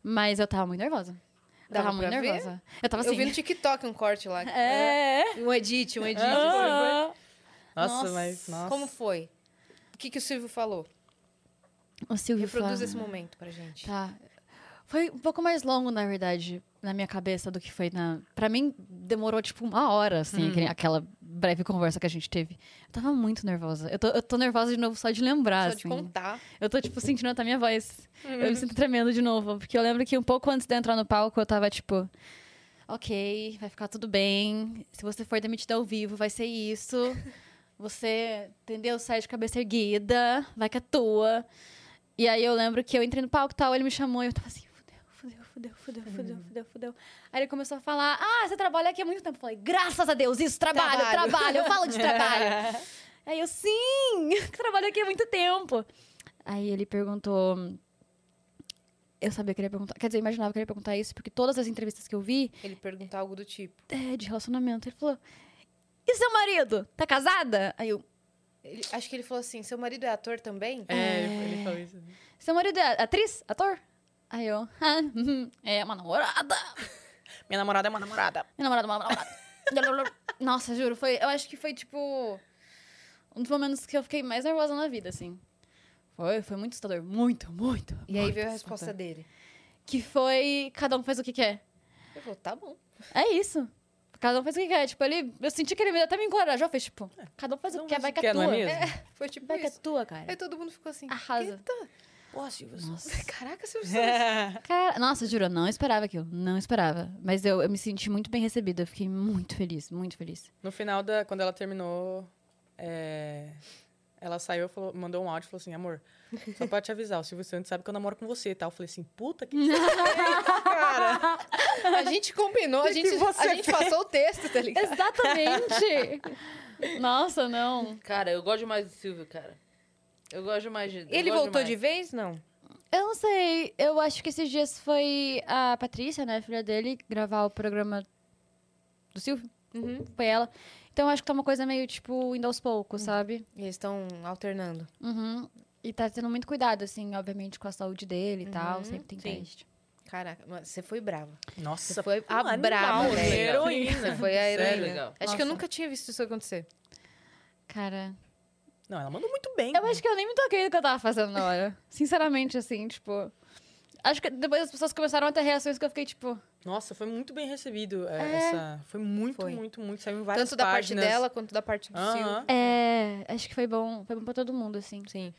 Mas eu tava muito nervosa. Eu Dava tava muito pra ver? nervosa. Eu tava assim. Eu vi no TikTok um corte lá. É. Um edit, um edit. Ah. Nossa, Nossa. mas. Nossa. Como foi? O que, que o Silvio falou? O Silvio Reproduz falou. esse momento pra gente. Tá. Foi um pouco mais longo, na verdade, na minha cabeça do que foi na. Pra mim, demorou tipo uma hora, assim, aquele- aquela breve conversa que a gente teve, eu tava muito nervosa. Eu tô, eu tô nervosa de novo só de Só Tá, lembrar, de assim. contar. Eu tô, tipo, sentindo até minha voz. Eu me sinto tremendo de novo. Porque eu lembro que um pouco antes de eu entrar no palco, eu tava, tipo... Ok, vai ficar tudo bem. Se você for demitida ao vivo, vai ser isso. Você, entendeu? Sai de cabeça erguida, vai que é tua. E aí eu lembro que eu entrei no palco e tal, ele me chamou e eu tava assim... Fudeu, fudeu, fudeu, fudeu, fudeu, fudeu, fudeu. Aí ele começou a falar: Ah, você trabalha aqui há muito tempo. Eu falei: Graças a Deus, isso, trabalho, trabalho, Trabalho. eu falo de trabalho. Aí eu, sim, trabalho aqui há muito tempo. Aí ele perguntou. Eu sabia que ele ia perguntar. Quer dizer, eu imaginava que ele ia perguntar isso, porque todas as entrevistas que eu vi Ele perguntou algo do tipo. é de relacionamento. Ele falou: E seu marido? Tá casada? Aí eu. Ele- acho que ele falou assim: seu marido é ator também? É, ele- ele falou isso. Seu marido é atriz? Ator? Aí eu. "Ah, uhum, é uma namorada. Minha namorada é uma namorada. Minha namorada, minha namorada. Nossa, juro, foi. Eu acho que foi tipo. Um dos momentos que eu fiquei mais nervosa na vida, assim. Foi, foi muito assustador. Muito, muito. E aí muito veio a assustador. resposta dele. Que foi. Cada um faz o que quer. Eu falei, tá bom. É isso. Cada um faz o que quer. Tipo, ele. Eu senti que ele até me encorajou. Fez, tipo, cada um faz o que quer, vai que é não tua. é mesmo? Foi tipo Vai que é isso. tua, cara. Aí todo mundo ficou assim. Arrasa. "Eita, Nossa. Caraca, Silvio Santos. Cara, nossa, juro, eu não esperava aquilo. Não esperava. Mas eu, eu me senti muito bem recebida. Eu fiquei muito feliz, muito feliz. No final da. Quando ela terminou, é, ela saiu, falou, mandou um áudio e falou assim: amor, só pra te avisar, o Silvio Santos sabe que eu namoro com você e tal. Eu falei assim: puta que. A gente combinou, a gente, a gente passou o texto, tá ligado? Exatamente! nossa, não. Cara, eu gosto demais do Silvio, cara. Eu gosto demais de. eu Ele gosto voltou demais. de vez? Não. Eu não sei, eu acho que esses dias foi a Patrícia, né, filha dele, gravar o programa do Silvio. Foi ela. Então eu acho que tá uma coisa meio, tipo, indo aos poucos, sabe? E eles estão alternando. Uhum. E tá tendo muito cuidado, assim, obviamente, com a saúde dele e tal. Sempre tem sim. teste. Caraca, mas você foi brava. Você Nossa, foi a um brava, animal, velho. né? Heroína. Você foi a Sério. heroína. Legal. Acho que eu Nossa. nunca tinha visto isso acontecer. Cara. Não, ela mandou muito bem. Eu acho que eu nem me toquei do que eu tava fazendo na hora. Sinceramente, assim, tipo. Acho que depois as pessoas começaram a ter reações que eu fiquei, tipo. Nossa, foi muito bem recebido. é, Essa... Foi muito, Foi. muito, muito. Saiu em várias Tanto da páginas. parte dela quanto da parte do Silvio. Aham. É. Acho que foi bom. Foi bom pra todo mundo, assim. Sim.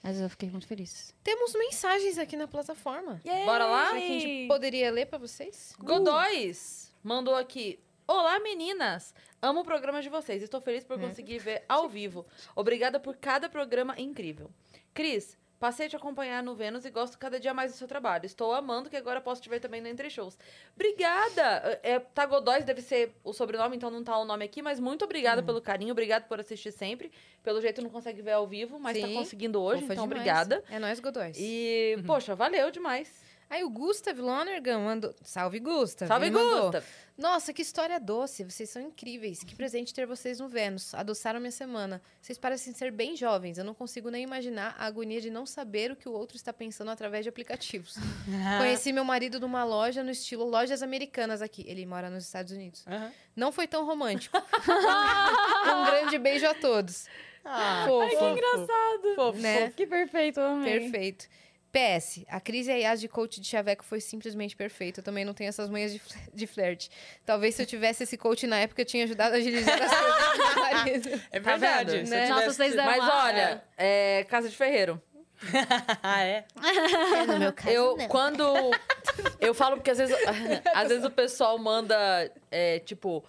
Mas eu fiquei muito feliz. Temos mensagens aqui na plataforma. Bora lá? Será que a gente poderia ler pra vocês? Godóis Uh. mandou aqui. Olá, meninas! Amo o programa de vocês. Estou feliz É. por conseguir ver ao vivo. Obrigada por cada programa incrível. Cris, passei a te acompanhar no Vênus e gosto cada dia mais do seu trabalho. Estou amando que agora posso te ver também no Entre Shows. Obrigada! É, tá Godóis, deve ser o sobrenome, então não tá o nome aqui, mas muito Hum. obrigada pelo carinho, obrigado por assistir sempre. Pelo jeito não consegue ver ao vivo, mas tá Sim. conseguindo hoje, Fofa então demais. Uhum. obrigada. É nós, Godóis. E, poxa, valeu demais. Aí o Gustav Lonergan mandou... Salve, Gustav. Salve, Ele mandou, Gusta! Nossa, que história doce. Vocês são incríveis. Que presente ter vocês no Vênus. Adoçaram minha semana. Vocês parecem ser bem jovens. Eu não consigo nem imaginar a agonia de não saber o que o outro está pensando através de aplicativos. Ah. Conheci meu marido numa loja no estilo lojas americanas aqui. Ele mora nos Estados Unidos. Aham. Não foi tão romântico. um grande beijo a todos. Ah, Fofo. que engraçado. Fofo, Né? Que É. perfeito, eu amei. Perfeito. PS, a Cris e a Yas de coach de chaveco foi simplesmente perfeita. Eu também não tenho essas manhas de, fl- de flerte. Talvez se eu tivesse esse coach na época, eu tinha ajudado a agilizar as coisas do meu marido. É verdade. vendo? se eu Né? Nossa, tivesse- vocês deram Mas uma- olha, é, Casa de Ferreiro. Ah, é? É, no meu caso, eu, não. quando. Eu falo porque às vezes, às vezes o pessoal manda, é, tipo.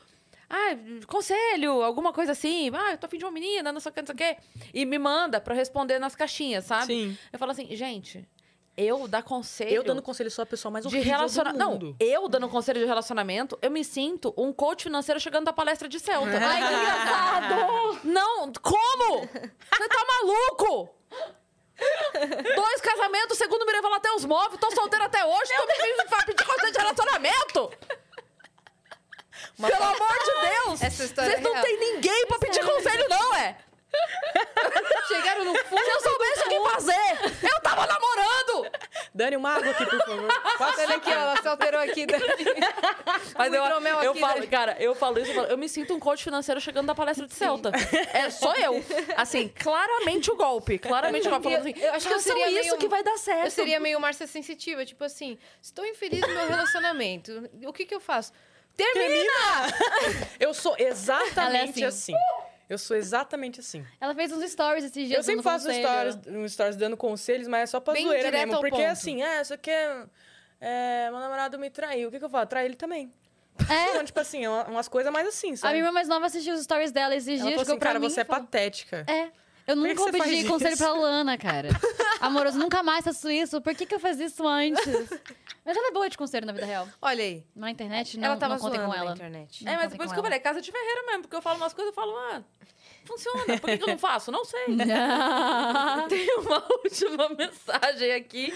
Ah, conselho, alguma coisa assim. Ah, eu tô afim de uma menina, não sei o que, não sei o quê. E me manda pra eu responder nas caixinhas, sabe? Sim. Eu falo assim, gente, eu dar conselho. Eu dando conselho sou a pessoa mais de horrível relacionamento. do Não, mundo. eu dando um conselho de relacionamento, eu me sinto um coach financeiro chegando da palestra de Celta. Ai, que engraçado! Não, como? Você tá maluco? Dois casamentos, segundo Mireva lá até os móveis, tô solteira até hoje, tô me vai pedir conselho de relacionamento! Pelo amor de Deus! é- Essa história Vocês é não real. têm ninguém pra pedir conselho, não, é? Chegaram no fundo. Se eu soubesse o que é fazer, eu tava namorando! Dani, uma água aqui, por favor. Passa Olha aqui, ó, ela se alterou aqui. Mas Um eu, hidromel eu aqui, falo, né? cara, eu falo isso, eu, falo, eu me sinto um coach financeiro chegando da palestra de Celta. É só eu. Assim, claramente o golpe. Claramente o golpe. Falando assim, Eu- eu acho que eu "Façam seria meio- isso que vai dar certo. Eu seria meio Márcia sensitiva, tipo assim, estou infeliz no meu relacionamento. O que que eu faço? Eu sou exatamente Ela é assim. Eu sou exatamente assim. Ela fez uns stories esses dias. eu sempre dando faço conselho. stories, uns stories dando conselhos, mas é só pra Bem zoeira direto mesmo. ao Porque ponto. assim, é, isso aqui é, é. Meu namorado me traiu. O que, que eu falo? Trai ele também. É. Então, tipo assim, é uma- umas coisas mais assim, A sabe? minha irmã mais nova assistiu os stories dela Ela esses dias. falou ficou assim, pra cara, mim você é e falou- patética. É. Eu que nunca que você pedi faz conselho isso? pra Lana, cara. Amoroso, nunca mais faço isso. Por que, que eu fazia isso antes? Mas ela é boa de conselho na vida real. Olha aí. Na internet, não, ela tava não contem zoando com ela. na internet. Não é, mas contem por isso que eu com ela. falei, casa de ferreiro mesmo, porque eu falo umas coisas e falo, ah, funciona. Por que, que eu não faço? Não sei. Tem uma última mensagem aqui.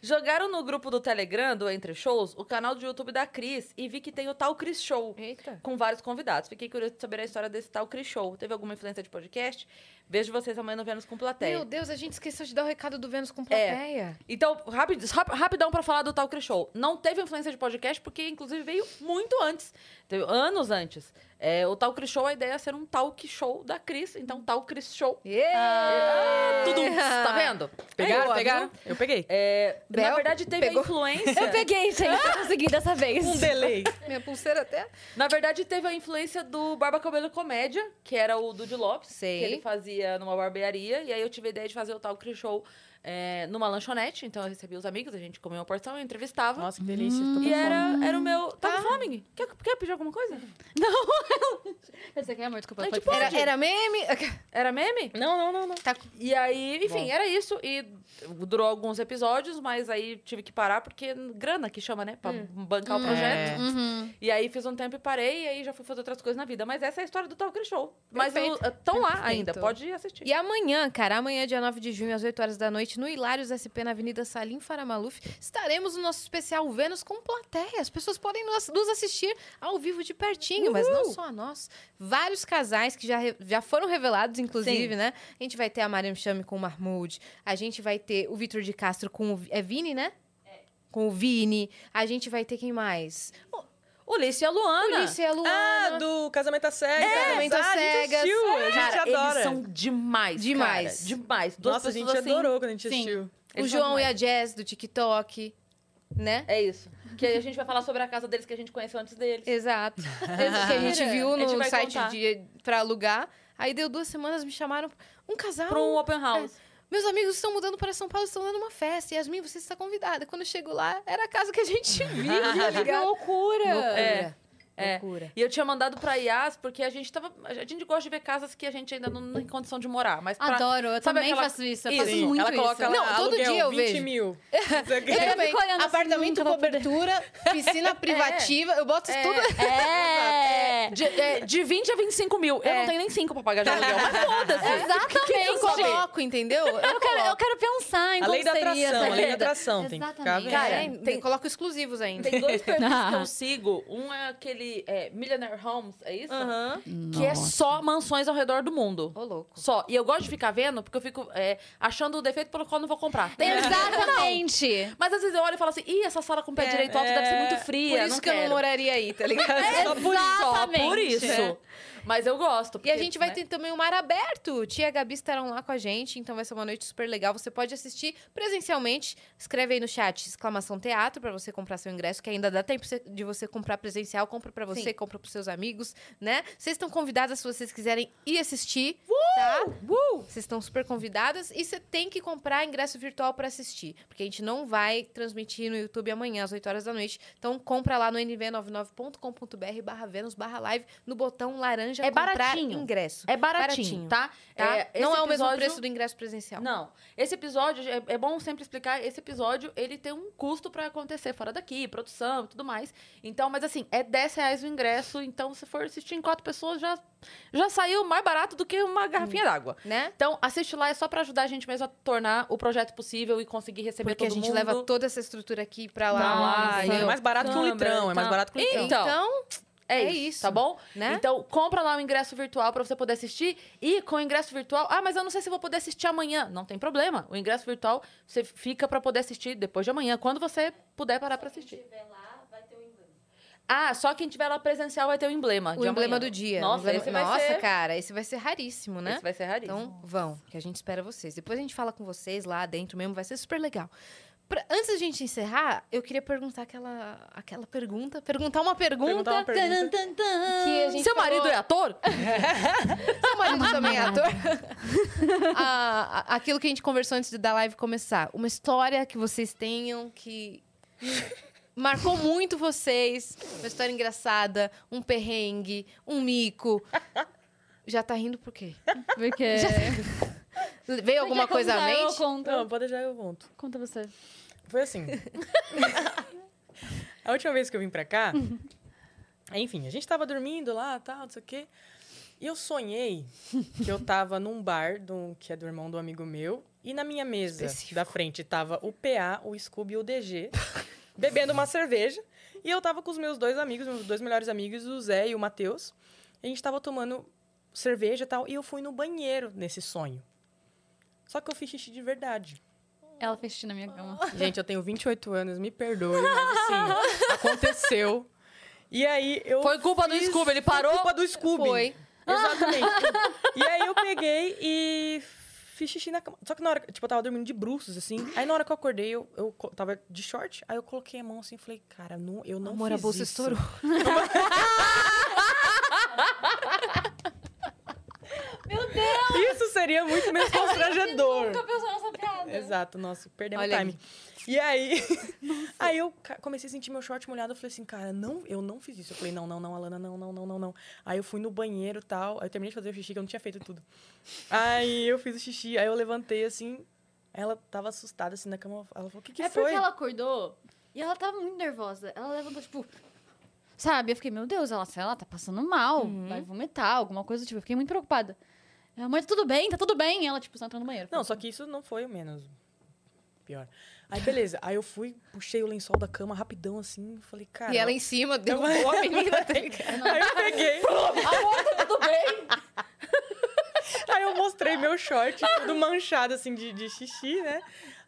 Jogaram no grupo do Telegram, do Entre Shows, o canal do YouTube da Cris e vi que tem o tal Cris Show. Eita. Com vários convidados. Fiquei curioso de saber a história desse tal Cris Show. Teve alguma influência de podcast? Vejo vocês amanhã no Vênus com Plateia. Meu Deus, a gente esqueceu de dar o recado do Vênus com plateia. Então, rapid, rap- rapidão pra falar do Tal Cris Show. Não teve influência de podcast, porque inclusive veio muito antes. Teve anos antes. É, o Tal Cris Show, a ideia é ser um talk show da Cris. Então, Tal Cris Show. Yeah! Tudo, tá Ah. vendo? Pegaram, Aí, ó, pegaram? Eu peguei. É, na Bel verdade, teve pegou. a influência. Eu peguei, gente. Eu consegui dessa vez. Um delay. Minha pulseira até. Na verdade, teve a influência do Barba Cabelo Comédia, que era o Dude Lopes, Sei. que ele fazia numa barbearia. E aí eu tive a ideia de fazer o tal Cris Show é, numa lanchonete. Então eu recebi os amigos, a gente comia uma porção, eu entrevistava. Nossa, que delícia. Tô E com era, era o meu. Tá com fome? Quer, quer pedir alguma coisa? Você quer, é amor? Desculpa. Não, pode tipo, falar. Era, era meme. Era meme? Não, não, não, não. Tá, E aí, enfim, Bom. era isso. E durou alguns episódios, mas aí tive que parar porque grana que chama, né? Pra bancar o projeto. É. Uhum. E aí fiz um tempo e parei, e aí já fui fazer outras coisas na vida. Mas essa é a história do Talker Show. Mas Perfeito. estão lá ainda, Perfeito. pode assistir. E amanhã, cara, amanhã, dia 9 de junho, às 8 horas da noite, no Hilários SP, na Avenida Salim Faramaluf, estaremos no nosso especial Vênus com plateia. As pessoas podem nos, nos assistir ao vivo de pertinho, mas não só a nós. Vários casais que já, re- já foram revelados, inclusive, né? A gente vai ter a Mariam Chame com o Marmude, a gente vai ter o Vitor de Castro com o... Vi- É Vini, né? Com o Vini. A gente vai ter quem mais? Ulisses e a Luana. Ulisses e a Luana. Ah, do Casamento às Cegas. É, Casamento às ah, Cegas. A gente assistiu, a gente Cara, adora. eles são demais, Demais. cara. Demais. Duas Nossa, a gente pessoas assim, adorou quando a gente Sim. assistiu. o eles são João e demais. a Jazz do TikTok, né? É isso. Que aí a gente vai falar sobre a casa deles que a gente conheceu antes deles. Exato. Esse que a gente viu A gente no vai site contar. de, pra alugar. Aí deu duas semanas, me chamaram um casal. Pra um open house. Meus amigos estão mudando para São Paulo, estão dando uma festa. Yasmin, você está convidada. Quando eu chego lá, era a casa que a gente viu. tá ligado? loucura! É. É. Loucura. E eu tinha mandado pra Ias, porque a gente tava. A gente gosta de ver casas que a gente ainda não tem condição de morar. Mas pra. Adoro, eu Sabe também aquela- faço isso. Eu Isso, faço Sim, muito ela coloca isso. lá Não, todo aluguel, dia eu 20 vejo. mil. Eu também. fico olhando assim, Apartamento nunca com vou poder. cobertura, piscina privativa. Eu boto isso tudo. É. De, é, de 20 a 25 mil. Eu não tenho nem 5 pra pagar de aluguel. Mas foda-se. Eu Exatamente. coloco, entendeu? Eu Eu quero, eu quero pensar em A como lei da seria atração, essa a lei da vida. atração. Tem que ficar né? Exatamente. vendo. Cara, É, tem- coloco exclusivos ainda. Tem dois perfis que Ah. eu sigo. Um é aquele é, Millionaire Homes, é isso? Aham. Que é só mansões ao redor do mundo. Ô, louco. Só. E eu gosto de ficar vendo, porque eu fico é, achando o defeito pelo qual eu não vou comprar. É. Tem- Exatamente. Mas às vezes eu olho e falo assim, ih, essa sala com o pé direito alto deve ser muito fria, É, Por isso não que eu não quero." moraria aí, tá ligado? Só por isso. Só por Exatamente. isso. É. Mas eu gosto. E porque, a gente vai né? ter também o Mar Aberto. Tia e Gabi estarão lá com a gente, então vai ser uma noite super legal. Você pode assistir presencialmente. Escreve aí no chat exclamação teatro pra você comprar seu ingresso, que ainda dá tempo você- de você comprar presencial. Compra pra você, compra pros seus amigos, né? Vocês estão convidadas se vocês quiserem ir assistir, tá? Vocês estão super convidadas e você tem que comprar ingresso virtual pra assistir, porque a gente não vai transmitir no YouTube amanhã às 8 horas da noite. Então compra lá no nv99.com.br barra Vênus barra live no botão laranja É comprar baratinho. ingresso. É baratinho, Baratinho, tá? tá? É, não esse é o mesmo episódio- preço do ingresso presencial. Não. Esse episódio, é, é bom sempre explicar, esse episódio, ele tem um custo pra acontecer fora daqui, produção e tudo mais. Então, mas assim, é 10 reais o ingresso, então se for assistir em quatro pessoas, já, já saiu mais barato do que uma garrafinha d'água. Né? Então, assiste lá, é só pra ajudar a gente mesmo a tornar o projeto possível e conseguir receber Porque a todo gente mundo. leva toda essa estrutura aqui pra lá. né? Pra lá, entendeu? É mais barato que um Câmera, litrão, é mais tá. barato que um litrão. Então, Então, é, é isso, isso. tá bom? né? Então, compra lá o ingresso virtual pra você poder assistir. E com o ingresso virtual, ah, mas eu não sei se vou poder assistir amanhã. Não tem problema. O ingresso virtual você fica pra poder assistir depois de amanhã, quando você puder parar pra assistir. Ah, só quem tiver lá presencial vai ter o emblema. o de emblema amanhã. do dia. Nossa, O emblema- esse vai Nossa, ser... cara, esse vai ser raríssimo, né? Esse vai ser raríssimo. Então, vão, que a gente espera vocês. Depois a gente fala com vocês lá dentro mesmo, vai ser super legal. Pra- antes da gente encerrar, eu queria perguntar aquela, aquela pergunta. Perguntar uma pergunta. Perguntar uma pergunta. Tan, tan, tan, que a gente Seu falou- marido é ator? Seu marido também é ator? Ah, a- aquilo que a gente conversou antes da live começar. Uma história que vocês tenham que marcou muito vocês. Uma história engraçada, um perrengue, um mico. Já tá rindo por quê? Porque... Veio alguma Quer coisa à contar? Eu mente? conto. Não, pode deixar eu conto. Conta você. Foi assim. a última vez que eu vim pra cá, enfim, a gente tava dormindo lá, tal, não sei o quê. E eu sonhei que eu tava num bar do, que é do irmão do amigo meu, e na minha mesa da frente tava o PA, o Scooby e o DG, bebendo uma cerveja. E eu tava com os meus dois amigos, meus dois melhores amigos, o Zé e o Matheus. E a gente tava tomando cerveja e tal, e eu fui no banheiro nesse sonho. Só que eu fiz xixi de verdade. Ela fez xixi na minha cama. Gente, eu tenho 28 anos, me perdoe, mas assim, aconteceu. E aí eu. Foi culpa do fiz- Scooby, ele foi parou? culpa do Scooby. Foi. Exatamente. e aí eu peguei e fiz xixi na cama. Só que na hora. Tipo, eu tava dormindo de bruços, assim. Aí na hora que eu acordei, eu, eu co- tava de short. Aí eu coloquei a mão assim e falei, cara, não, eu não Amor, a fiz bolsa isso. estourou. Isso seria muito menos constrangedor. pensou nessa piada. Exato, nossa, perdemos o Olha time. E aí, aí eu ca- comecei a sentir meu short molhado, eu falei assim, cara, não, eu não fiz isso. Eu falei, não, não, não, Alana, não, não, não, não, não. Aí eu fui no banheiro e tal, aí eu terminei de fazer o xixi, que eu não tinha feito tudo. Aí eu fiz o xixi, aí eu levantei assim, ela tava assustada assim na cama, ela falou, o que que é foi? porque ela acordou e ela tava muito nervosa. Ela levantou, tipo. Sabe? Eu fiquei, meu Deus, ela, sei lá, tá passando mal, Uhum. vai vomitar, alguma coisa do tipo. Eu fiquei muito preocupada. Ela, mãe, tá tudo bem, tá tudo bem. E ela, tipo, só entrou no banheiro. Não, só que isso não foi o menos pior. Aí beleza, aí eu fui, puxei o lençol da cama rapidão assim, falei, cara... E ela em cima derrubou a menina. tá ligado? Aí eu peguei. Tudo bem. Aí eu mostrei meu short, tudo manchado, assim, de, de xixi, né?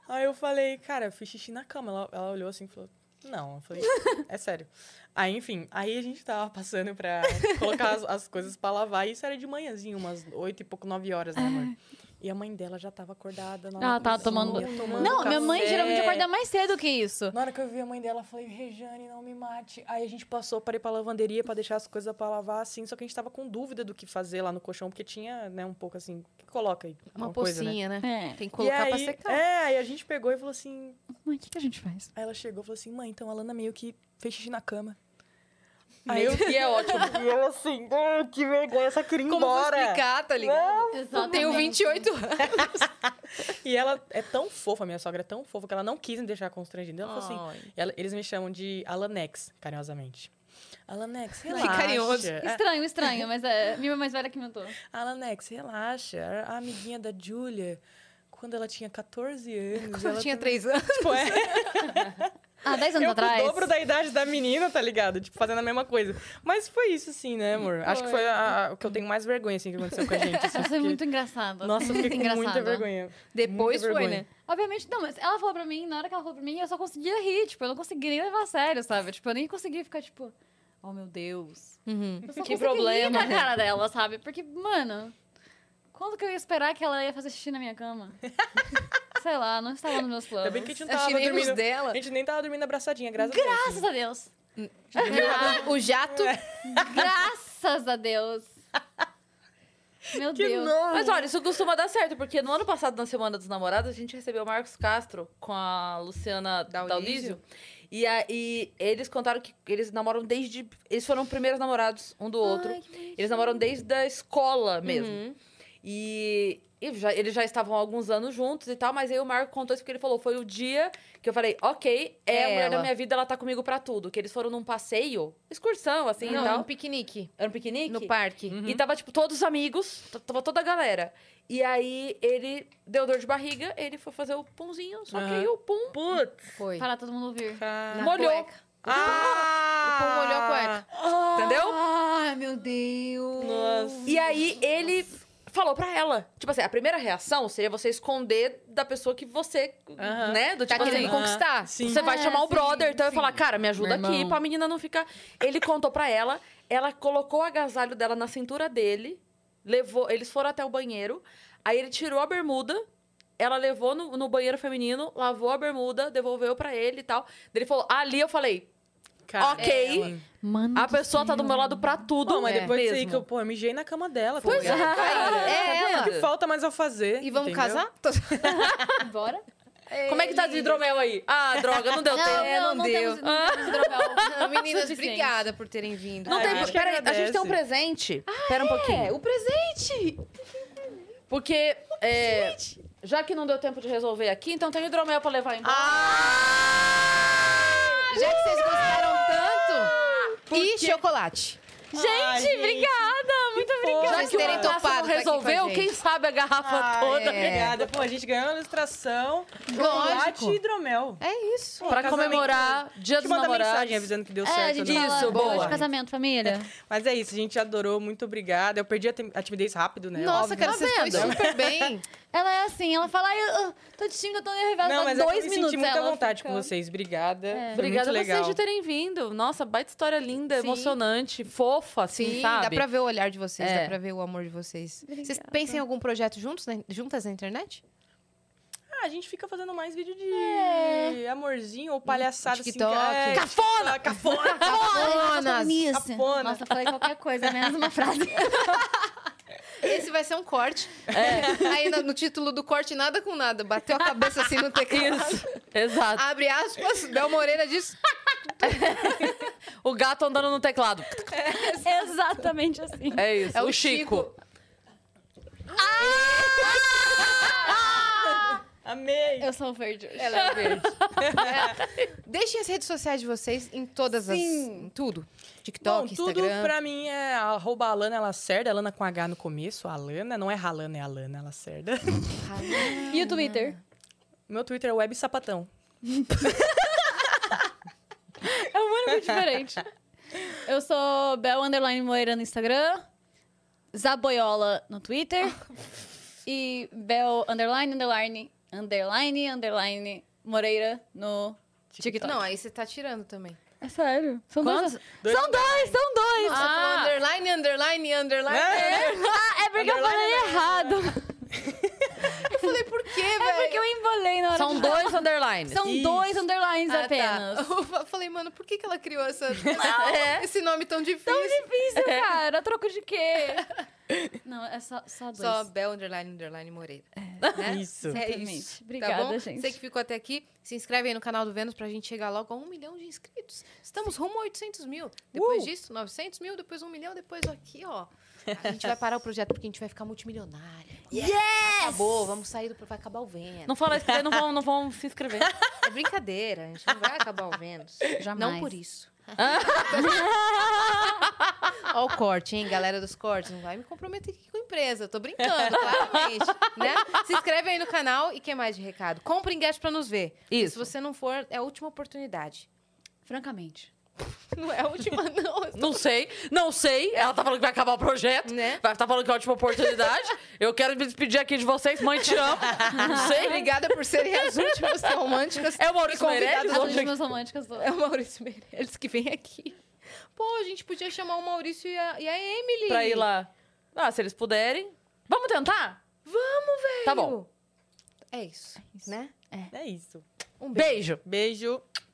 Aí eu falei, cara, eu fiz xixi na cama. Ela, ela olhou assim e falou, não. Eu falei, é sério. Aí, enfim, aí a gente tava passando pra colocar as, as coisas pra lavar. E isso era de manhãzinho, umas oito e pouco, nove horas, né, amor? E a mãe dela já tava acordada. Na hora É. Ela que tava eu tomando- ia Não, minha mãe café. geralmente acorda mais cedo que isso. Na hora que eu vi a mãe dela, eu falei, Rejane, não me mate. Aí a gente passou, parei pra lavanderia pra deixar as coisas pra lavar, assim. Só que a gente tava com dúvida do que fazer lá no colchão, porque tinha, né, um pouco assim, o que coloca aí? Uma alguma coisa, né? pocinha, né? É. Tem que E colocar aí, pra secar. É, aí a gente pegou e falou assim. Mãe, o que, que a gente faz? Aí ela chegou e falou assim: mãe, então a Lana meio que fez xixi na cama. Aí Meio eu. que é ótimo. E eu assim, "Ah, que vergonha, eu só queria ir Como eu vou embora. explicar, tá ligado? Eu tenho 28 anos. E ela é tão fofa, minha sogra é tão fofa, que ela não quis me deixar constrangida. Ela falou assim: ela- eles me chamam de Alanex, carinhosamente. Alanex, Que relaxa. carinhoso. É, Estranho, estranho, mas é minha irmã mais velha que inventou. Alanex, relaxa. A amiguinha da Julia, quando ela tinha 14 anos. Quando eu ela tinha também- 3 anos. Tipo, é. Há 10 anos Eu com atrás. o dobro da idade da menina, tá ligado? Tipo, fazendo a mesma coisa. Mas foi isso, assim, né, amor? Acho que foi a- a- o que eu tenho mais vergonha, assim, que aconteceu com a gente. assim, Isso é porque- muito engraçado. Nossa, eu fiquei muito com engraçado. muita vergonha. Depois Muita foi, vergonha. né? Obviamente, não, mas ela falou pra mim, na hora que ela falou pra mim, eu só conseguia rir, tipo, eu não conseguia nem levar a sério, sabe? Tipo, eu nem conseguia ficar, tipo, oh meu Deus. Eu só Que conseguia problema. Rir na cara dela, sabe? Porque, mano, quando que eu ia esperar que ela ia fazer xixi na minha cama? Sei lá, não estava nos meus planos. Ainda bem que a gente não Acho tava que nem os dormindo. dela. A gente nem tava dormindo abraçadinha, graças a Deus. Graças a Deus. O jato. Graças a Deus. Meu Que Deus. não. Mas olha, isso costuma dar certo, porque no ano passado, na Semana dos Namorados, a gente recebeu o Marcos Castro com a Luciana Daldizio. Daldizio. E aí eles contaram que eles namoram desde. Eles foram primeiros namorados um do outro. eles namoram desde a escola mesmo. E, e já- eles já estavam há alguns anos juntos e tal, mas aí o Marco contou isso porque ele falou: foi o dia que eu falei, ok, é, é É a mulher da ela. minha vida, ela tá comigo pra tudo. Que eles foram num passeio, excursão, assim e Não, tal. no piquenique. Era um piquenique? No parque. Uhum. E tava, tipo, todos os amigos, t- tava toda a galera. E aí ele deu dor de barriga, ele foi fazer o punzinho, só que Aham. aí o pum Putz. Foi. Para todo mundo ouvir. cara. molhou. cueca. Ah! O pão molhou a cueca. Entendeu? Ai, meu Deus. Nossa. E aí ele falou pra ela. Tipo assim, a primeira reação seria você esconder da pessoa que você, Aham. né? Do Tá tipo querendo assim, conquistar. Sim. Você vai É, chamar o sim, brother, então eu ia sim. falar, cara, me ajuda Meu aqui irmão. pra menina não ficar. Ele contou pra ela, ela colocou o agasalho dela na cintura dele, levou, eles foram até o banheiro, aí ele tirou a bermuda Ela levou no, no banheiro feminino, lavou a bermuda, devolveu pra ele e tal. Daí Ele falou, ali eu falei, Cara, Ok. ela- Mano a do pessoa tá do céu. meu lado pra tudo, Pô, mas É. né? depois disso aí mesmo. É, que eu, pô, eu mijei na cama dela. Pois tá ligado? Cara, é Tá ela. vendo? O que falta mais eu fazer? E vamos entendeu? casar? Tô- Bora? Como é que tá de hidromel aí? Ah, droga, não deu Não, tempo. É, não, não deu. temos- não temos hidromel. Não, meninas, Suficiente. obrigada por terem vindo. É. Não Ah, tem eu acho que Peraí, a gente tem um agradece. presente. Pera um pouquinho. É, o presente! Porque, é, já que não deu tempo de resolver aqui, então tem hidromel pra levar embora. Ah, Já que vocês gostaram tanto. E chocolate. Ai, gente, obrigada! Muito obrigada! Vocês terem o Abraço topado não tá aqui com a resolveu, gente. Ah, é. quem sabe a garrafa Ai, toda. Obrigada. Pô, a gente ganhou a ilustração. um Chocolate Lógico. e hidromel. É isso. Pô, Pra casamento. comemorar Dia Deixa dos eu mandar Namorados. mensagem avisando que deu É, a certo. gente né? Isso, fala, boa. boa. de casamento, família. Mas é isso, a gente adorou. Muito obrigada. Eu perdi a tim- a timidez rápido, né? Nossa, Óbvio. cara, vocês estão super bem. Ela é assim, ela fala, "Ai, eu, eu tô te xingando, eu tô nervosa. Não, mas é eu dois me minutos senti muito à ela vontade fica- com vocês. Obrigada. Foi Obrigada a muito legal. vocês de terem vindo. Nossa, baita história linda, Sim. emocionante, fofa, assim, Sim, sabe? dá pra ver o olhar de vocês, É. dá pra ver o amor de vocês. Vocês pensam em algum projeto juntos, na- juntas na internet? Ah, a gente fica fazendo mais vídeo de amorzinho ou palhaçada. TikTok. Assim, é, Cafona! Cafona! Cafonas! Isso. Cafona. Nossa, falei qualquer coisa, menos uma frase. Esse vai ser um corte. Aí no, no título do corte, nada com nada. Bateu a cabeça assim no teclado. Exato. Abre aspas, Bel Moreira diz. Ah. O gato andando no teclado. Exatamente assim. É isso. É o o Chico. Chico. Amei! Eu sou verde hoje. Ela é verde. É. Deixem as redes sociais de vocês em todas as. Em tudo. Bom, TikTok, tudo Instagram. pra mim é arroba Alana Lacerda, Alana com H no começo, Alana, não é Ralana, é Alana Lacerda. E o Twitter? Meu Twitter é Web Sapatão. É um ano muito diferente. Eu sou Bel Underline Moreira no Instagram, Zaboiola no Twitter e Bel Underline Underline Underline Underline Moreira no TikTok. Não, aí você tá tirando também. é sério. São Quantos? dois. Dois São dois, são dois! Você falou Ah. underline, underline, underline. É. Ah, é porque eu falei errado. Eu falei, por quê, velho? É porque eu embolei na hora São de- dois underlines. São Isso. dois underlines Ah, tá. apenas. Eu falei, mano, por que, que ela criou essa, esse nome É. tão difícil? Tão É. difícil, cara. A troco de quê? Não, é só, só dois. Só Bel Underline Underline Moreira. Isso. É Exatamente. isso. Obrigada, tá bom? gente. Você que ficou até aqui, se inscreve aí no canal do Vênus pra gente chegar logo a um milhão de inscritos. Estamos rumo a 800 mil. Uh! Depois disso, 900 mil, depois um milhão, depois aqui, ó. A gente vai parar o projeto porque a gente vai ficar multimilionária. Yes! Acabou, vamos sair do... Vai acabar o Vênus. Não fala isso, porque não vão, não vão se inscrever. É brincadeira, a gente não vai acabar o Vênus. Jamais. Não por isso. Ó o corte, hein, galera dos cortes. Não vai me comprometer aqui com a empresa. Eu Tô brincando, claramente. né? Se inscreve aí no canal e quem mais de recado? Compre ingresso pra nos ver. Porque Isso. Se você não for, é a última oportunidade. Francamente. Não é a última, não. Não sei, não sei. Ela tá falando que vai acabar o projeto. Né? Vai tá falando que é a última oportunidade. Eu quero me despedir aqui de vocês. Mãe, te amo. Não sei. Obrigada por serem as últimas românticas. É o Maurício Meirelles? As Hoje- últimas românticas do... Tá É o Maurício Meirelles que vem aqui. Pô, a gente podia chamar o Maurício e a, e a Emily. Pra ir lá. Ah, se eles puderem. Vamos tentar? Vamos, velho. Tá bom. É isso, né? É isso. Um beijo. Beijo. Beijo.